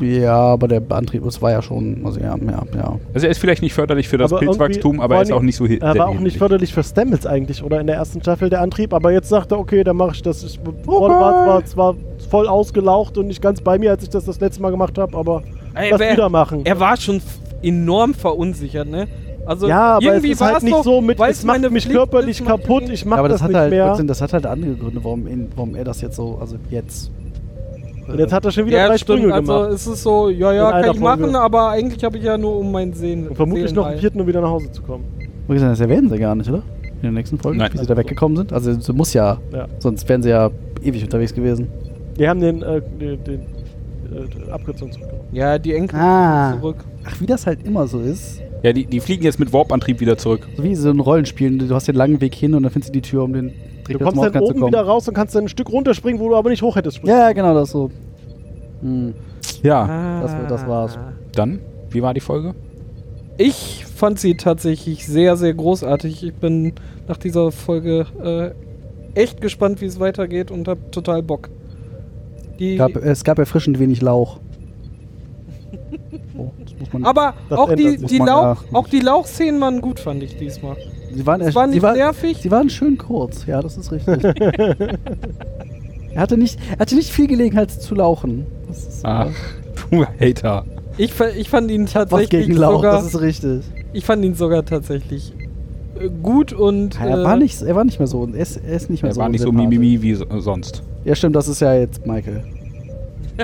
Ja, aber der Antrieb, es war ja schon, also ja, ja, ja.
Also er ist vielleicht nicht förderlich für das
Aber irgendwie-
Pilzwachstum, aber
vor
er ist
allen
auch nicht so hi-
Er
sehr
war auch nicht
hinderlich.
förderlich für Stamets eigentlich, oder? In der ersten Staffel der Antrieb. Aber jetzt sagt er, okay, dann mache ich das. Ich war, war, war zwar voll ausgelaucht und nicht ganz bei mir, als ich das das letzte Mal gemacht habe, aber
Ey,
das
wer-
wieder machen.
Er war schon f- enorm verunsichert, ne? Also
ja, aber es
irgendwie
ist
war
halt nicht
doch,
so mit,
weil's
es macht
meine
mich
Pflicht ist,
körperlich
macht
kaputt,
irgendwie-
ich mache
aber das,
das,
hat
nicht
halt,
mehr.
das hat halt andere Gründe, warum, ihn, warum er das jetzt so, also jetzt.
Und jetzt hat er schon wieder
ja,
drei
stimmt,
Sprünge
also
gemacht.
es ist so, ja,
In
ja,
einer
kann ich
Folge.
machen, aber eigentlich habe ich ja nur um meinen Sehen.
Und vermutlich noch einen
Seelenheil.
vierten, um wieder nach Hause zu kommen.
Wie gesagt, das erwähnen sie gar nicht, oder? In der nächsten Folge,
Nein.
wie sie da weggekommen sind. Also sie muss ja,
Ja.
sonst wären sie ja ewig unterwegs gewesen.
Die haben den, äh, den, den äh, Abkürzung zurückgenommen.
Ja, die Enkel
Ah.
zurück.
Ach, wie das halt immer so ist.
Ja, die, die fliegen jetzt mit Warp-Antrieb wieder zurück.
So wie so ein Rollenspiel. Du hast den langen Weg hin und dann findest du die Tür, um den
Du
direkt zum
kommst dann
Ausgang zu
oben wieder
kommen.
raus und kannst dann ein Stück runterspringen, wo du aber nicht hoch hättest springen.
Ja, genau, das so. Hm.
Ja,
Ah.
das war- das war's.
dann, wie war die Folge?
Ich fand sie tatsächlich sehr, sehr großartig. Ich bin nach dieser Folge äh, echt gespannt, wie es weitergeht und hab total Bock. Die,
Gab,
ähm,
es gab erfrischend wenig Lauch. Oh, das muss man,
aber
Das
auch die,
ändert sich.
die,
Muss man
Lauch,
ja-
auch die Lauchszenen waren gut, fand ich diesmal.
sie waren,
Es
erst-
war
sie
nicht
war-
nervig.
Sie waren schön kurz, ja, das ist
*laughs*
richtig. er, hatte nicht, er hatte nicht viel Gelegenheit zu lauchen. Das ist
Ach, Ah, *laughs* du Hater.
Ich, fa- ich fand ihn
was
tatsächlich
gegen Lauch,
sogar.
das ist richtig.
Ich fand ihn sogar tatsächlich äh, gut und.
Ah, Er
äh,
war nicht, er war nicht mehr so, er ist, er ist nicht mehr
Er
so.
war nicht so
unsympathisch.
mimimi wie so- sonst.
Ja, stimmt, das ist ja jetzt Michael.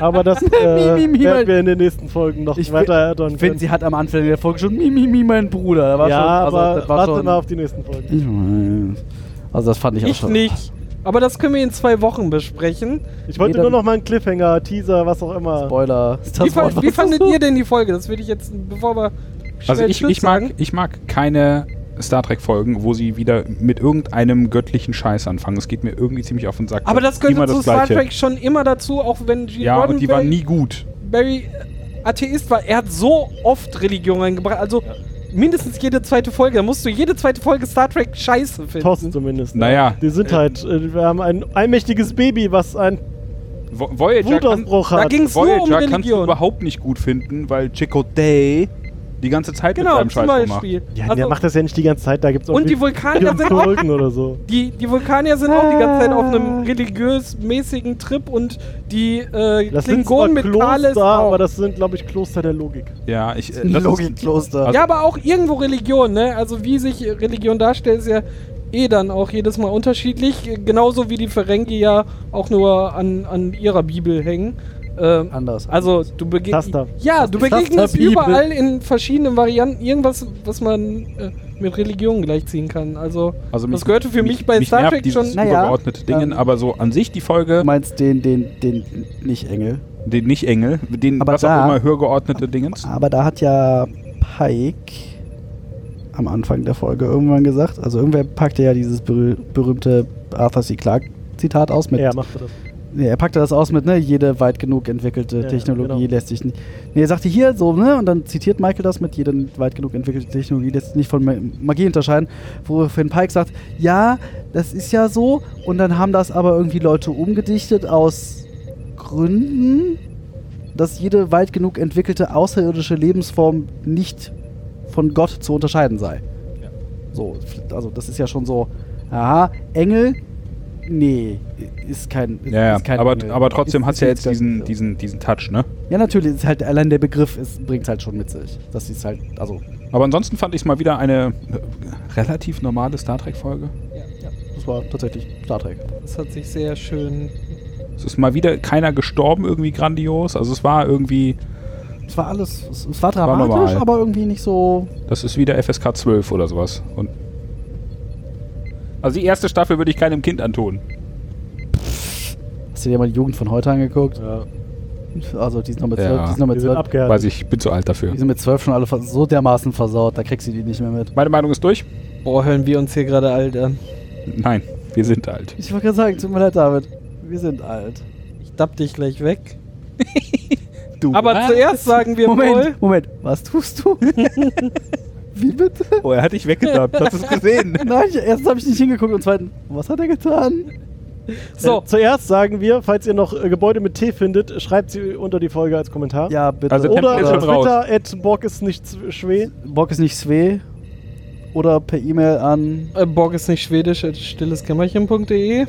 Aber
*laughs*
das äh,
Mi, mi, mi, mein-
werden wir in den nächsten Folgen noch
Ich
weiter erörtern
Ich finde, sie hat am Anfang der Folge schon Mimimi, mein Bruder. Da war
ja,
schon, also,
aber
das war
warte
schon,
mal auf die nächsten
*laughs*
Folgen.
Ich weiß. Also, das fand ich auch
Ich
schon.
nicht. Aber das können wir in zwei Wochen besprechen.
Ich wollte
Nee,
nur
dann-
noch mal einen Cliffhanger, Teaser, was auch immer.
Spoiler. Ist das
Wie, fand,
Wort,
wie
was-
fandet
*laughs*
ihr denn die Folge? Das würde ich jetzt, bevor wir.
Also
schnell
ich,
Tschüss
ich, mag,
sagen.
ich mag keine Star Trek-Folgen, wo sie wieder mit irgendeinem göttlichen Scheiß anfangen. Es geht mir irgendwie ziemlich auf den Sack.
Aber das gehört
Immer
zu Star
Gleiche.
Trek schon immer dazu, auch wenn Gene
Ja, und die
Roddenberry-
waren nie gut.
Barry äh, Atheist war. Er hat so oft Religion reingebracht. Also mindestens jede zweite Folge. Da musst du jede zweite Folge Star Trek scheiße finden.
Thorsten zumindest. ne?
Naja.
Die sind halt, äh, wir haben ein allmächtiges Baby, was ein
Vo- Voyager, kann,
Wutausbruch
Da
hat.
ging's nur um
Voyager kannst du
Religion.
überhaupt nicht gut finden, weil Chakotay die ganze Zeit
Genau,
mit
zum
seinem Scheiß rummacht.
Beispiel.
Ja,
Also-
der macht das ja nicht die ganze Zeit, da gibt's auch
und die
viel-
Vulkanier
viel
sind auch
Folgen
*laughs*
oder so.
Die, die Vulkanier sind auch die ganze Zeit auf
Ah.
einem religiös-mäßigen Trip und die äh,
Das sind zwar
Klingonen mit Kales
Kloster,
auch.
aber das sind, glaube ich, Kloster der Logik.
Ja, ich äh, das ist,
Logikkloster.
Also-
ja, aber auch irgendwo Religion, ne? Also wie sich Religion darstellt, ist ja eh dann auch jedes Mal unterschiedlich. Genauso wie die Ferengi ja auch nur an, an ihrer Bibel hängen. Ähm,
Anders.
Also du begegnest
Taster.
ja, du
Taster-
begegnest
Bibel.
überall in verschiedenen Varianten irgendwas, was man äh, mit Religion gleichziehen kann. Also,
also
das gehörte für mich, bei
mich
Star
nervt
Trek
dieses
schon.
Naja,
übergeordnete Dingen,
ähm,
aber so an sich die Folge,
Du meinst den, den, den Nicht-Engel.
den nicht Engel, den
Aber
was
da-
auch immer höhergeordnete Dingens.
Aber da hat ja Pike am Anfang der Folge irgendwann gesagt, also irgendwer packte ja dieses berüh berühmte Arthur C. Clarke Zitat aus mit
ja, macht er das.
Nee, er packte das aus mit, ne, jede weit genug entwickelte
Ja,
Technologie
genau.
lässt sich nicht. Nee, er sagte hier so, ne, und dann zitiert Michael das mit, jede weit genug entwickelte Technologie lässt sich nicht von Ma- Magie unterscheiden, woraufhin Pike sagt, ja, das ist ja so, und dann haben das aber irgendwie Leute umgedichtet aus Gründen, dass jede weit genug entwickelte außerirdische Lebensform nicht von Gott zu unterscheiden sei. So, also das ist ja schon so, aha, Engel, nee, ist kein. Ist,
Ja, ja.
ist kein
aber,
Engel.
aber trotzdem
Ist-
hat es
ist
ja
nicht
jetzt
das- äh,
diesen, diesen, diesen Touch, ne?
Ja, natürlich, ist halt allein der Begriff ist, bringt halt schon mit sich. Das ist halt, also,
Aber ansonsten fand ich es mal wieder eine äh, relativ normale Star Trek-Folge.
das war tatsächlich Star Trek.
Das hat sich sehr schön.
Es ist mal wieder keiner gestorben, irgendwie grandios. Also es war irgendwie,
Es war alles, es, es war
War normal.
dramatisch, aber irgendwie nicht so.
das ist wieder FSK 12 oder sowas. Und also die erste Staffel würde ich keinem Kind antun.
Hast du dir mal die Jugend von heute angeguckt?
Ja.
Also, die sind noch mit
Ja.
zwölf, die sind noch
Die
mit
sind
zwölf.
abgehärtet.
Weiß ich, ich bin zu alt dafür.
Die sind mit zwölf schon alle ver- so dermaßen versaut, da kriegst du die nicht mehr mit.
Meine Meinung ist durch?
Boah, hören wir uns hier gerade alt an.
Nein, wir sind alt.
Ich wollte gerade sagen, tut mir leid, David. Wir sind alt.
Ich dapp dich gleich weg.
Du.
Aber zuerst sagen wir wohl.
Ah. Moment, Moment, was tust du? *laughs* Wie bitte?
Oh, er hat dich weggedappt. Hast du es gesehen?
Nein, ich, erstens habe ich nicht hingeguckt und zweitens, was hat er getan?
So,
Äh, zuerst sagen wir, falls ihr noch äh, Gebäude mit T findet, schreibt sie unter die Folge als Kommentar.
Ja, bitte.
Also
Oder
Tempel ist
auf
schon raus.
Twitter, at Borg ist nicht zw- schwer.
Bock ist nicht Sve. Oder per E-Mail an.
äh, Borg ist nicht schwedisch, at stilleskämmerchen.de. Äh,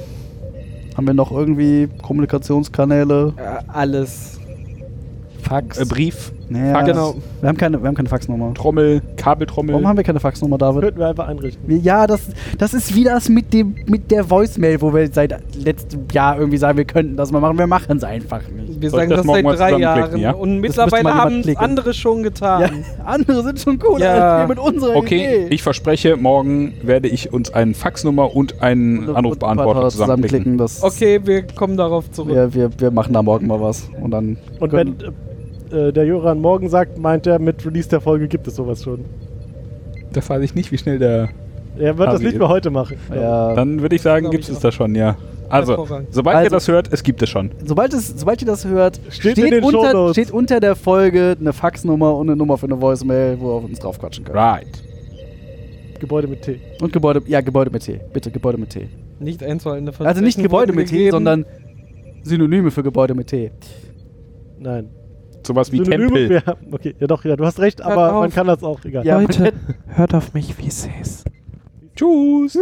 Haben wir noch irgendwie Kommunikationskanäle?
alles.
*laughs* Fax?
Äh, Brief
Naja,
Ah,
das-
genau.
Wir haben keine, wir haben keine Faxnummer.
Trommel, Kabeltrommel.
Warum haben wir keine Faxnummer, David?
Könnten wir einfach einrichten.
Ja, das, das ist wie das mit, dem, mit der Voicemail, wo wir seit letztem Jahr irgendwie sagen, wir könnten das mal machen. Wir machen es einfach nicht.
Wir
Soll ich
sagen
das
das,
morgen
seit
mal
drei
zusammenklicken,
Jahren.
ja?
Und
müsste mal
mittlerweile
jemand
haben es
klicken.
andere schon
Ja,
getan.
andere sind schon cool,
Ja.
als wir mit unserer
Okay,
Idee.
ich verspreche, morgen werde ich uns einen Faxnummer und einen Anrufbeantworter zusammenklicken.
Das
Okay, wir kommen darauf zurück.
Wir, wir, wir machen da morgen mal was. Und dann.
Und
können-
wenn äh, äh, der Joran morgen sagt, meint er, mit Release der Folge gibt es sowas schon.
Das weiß ich nicht, wie schnell der.
Er wird
Ah,
das
wie-
nicht mehr heute machen.
ja,
Dann würde ich sagen,
glaub
gibt
ich
es
auch.
das schon, ja. Also,
Hervorragend.
sobald ihr
Also-
das hört, es gibt es schon.
sobald, es, sobald ihr das hört,
Steht in den
unter,
Shownotes.
steht unter der Folge eine Faxnummer und eine Nummer für eine Voicemail, wo ihr auf uns drauf quatschen könnt.
Right.
Gebäude mit T.
Und Gebäude, ja, Gebäude mit T. Bitte, Gebäude mit T.
Nicht einzuhaltende Versprechen.
Also nicht Gebäude
wurden
mit T,
gegeben.
sondern Synonyme für Gebäude mit T.
Nein.
Sowas wie
Synonyme-
Tempel.
Wir haben, okay, *laughs* ja doch, ja, du hast recht, aber
auf.
man kann das auch. Egal.
Ja,
Leute, hört auf mich, wie es ist.
Tschüss.